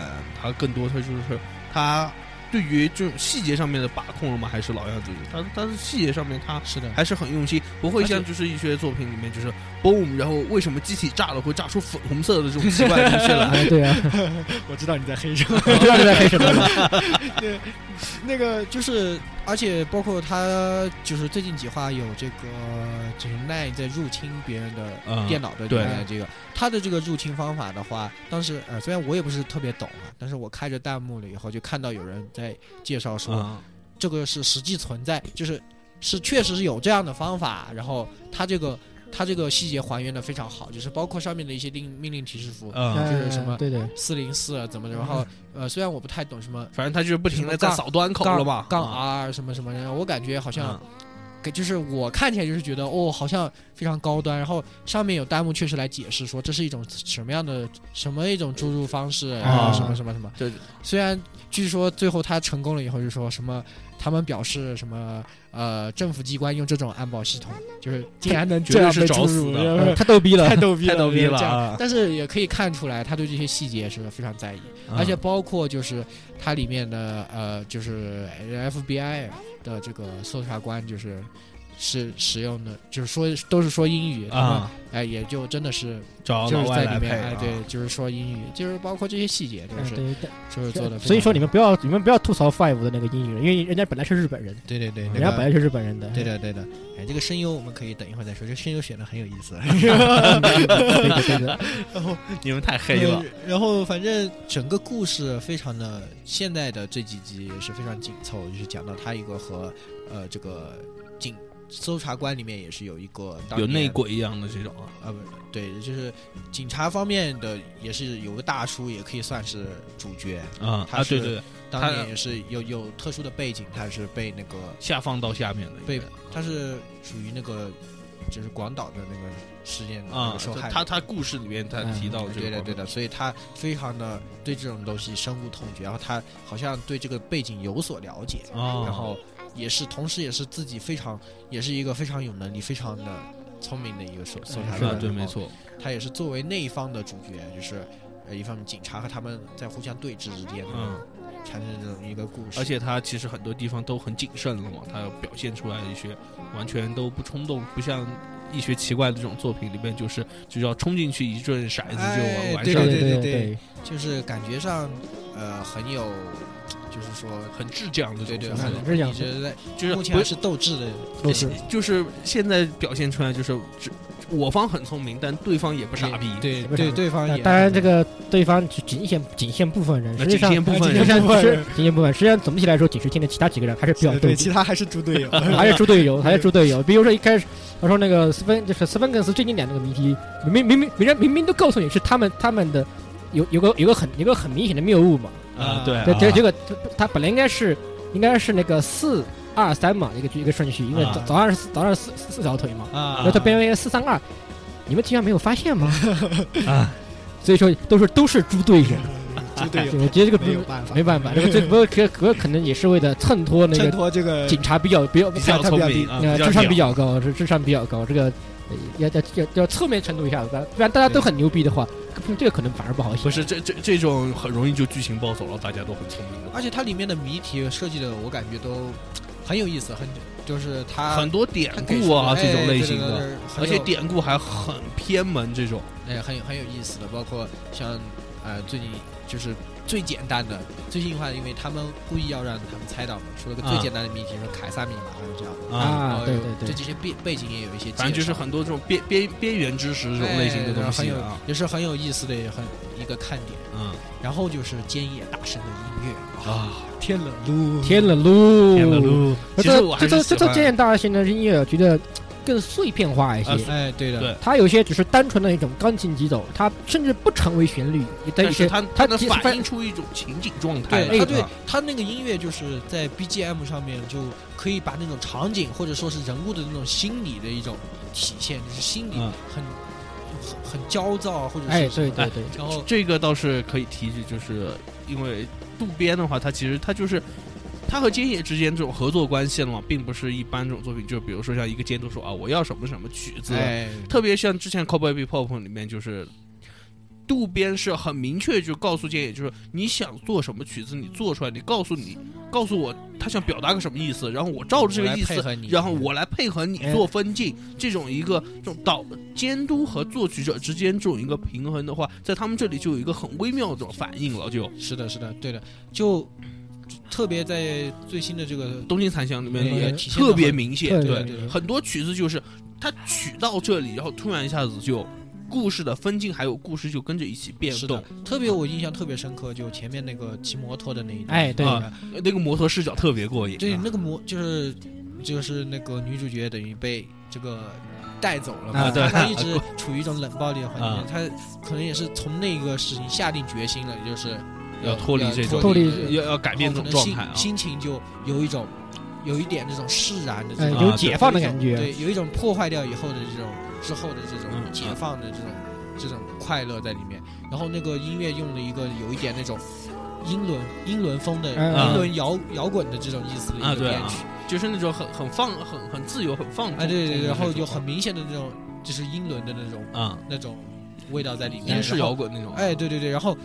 他更多他就是他对于这种细节上面的把控了嘛，还是老样子，他他是细节上面他 是的，还是很用心，不会而像就是一些作品里面就是 boom，然后为什么机体炸了会炸出粉红色的这种奇怪的东西 来？哎对啊，我知道你在黑什么。我知道你在黑什 么了。那个就是，而且包括他就是最近几话有这个就是奈在入侵别人的嗯电脑的对里面的这个，他的这个入侵方法的话，当时呃虽然我也不是特别懂啊，但是我开着弹幕了以后就看到有人在介绍说、啊，这个是实际存在，就是是确实是有这样的方法，然后他这个他这个细节还原的非常好，就是包括上面的一些令命令提示符嗯，就是什么哎对对，四零四啊怎么的，然后呃虽然我不太懂什么。反正他就是不停的在扫端口杠了吧？杠啊， R 什么什么的，我感觉好像嗯给就是我看起来就是觉得哦，好像非常高端。然后上面有弹幕确实来解释说这是一种什么样的什么一种注入方式，然后什么什么什么。啊对虽然据说最后他成功了以后，就说什么他们表示什么呃政府机关用这种安保系统，就是竟然能绝这对样是被找注死入，的然后呃 太逗逼了太。逗逼太逗逼了这样啊 但是也可以看出来，他对这些细节是非常在意。而且包括就是它里面的呃，就是 FBI 的这个搜查官，就是是使用的，就是说都是说英语，他们啊，哎也就真的是找就老是外在来里配，面哎啊对，就是说英语，就是包括这些细节都嗯是对对就是做的，所以说你们不要你们不要吐槽 Five 的那个英语人，因为人家本来是日本人，对对对，人家本来是日本人的。对的对的，哎，这个声优我们可以等一会儿再说，这个声优选的很有意思。 对的对的，你们太黑了呃。然后反正整个故事非常的，现在的这几集也是非常紧凑，就是讲到他一个和呃这个警搜查官里面也是有一个当有年内鬼一样的这种啊，啊不对，就是警察方面的也是有个大叔，也可以算是主角，啊他啊，对是对，对当他年也是有有特殊的背景，他是被那个下放到下面的一被个他是属于那个就是广岛的那个事件的那啊个受害者，他他故事里面他嗯提到对哦这个对的，方对面，的，所以他非常的对这种东西深恶痛绝，然后他好像对这个背景有所了解，哦然后也是同时也是自己非常也是一个非常有能力、非常的聪明的一个搜搜查哎是官，的，对，没，错，他也是作为那一方的主角，就是呃一方面警察和他们在互相对峙之间，嗯，产生这种一个故事，而且他其实很多地方都很谨慎了嘛，他要表现出来一些完全都不冲动，不像一些奇怪的这种作品里面，就是就要冲进去一阵骰子就哎完完对事对儿，对对对对，就是感觉上呃很有，就是说很智将的对这对，种很风有格，智很将一直在就是目前不还是是斗志的，都是就是现在表现出来就是只我方很聪明，但对方也不傻逼，对不是对，对方那也当然，这个对方只仅限仅限部分人，那实际上仅限部分实际上人其实仅限部分，实际上总体来说，警视厅的其他几个人还是比较对对对，，其他还是猪 队友。 还是猪队友，还 是猪队友。比如说一开始他说那个斯芬就是斯芬肯斯最经典那个谜题，明明明明人明明都告诉你是他们他们的有有个有个很有个很明显的谬误嘛，啊对对啊结结果他他本来应该是应该是那个四二三嘛，一个一个顺序，因为啊早早上是四早上是四四四条腿嘛，啊然后他变成四三二，你们竟然没有发现 吗？啊，所以说都是都是猪队友，猪 队对友我觉得这个猪没有办法，没办法，这个这个可可可能也是为了衬托那衬个托这个警察比较比较比较他比聪较明啊，呃，智商屌比较高，是智商比较高，这个呃要要要要侧面衬托一下，不然不然大家都很牛逼的话，这个可能反而不好写。不是这这这种很容易就剧情暴走了，大家都很聪明的，而且它里面的谜题设计的，我感觉都呃很有意思，很就是它很多典它给故啊出这哎种类型对对的，对对很而且有典故还很偏门这种。哎很有很有意思的，包括像呃最近就是最简单的最近的话，因为他们故意要让他们猜到嘛，出了个最啊简单的谜题，说凯撒密码还是这样的啊然后对有对对这些背背景也有一些介绍，反正就是很多这种边边边缘知识这种类型的东西哎然后啊很，有也是很有意思的，也很一个看点。嗯然后就是菅野大神的音乐啊，天冷撸，天了噜，天了，噜，这其实我还这这是喜这这这欢件大型的音乐，我觉得更碎片化一些啊。哎，对的，对它有些只是单纯的一种钢琴疾走，它甚至不成为旋律，它有但是些它它能其实反映出一种情景状态啊对来，哎他是对吧他那个音乐就是在 BGM 上面就可以把那种场景或者说是人物的那种心理的一种体现，就是心理嗯很很很焦躁，啊或者是哎，什么对对对，然后这个倒是可以提及，就是因为渡边的话，他其实他就是他和菅野之间这种合作关系了嘛，并不是一般这种作品，就比如说像一个监督说啊，我要什么什么曲子，啊哎，特别像之前《Cowboy Bebop》里面就是。渡边是很明确就告诉菅野，就是你想做什么曲子，你做出来，你告诉你，告诉我他想表达个什么意思，然后我照着这我个来意配思合你，然后我来配合你哎做分镜，这种一个这种导监督和作曲者之间这种一个平衡的话，在他们这里就有一个很微妙的这种反应了。就是嗯的，是的，对的，就特别在最新的这个《东京残响》里哎也面体现得特别很明显，对对对对很多曲子就是它曲到这里，然后突然一下子就故事的分镜还有故事就跟着一起变是动的，，特别我印象特别深刻，就前面那个骑摩托的那一段，哎对啊呃那个摩托视角特别过瘾。啊对，那个摩就是就是那个女主角等于被这个带走了啊 嘛，对她一直处于一种冷暴力的环境啊，她可能也是从那个事情下定决心了，就是呃要脱离这种脱离对要要改变这种然后状可能态啊！心心情就有一种有一点那种释然的这哎，种啊有解放的感觉，对，有一种破坏掉以后的这种之后的这种嗯解放的这种、这种快乐在里面。然后那个音乐用了一个有一点那种英伦英伦风的、嗯英伦摇摇滚的这种意思的啊一个对编啊嗯曲，就是那种很很放很很自由很放纵哎对对对，然后就有很明显的那种就是英伦的那种啊那种味道在里面。英式然后摇滚那种哎，对对对，然后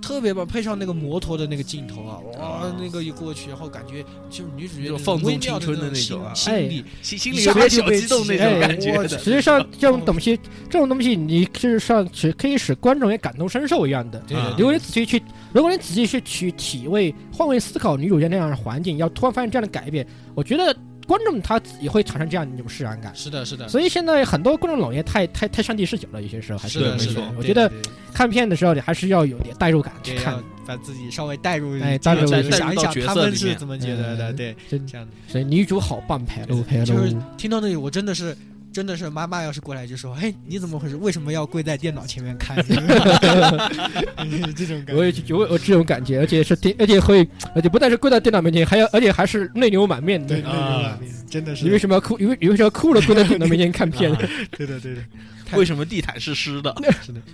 特别棒，配上那个摩托的那个镜头啊，哇啊，那个一过去，然后感觉就是女主那种角那种放纵微妙青春的的那种种啊心哎心理，心心里一有下点就小被激动刺那激种了感觉 我的实际上，这种东西，这种东西，你是上是可以使观众也感同身受一样的。对啊如对对果你仔细去，如果你仔细去去体味、换位思考女主角那样的环境，要突然发现这样的改变，我觉得观众他自己会产生这样一种释然感。是的，是的，所以现在很多观众老爷太太太上帝视角了，有些时候还是是的，对是没的错，我对觉得对对看片的时候你还是要有点代入感去也看要。把自己稍微带入一下，哎带入一下想带入一想到角色他们里是面怎么觉得的，嗯对，真这样的。所以女主好棒，排喽排就喽是。听到那里，我真的是。真的是妈妈要是过来就说：“哎，你怎么回事？为什么要跪在电脑前面 看？” 这种感我也觉，就有有这种感觉，而且是电，而且会，而且不但是跪在电脑面前，还要，而且还是泪流满面的。对对啊对，真的是啊你为什么要哭？因为你为什么要哭了？跪在电脑面前看 片？ 对的对的。啊为什么地毯是湿 的？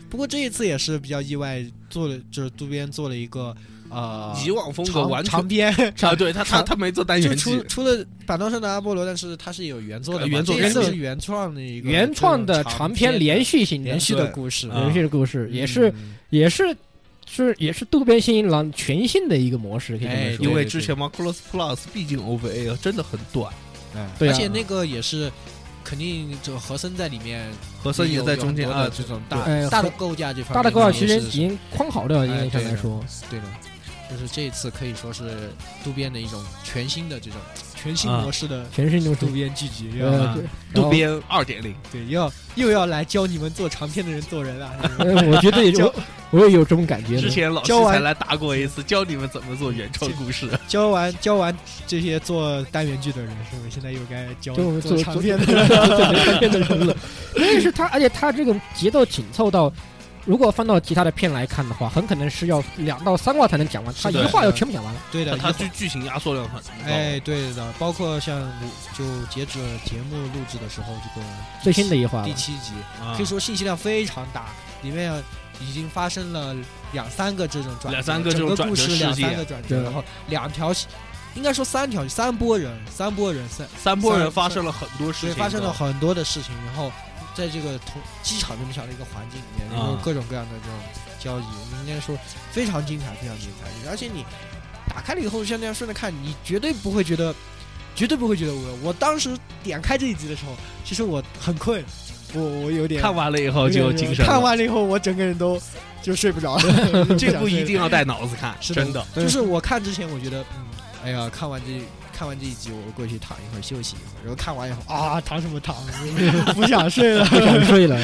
不过这一次也是比较意外，做了就是渡边做了一个呃以往啊风格长完全 长篇，啊，对他他长他没做单就元除剧，除了板凳上的阿波罗，但是它是有原作的嘛，呃原作这一次原作是原创的一个原创这的种长篇篇连续性的、连续的嗯对故事，啊连续的故事，也是嗯也是是也是渡边信一郎全新的一个模式，可以这哎么对因说。为之前嘛 c l o s Plus 毕竟 OVA 真的很短，对啊而且那个也是肯定这个和森在里面，和森也在中间啊，这种对哎大大的构架这方面，大的构高架尔其实已经框好了，应哎该上对来的说，对的，就是这一次可以说是渡边的一种全新的这种全新啊模式的全是那种渡边啊季节，又要呃，对渡，边二点零，对又要又要来教你们做长篇的人做人啊，然后呃我觉得也就我也有这种感觉的。之前老师教完才来打过一次，教你们怎么做原创故事。 教完教完这些做单元剧的人，是不是现在又该教就做长 篇的做人？长篇的人了， 但是他，而且他这种节奏紧凑到，如果放到其他的片来看的话，很可能是要两到三话才能讲完，他是的一话要全部讲完了。对的， 他一会剧剧情压缩量很高，哎，对的，包括像录就截止了节目录制的时候，这个最新的一话了第，七集，啊可以说信息量非常大，里面已经发生了两三个这种转折，两三个这种整个转故折事事两件三个转对折，然后两条，应该说三条三波人，三波人三，三波人发生了很多事所以情，啊发生了很多的事情，然后在这个同机场这么小的一个环境里面，然后啊各种各样的这种交易，我们应该说非常精彩，非常精彩，而且你打开了以后像那样顺着看，你绝对不会觉得。绝对不会觉得无聊。我当时点开这一集的时候，其实我很困，我我有点看完了以后就精神了。。看完了以后，我整个人都就睡不着了 这部不一想睡定要带脑子看，是真的。就是我看之前，我觉得，嗯，哎呀，看完这看完这一集，我过去躺一会儿休息一会儿。然后看完以后啊，躺什么躺，不想睡了。 不想睡了。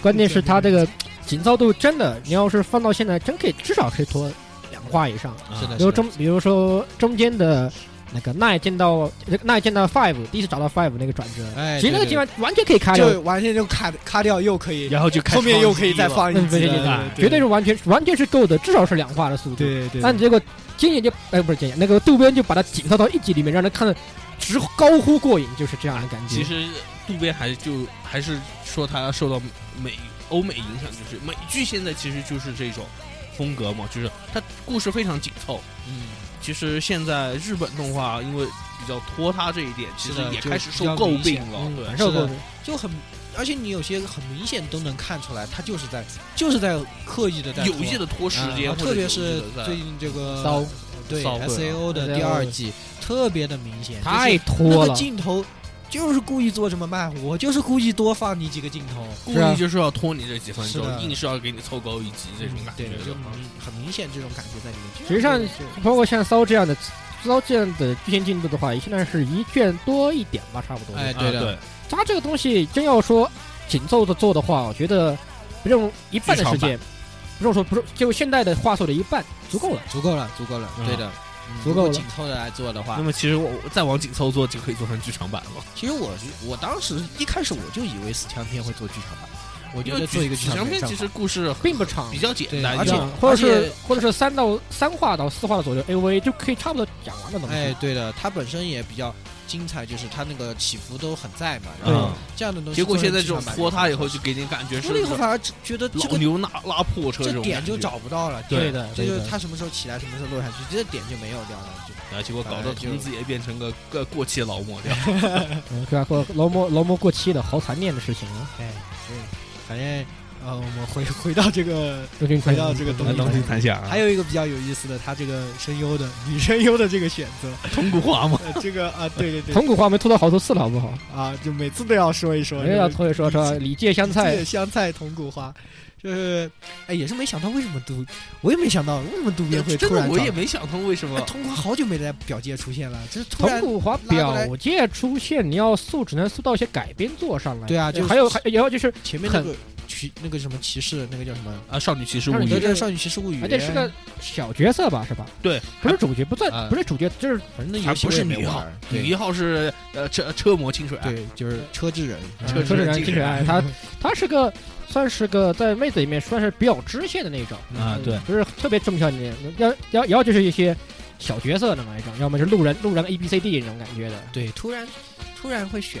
关键是他这 个紧凑度真的，你要是放到现在，真可以至少可以拖两话以上。啊是的比如中，比如说中间的那个奈见到奈见到 Five，第一次找到 Five 那个转折，哎，其实那个对地方完全可以卡掉，就完全就卡卡掉，又可以然后就开始后面又可以再放一嗯集对了，绝对是完全完全是够的，至少是两话的速度。对对。但结果金野就哎不是金野，那个渡边就把它紧凑到一集里面，让人看得直高呼过瘾，就是这样的感嗯觉。其实渡边还就还是说他受到美欧美影响，就是美剧现在其实就是这种风格嘛，就是它故事非常紧凑。嗯，其实现在日本动画因为比较拖沓这一点，其实是的也就开始受比较诟明病显嗯了。对很，受够是的就很，而且你有些很明显都能看出来，他就是在就是在刻意的在有意的拖时啊间，或者特别有意是地在嗯最近这个骚对骚会啊 S A O 的 SAO 第二季特别的明显，太就是拖那个了，镜头就是故意做这么慢，我就是故意多放你几个镜头，故是啊意就是要拖你这几分是钟，的硬是要给你凑够一集这种感觉嗯对，就的嘛。明很明显这种感觉在里面。就是实际上就包括像骚这样的。骚这样的剧情进度的话，现在是一卷多一点吧，差不多。哎，啊对的，它这个东西真要说紧凑的做的话，我觉得不用一半的时剧场间，不用说不是就现在的话术的一半足够了。足够了，足够了，嗯对的，嗯足够了如果紧凑的来做的话啊那，么其实我我再往紧凑做就可以做成剧场版了。其实我我当时一开始我就以为死强片会做剧场版，我觉因得为做一个剧剧场片片其实故事并不长比较简对单，而且就嗯或者而是且或者是三到三话到四话的左右 A V 就可以差不多讲完的东西。哎，对的，它本身也比较精彩，就是它那个起伏都很在嘛。对然后嗯这样的东西结做果成剧现场版在这就好种拖了，沓以后就给你感觉是拖了以后反而只觉得这老个牛拉拉破车这这种点就感觉找不到了，对的，这对就是的。它什么时候起来，什么时候落下去，这点就没有掉了。就啊，结果搞反得正就童子也变成个个过气老模样。嗯对啊，过劳模劳模过期了，好残念的事情啊！哎，对，反正呃，我们回回到这个，这个回到这个东来西哎东西谈 下啊还，有一个比较有意思的，他这个声优的女声优的这个选择， 铜鼓话嘛，呃这个啊，对对对，铜鼓话没吐到好多次了，好不好？啊，就每次都要说一说，我也要拖一说说李李界香菜对，香菜铜鼓花，就是哎，也是没想到为什么渡，我也没想到为什么渡边会真突的然我找也没想通为什么哎，铜鼓花好久没在表界出现了，这是突铜然鼓华表界出现，你要塑只能塑到一些改编作上来。对哎啊就是还有还有然后就是前面那个骑那个什么骑士，那个叫什么？啊，少女骑士少物女骑对士语，对，少女骑士物语，而且是个小角色吧，是吧？对，不是主角，不算啊不是主角，就是反正那还游戏不我是也没女一号玩儿，女一对号是呃车车模清水啊，对，就是车之人，嗯车车之之人人精金神水啊爱，他他是个算是个在妹子里面算是比较支线的那种啊对，不是特别正向的，要要要就是一些小角色那么一种，要么是路人路人 A B C D 那种感觉的。对，突然突然会选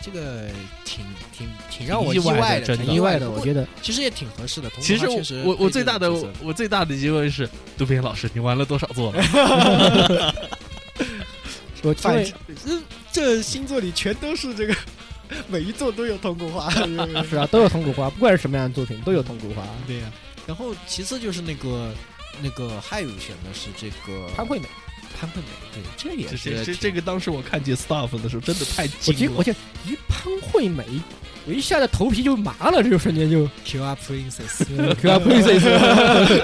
这个，挺挺挺让我意外的外的，真的挺很意外的的，，我不过觉得其实也挺合适的。铜其鼓实花我确实我我配这最个大的角色我最大的疑问是，杜平老师，你玩了多少 座了？我因反为正这这星座里全都是这个， 每一座都有铜鼓花。是啊，都有铜鼓花，不管是什么样的作品都有铜鼓花。对呀、然后其次就是那个那个汉语选的是这个潘惠美，潘惠美，对，这也这是这这这个当时我看见 staff 的时候，真的太我记惊我了。记一潘惠美，我一下子头皮就麻了，这个瞬间就 Q R Princess， Q R Princess。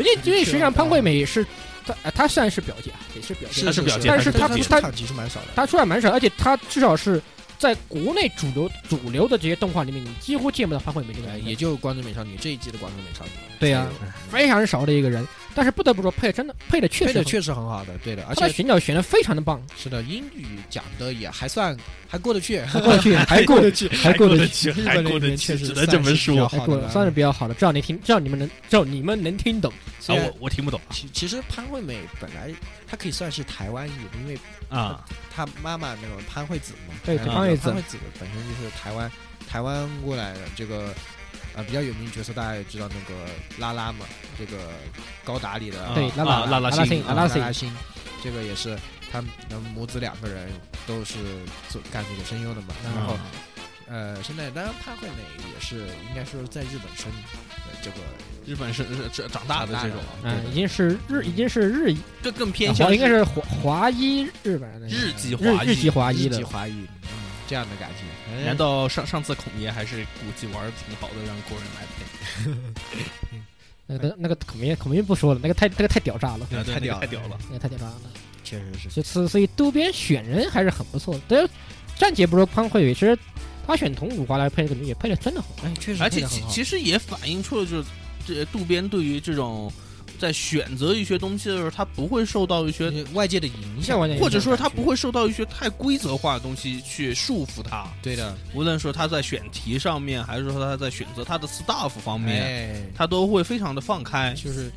因为因为实际上潘惠美是她呃她算是表姐，啊，也是表姐是，是表姐但是她她不是表姐她出场其实蛮少的，他出来蛮少，而且他至少是在国内主流主流的这些动画里面，你几乎见不到潘惠美这个呃人，也就《光之美少女》这一季的《光之美少女》对呀才有，非常少的一个人。但是不得不说，配得真的配的确配实的很，确实很好的，对的，而他的且选角选的非常的棒，是的，英语讲的也还算还过得去，还过得去，还过得去，还过得去。去，日还本过人得员去，确实只能这么说。啊还好过的得算是比较好的，至少你听，至少你们能，至少你们能听懂。啊 虽然，我我听不懂其其实潘惠美本来她可以算是台湾裔，因为啊，她妈妈那个潘惠子嘛，对然后潘惠子潘惠子本身就是台湾台湾过来的，这个呃比较有名的角色大家也知道那个拉拉嘛，这个高达里的啊对，拉啊拉拉拉拉星星，啊拉星，拉星，这个也是他们母子两个人都是做干这个声优的嘛，嗯然后。呃，现在当然潘惠美也是应该说在日本生呃这个日本是是是长大的这种，长大的嗯，已经是日，已经是日，这更偏啊向华应该是华华裔日本人的日籍日华日籍裔。华裔日籍的，华裔，嗯，这样的感觉。哎难道上上次孔爷还是估计玩的挺好的，让国人来配？那个那个孔明孔明不说了，那个太那个太屌炸了，嗯啊对那太个屌太屌了！那个太屌炸了。哎确实是所以所所以渡边选人还是很不错的。但是暂且不说潘惠美，其实他选铜鼓华来配这个名也配的真的好。哎，确实而且配得其很好其实也反映出了，就是这渡边对于这种在选择一些东西的时候，他不会受到一些，呃外界的影像响玩，家或者说他不会会受到一些太规则化的东西去束缚他。对的，无论说他在选题上面，还是说他在选择他的 staff 方面，哎，他都会非常的放开。就是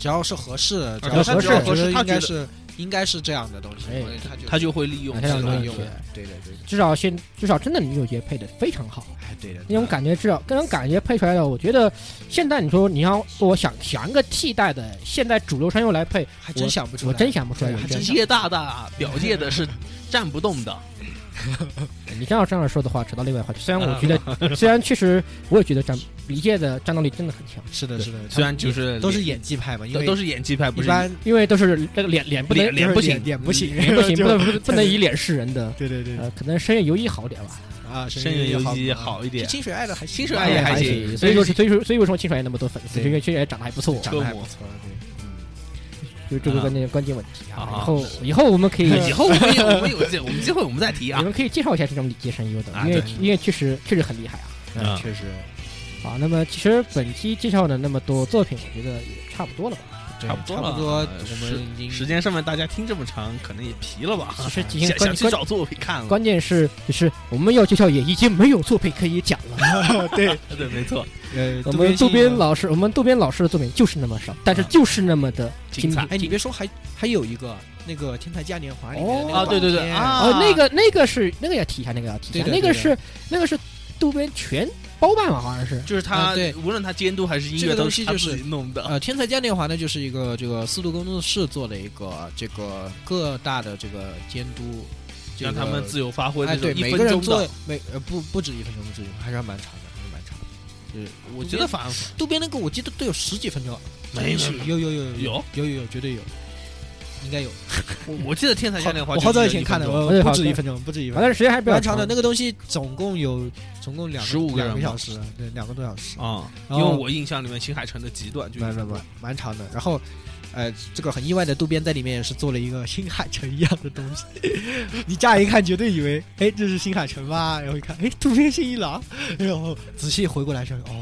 只要是合适的，啊只要是合适只觉得要合适应该他觉是应该是这样的东西哎，他就他就会利用哎这他自让动你个用去的，对的对的，至少现至少真的女主角配的非常好，哎对的，那种感觉至少那种感觉配出来的，我觉得现在你说你要我想想一个替代的，现在主流声优来配，还真想不出来，我真想不出来有 对还一真个。叶大大表界的是站不动的，你真要这样说的话，扯到另外一个话题。虽然嗯我觉得，虽然确实我也觉得战理界的战斗力真的很强，是的是的，虽然就是都是脸演技派 嘛，因都为都是演技派，不一是般因为都是那个脸脸不能脸脸不行，嗯脸不行，脸不行，就不能不能不能以脸示人的。对对对，呃，可能深夜游一好点吧，啊，深夜游戏好一这点，清水爱的还清水爱也还哎还行行所以说，所以说，所以为什么清水也那么多粉丝？对因为清水也长得还不错，长得还不错，啊嗯对，就这个关键关键问题啊。啊以后以后我们可以 以后我们有我们有机我们机会我们再提啊你。们可以介绍一下这种理解声优的，啊因为对因为确实确实很厉害啊。啊嗯确实好，那么其实本期介绍的那么多作品，我觉得也差不多了吧。啊对差不多差了不多，呃我们已经时间上面大家听这么长，可能也疲了吧？其实进行想关想去关找作品嗯看了，关键是就是我们要介绍也已经没有作品可以讲 了。对，没错，呃，我们渡渡边信老师，我们渡边老师的作品就是那么少，但是啊就是那么的精彩哎，你别说，还还有一个那个《天才嘉年华》里面的那个啊，对对短对片啊，哦，那个那个是那个要提一下，那个要提一下，对的那个对的是那个是渡边全包办了，好像是。就是他啊对无论他监督还是音这乐个都东是西他就是自己弄的，呃，《天才嘉年华》呢，就是一个这个四度工作室做的一个这个各大的这个监督，这让他个们自由发挥哎，那种对，一每分个人钟做的。每呃不不止一分钟的自由，还是蛮长的，还是蛮长的。就是我觉得反 而渡边那个我记得都有十几分钟，没有没有有有有有有有绝对有，应该有。我我记得《天才嘉年华》我好早以前看的，对我好不止对一分钟，不止一分反钟，正时间还比较蛮长的。那个东西总共有总共两个15个人两个吧小时，啊对，两个多小时。啊，因然为后我印象里面新海诚的极短就不不不，蛮长的。然后，呃，这个很意外的，渡边在里面也是做了一个新海诚一样的东西。 你乍一看绝对以为，哎，这是新海诚吧？然后一看，哎，渡边信一郎，然后仔细回过来说，哦，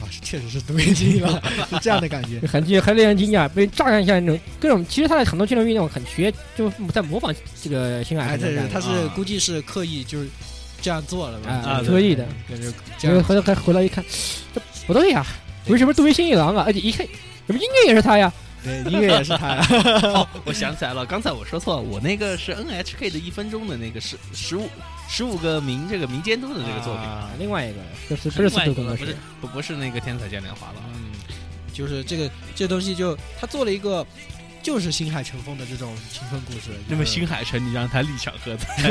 啊，是确实是渡边信一郎，是这样的感 觉。很很很令人惊讶，被乍看一下那种各种，其实他的很多技能运用很学，就在模仿这个新海哎，诚这的是感觉他是估计是刻意就是这样做了吧？啊，对特意的。就是这结果样。回头还回来一看，这不对呀、为什么渡边信一郎啊？而且一看，这不音乐也是他呀？对，音乐也是他，哦， 我想起来了，刚才我说错了，我那个是 NHK 的一分钟的那个十十五十五个民这个民监督的这个作品，啊，另外一个就是不是四另外一度个工作了不室是？不不是那个《天才嘉年华》了，嗯， 就是这个这东西就他做了一个。就是新海诚风的这种青春故事，那么就是新海诚，你让他立场喝彩。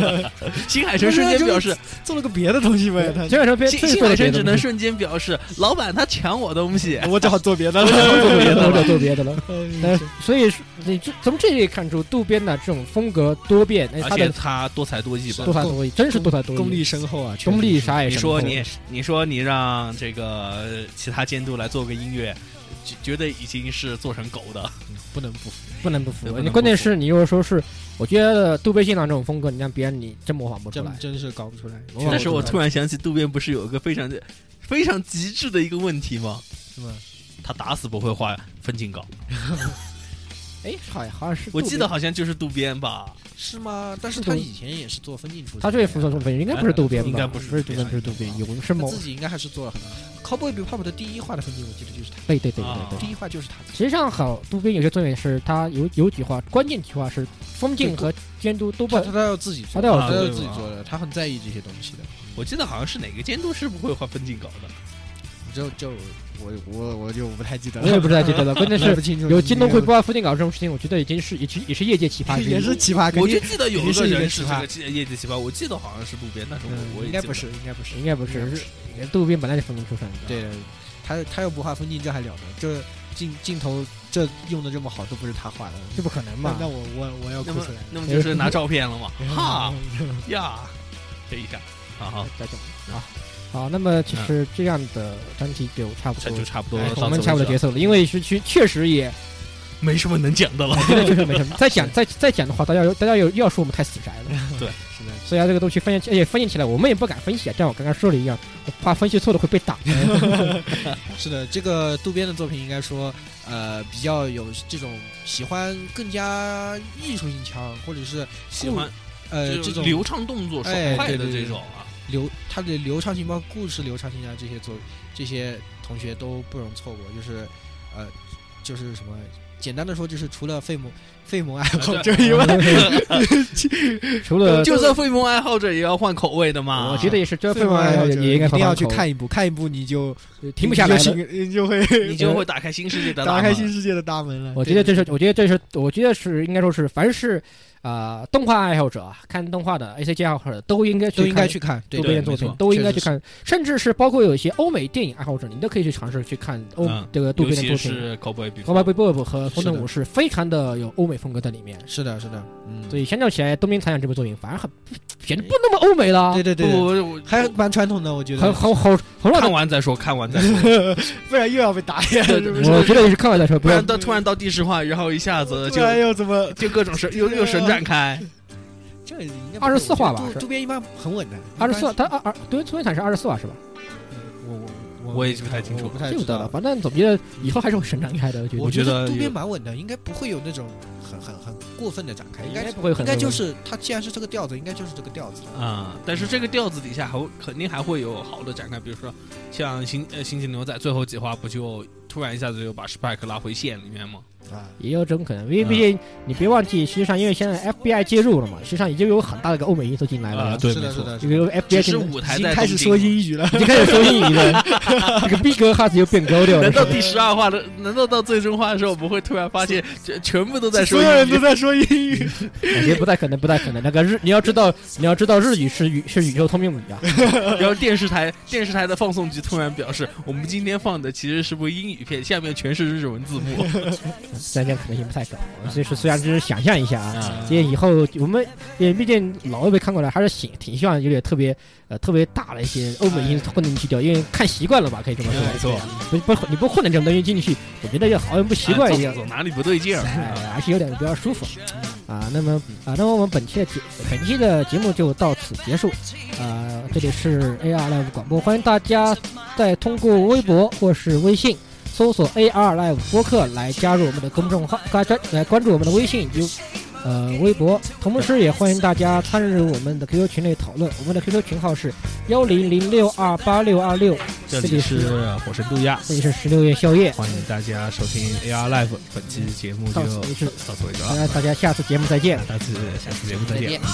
新海诚不是瞬间就表示，做了个别的东西呗，他新海诚别新最新做海的别的诚只东能西瞬间表示，老板他抢我东西。我只好做别的了。 我者做别的了。但是所以说你这从这里看出渡边的这种风格多变，哎，而他且的他多才多艺吧多？才多艺，真是多才多艺。功力深厚啊，功力啥？啥也你是。说你，你说你让这个呃其他监督来做个音乐，绝绝对已经是做成狗的。不能不服。不能不服对不。能你不关键服是你又说是，我觉得渡边信郎这种风格，你让别人你真模仿不出真来。真是搞不出来。但是我突然想起渡边不是有一个非常非常极致的一个问题吗？是吗？他打死不会画分镜稿。哎，好像好像是渡我边，记得好像就是渡边吧？是吗？但是这他种以前也是做分镜出身的呀，他这位服从中分应该不是渡边吧？哎应该不是哎是渡边，不是渡边，有是他某自己应该还是做了很多。Cowboy Bebop 的第一话的分镜，我记得就是他，对对对啊对对。第一话就是他自己。实际上，好，渡边有些作品是他有有几话，关键几话是封禁和监督都不他他都要自己做，他都要他做自己做的，他很在意这些东西的。我记得好像是哪个监督是不会画分镜稿的。就就我我我就不太记得我也了，不知道记得 了，关键记 是不清楚。有京东会不。报附近搞这种事情，我觉得已经是也是也是业界奇葩之一也是奇葩，我肯就定记得有肯定个是一个人是奇这葩个业业界奇葩，我记得好像是渡边，但是我嗯我也应该记不得是，应该不是，应该不应该是不是，渡边本来就封禁出身的。对的，他他要不画分镜，这还了得？这镜镜头这用的这么好，都不是他画的。这不可能那啊嘛那？我我我要哭那么出来了。那么就是拿照片了嘛？嗯哈呀，这一下，好好，再见啊！好，那么其实这样的专题就差不这多，就差不多哎了，我们差不多结得束了，因为是确确实也没什么能讲的了。真的确实没什么。再讲再再讲的话，大家有大家有又要说我们太死宅了，是的，所以啊，这个东西分析，而且分析起来我们也不敢分析啊，像我刚刚说的一样，我怕分析错了会被 打。 是的，这个渡边的作品应该说，呃，比较有这种喜欢更加艺术性强，或者是喜欢呃就这是种流畅动作、哎爽快对的对这对种啊，流它的流畅性，包括故事流畅性啊，这些作这些同学都不容错过。就是呃，就是什么，简单的说，就是除了费姆 费蒙爱好者 以外，除了就算费蒙爱好者也要换口味的嘛。呃我觉得也是，这费份蒙爱好者也应该一定要放去口看一部，看一部你就停不下来你就了。醒你就会你就会打开新世界的大打门开新世界的大门了。呃我觉得这是，我觉得这是，我觉得是应该说是，凡是啊、呃动画爱好者啊，看动画的 A C G 爱好者都应该去都应该看去看，周边对作品没错都应该确去实看，甚至是包括有一些欧美电影爱好者，你都可以去尝试去看欧、嗯这个渡尤边的其作品。是 Cowboy《Bebop，Cowboy Bebop》和《风是的筝武士》非常的有欧美风格在里面，是的，是的，嗯，所以相较起来，东边残响这部作品反而很显得不那么欧美了，对对对，不，我还蛮传统的，我觉很得，很很很我让看完再说，看完再说。 不然又要被打脸，是不是？我觉得也是看完再说，不不要然到突然到第十话，然后一下子突就然又哎怎么？就各种神又又神展 开。这应该24话吧我是觉得渡渡边一般很稳的，二十四，他二二对东边残是二十四瓦啊是吧？我我我也不太清楚我哎不太记知不得道了，。反正总觉得以后还是会神展开的，我觉得我觉得渡有边蛮稳的，应该不会有那种很很很过分的展开，应应该该不会很应该就是他既然是这个调子，应该就是这个调子。啊、但是这个调子底下还会肯定还会有好的展开，比如说像星呃星际牛仔最后几话不就突然一下子就把 Spike 拉回线里面吗？啊，也有这种可能，因为毕竟你别忘记，实际上因为现在 FBI 介入了嘛，实际上已经有很大的一个欧美因素进来啊了，对是的，没是错的，这是的个只 FBI 是进来舞已台经在开始说英语了。已经开始说英语 了，这个逼格哈斯又变高调了难。道是吧第十二话的？难道到最终话的时候，我们会突然发现全全部都在说所有人英都语？在说英语，我觉得不太可能，不太可能。那个日，你要知道，你要知道日语是宇是宇宙通用语啊，然后电视台电视台的放送局突然表示，我们今天放的其实是部英语片，下面全是日文字 幕。三天可能性不太高。嗯所以说，虽然只是想象一下啊啊，因为以后我们也毕竟老一辈看过来，还是挺挺希望有点特别呃特别大的一些欧美因素混进去掉，因为看习惯了吧，可以这么说。啊没错，不不，你不混点这种东西进去，我觉得也好像不习惯一样啊总，总哪里不对劲儿？啊哎，而且有点比较舒服啊。那么啊，那么我们本期的节本期的节目就到此结束。啊，这里是 AR Live 广播，欢迎大家再通过微博或是微信搜索 AR Live 播客来加入我们的公众号，关注来关注我们的微信以及呃微博。同时，也欢迎大家参与我们的 QQ 群内讨论，我们的 QQ 群号是幺零零六二八六二六，这这里里是啊火神渡鸦，这里是十六夜宵夜。欢迎大家收听 AR Live，本期节目就到此为止到此为止了，那大家下次节目再见。大家下期节目再见。啊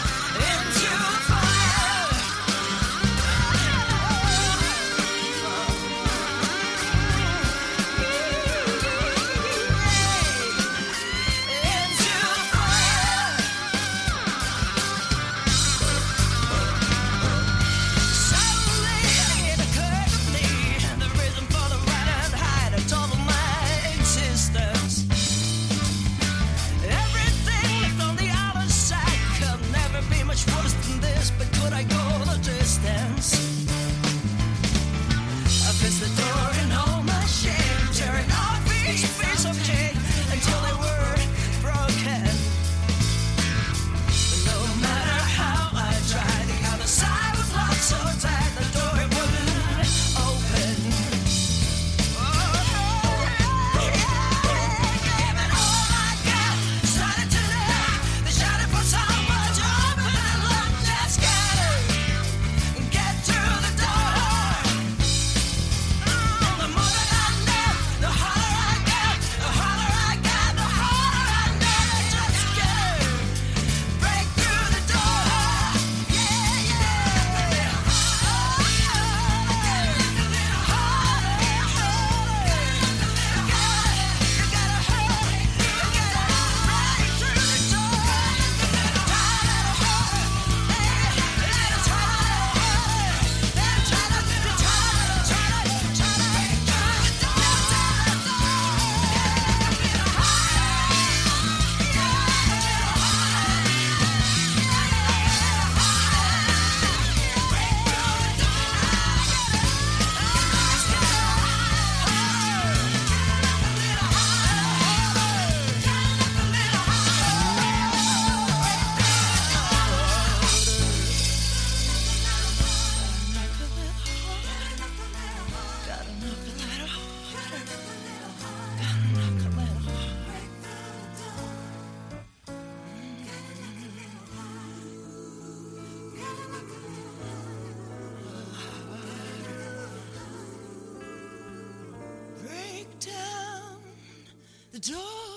Into 这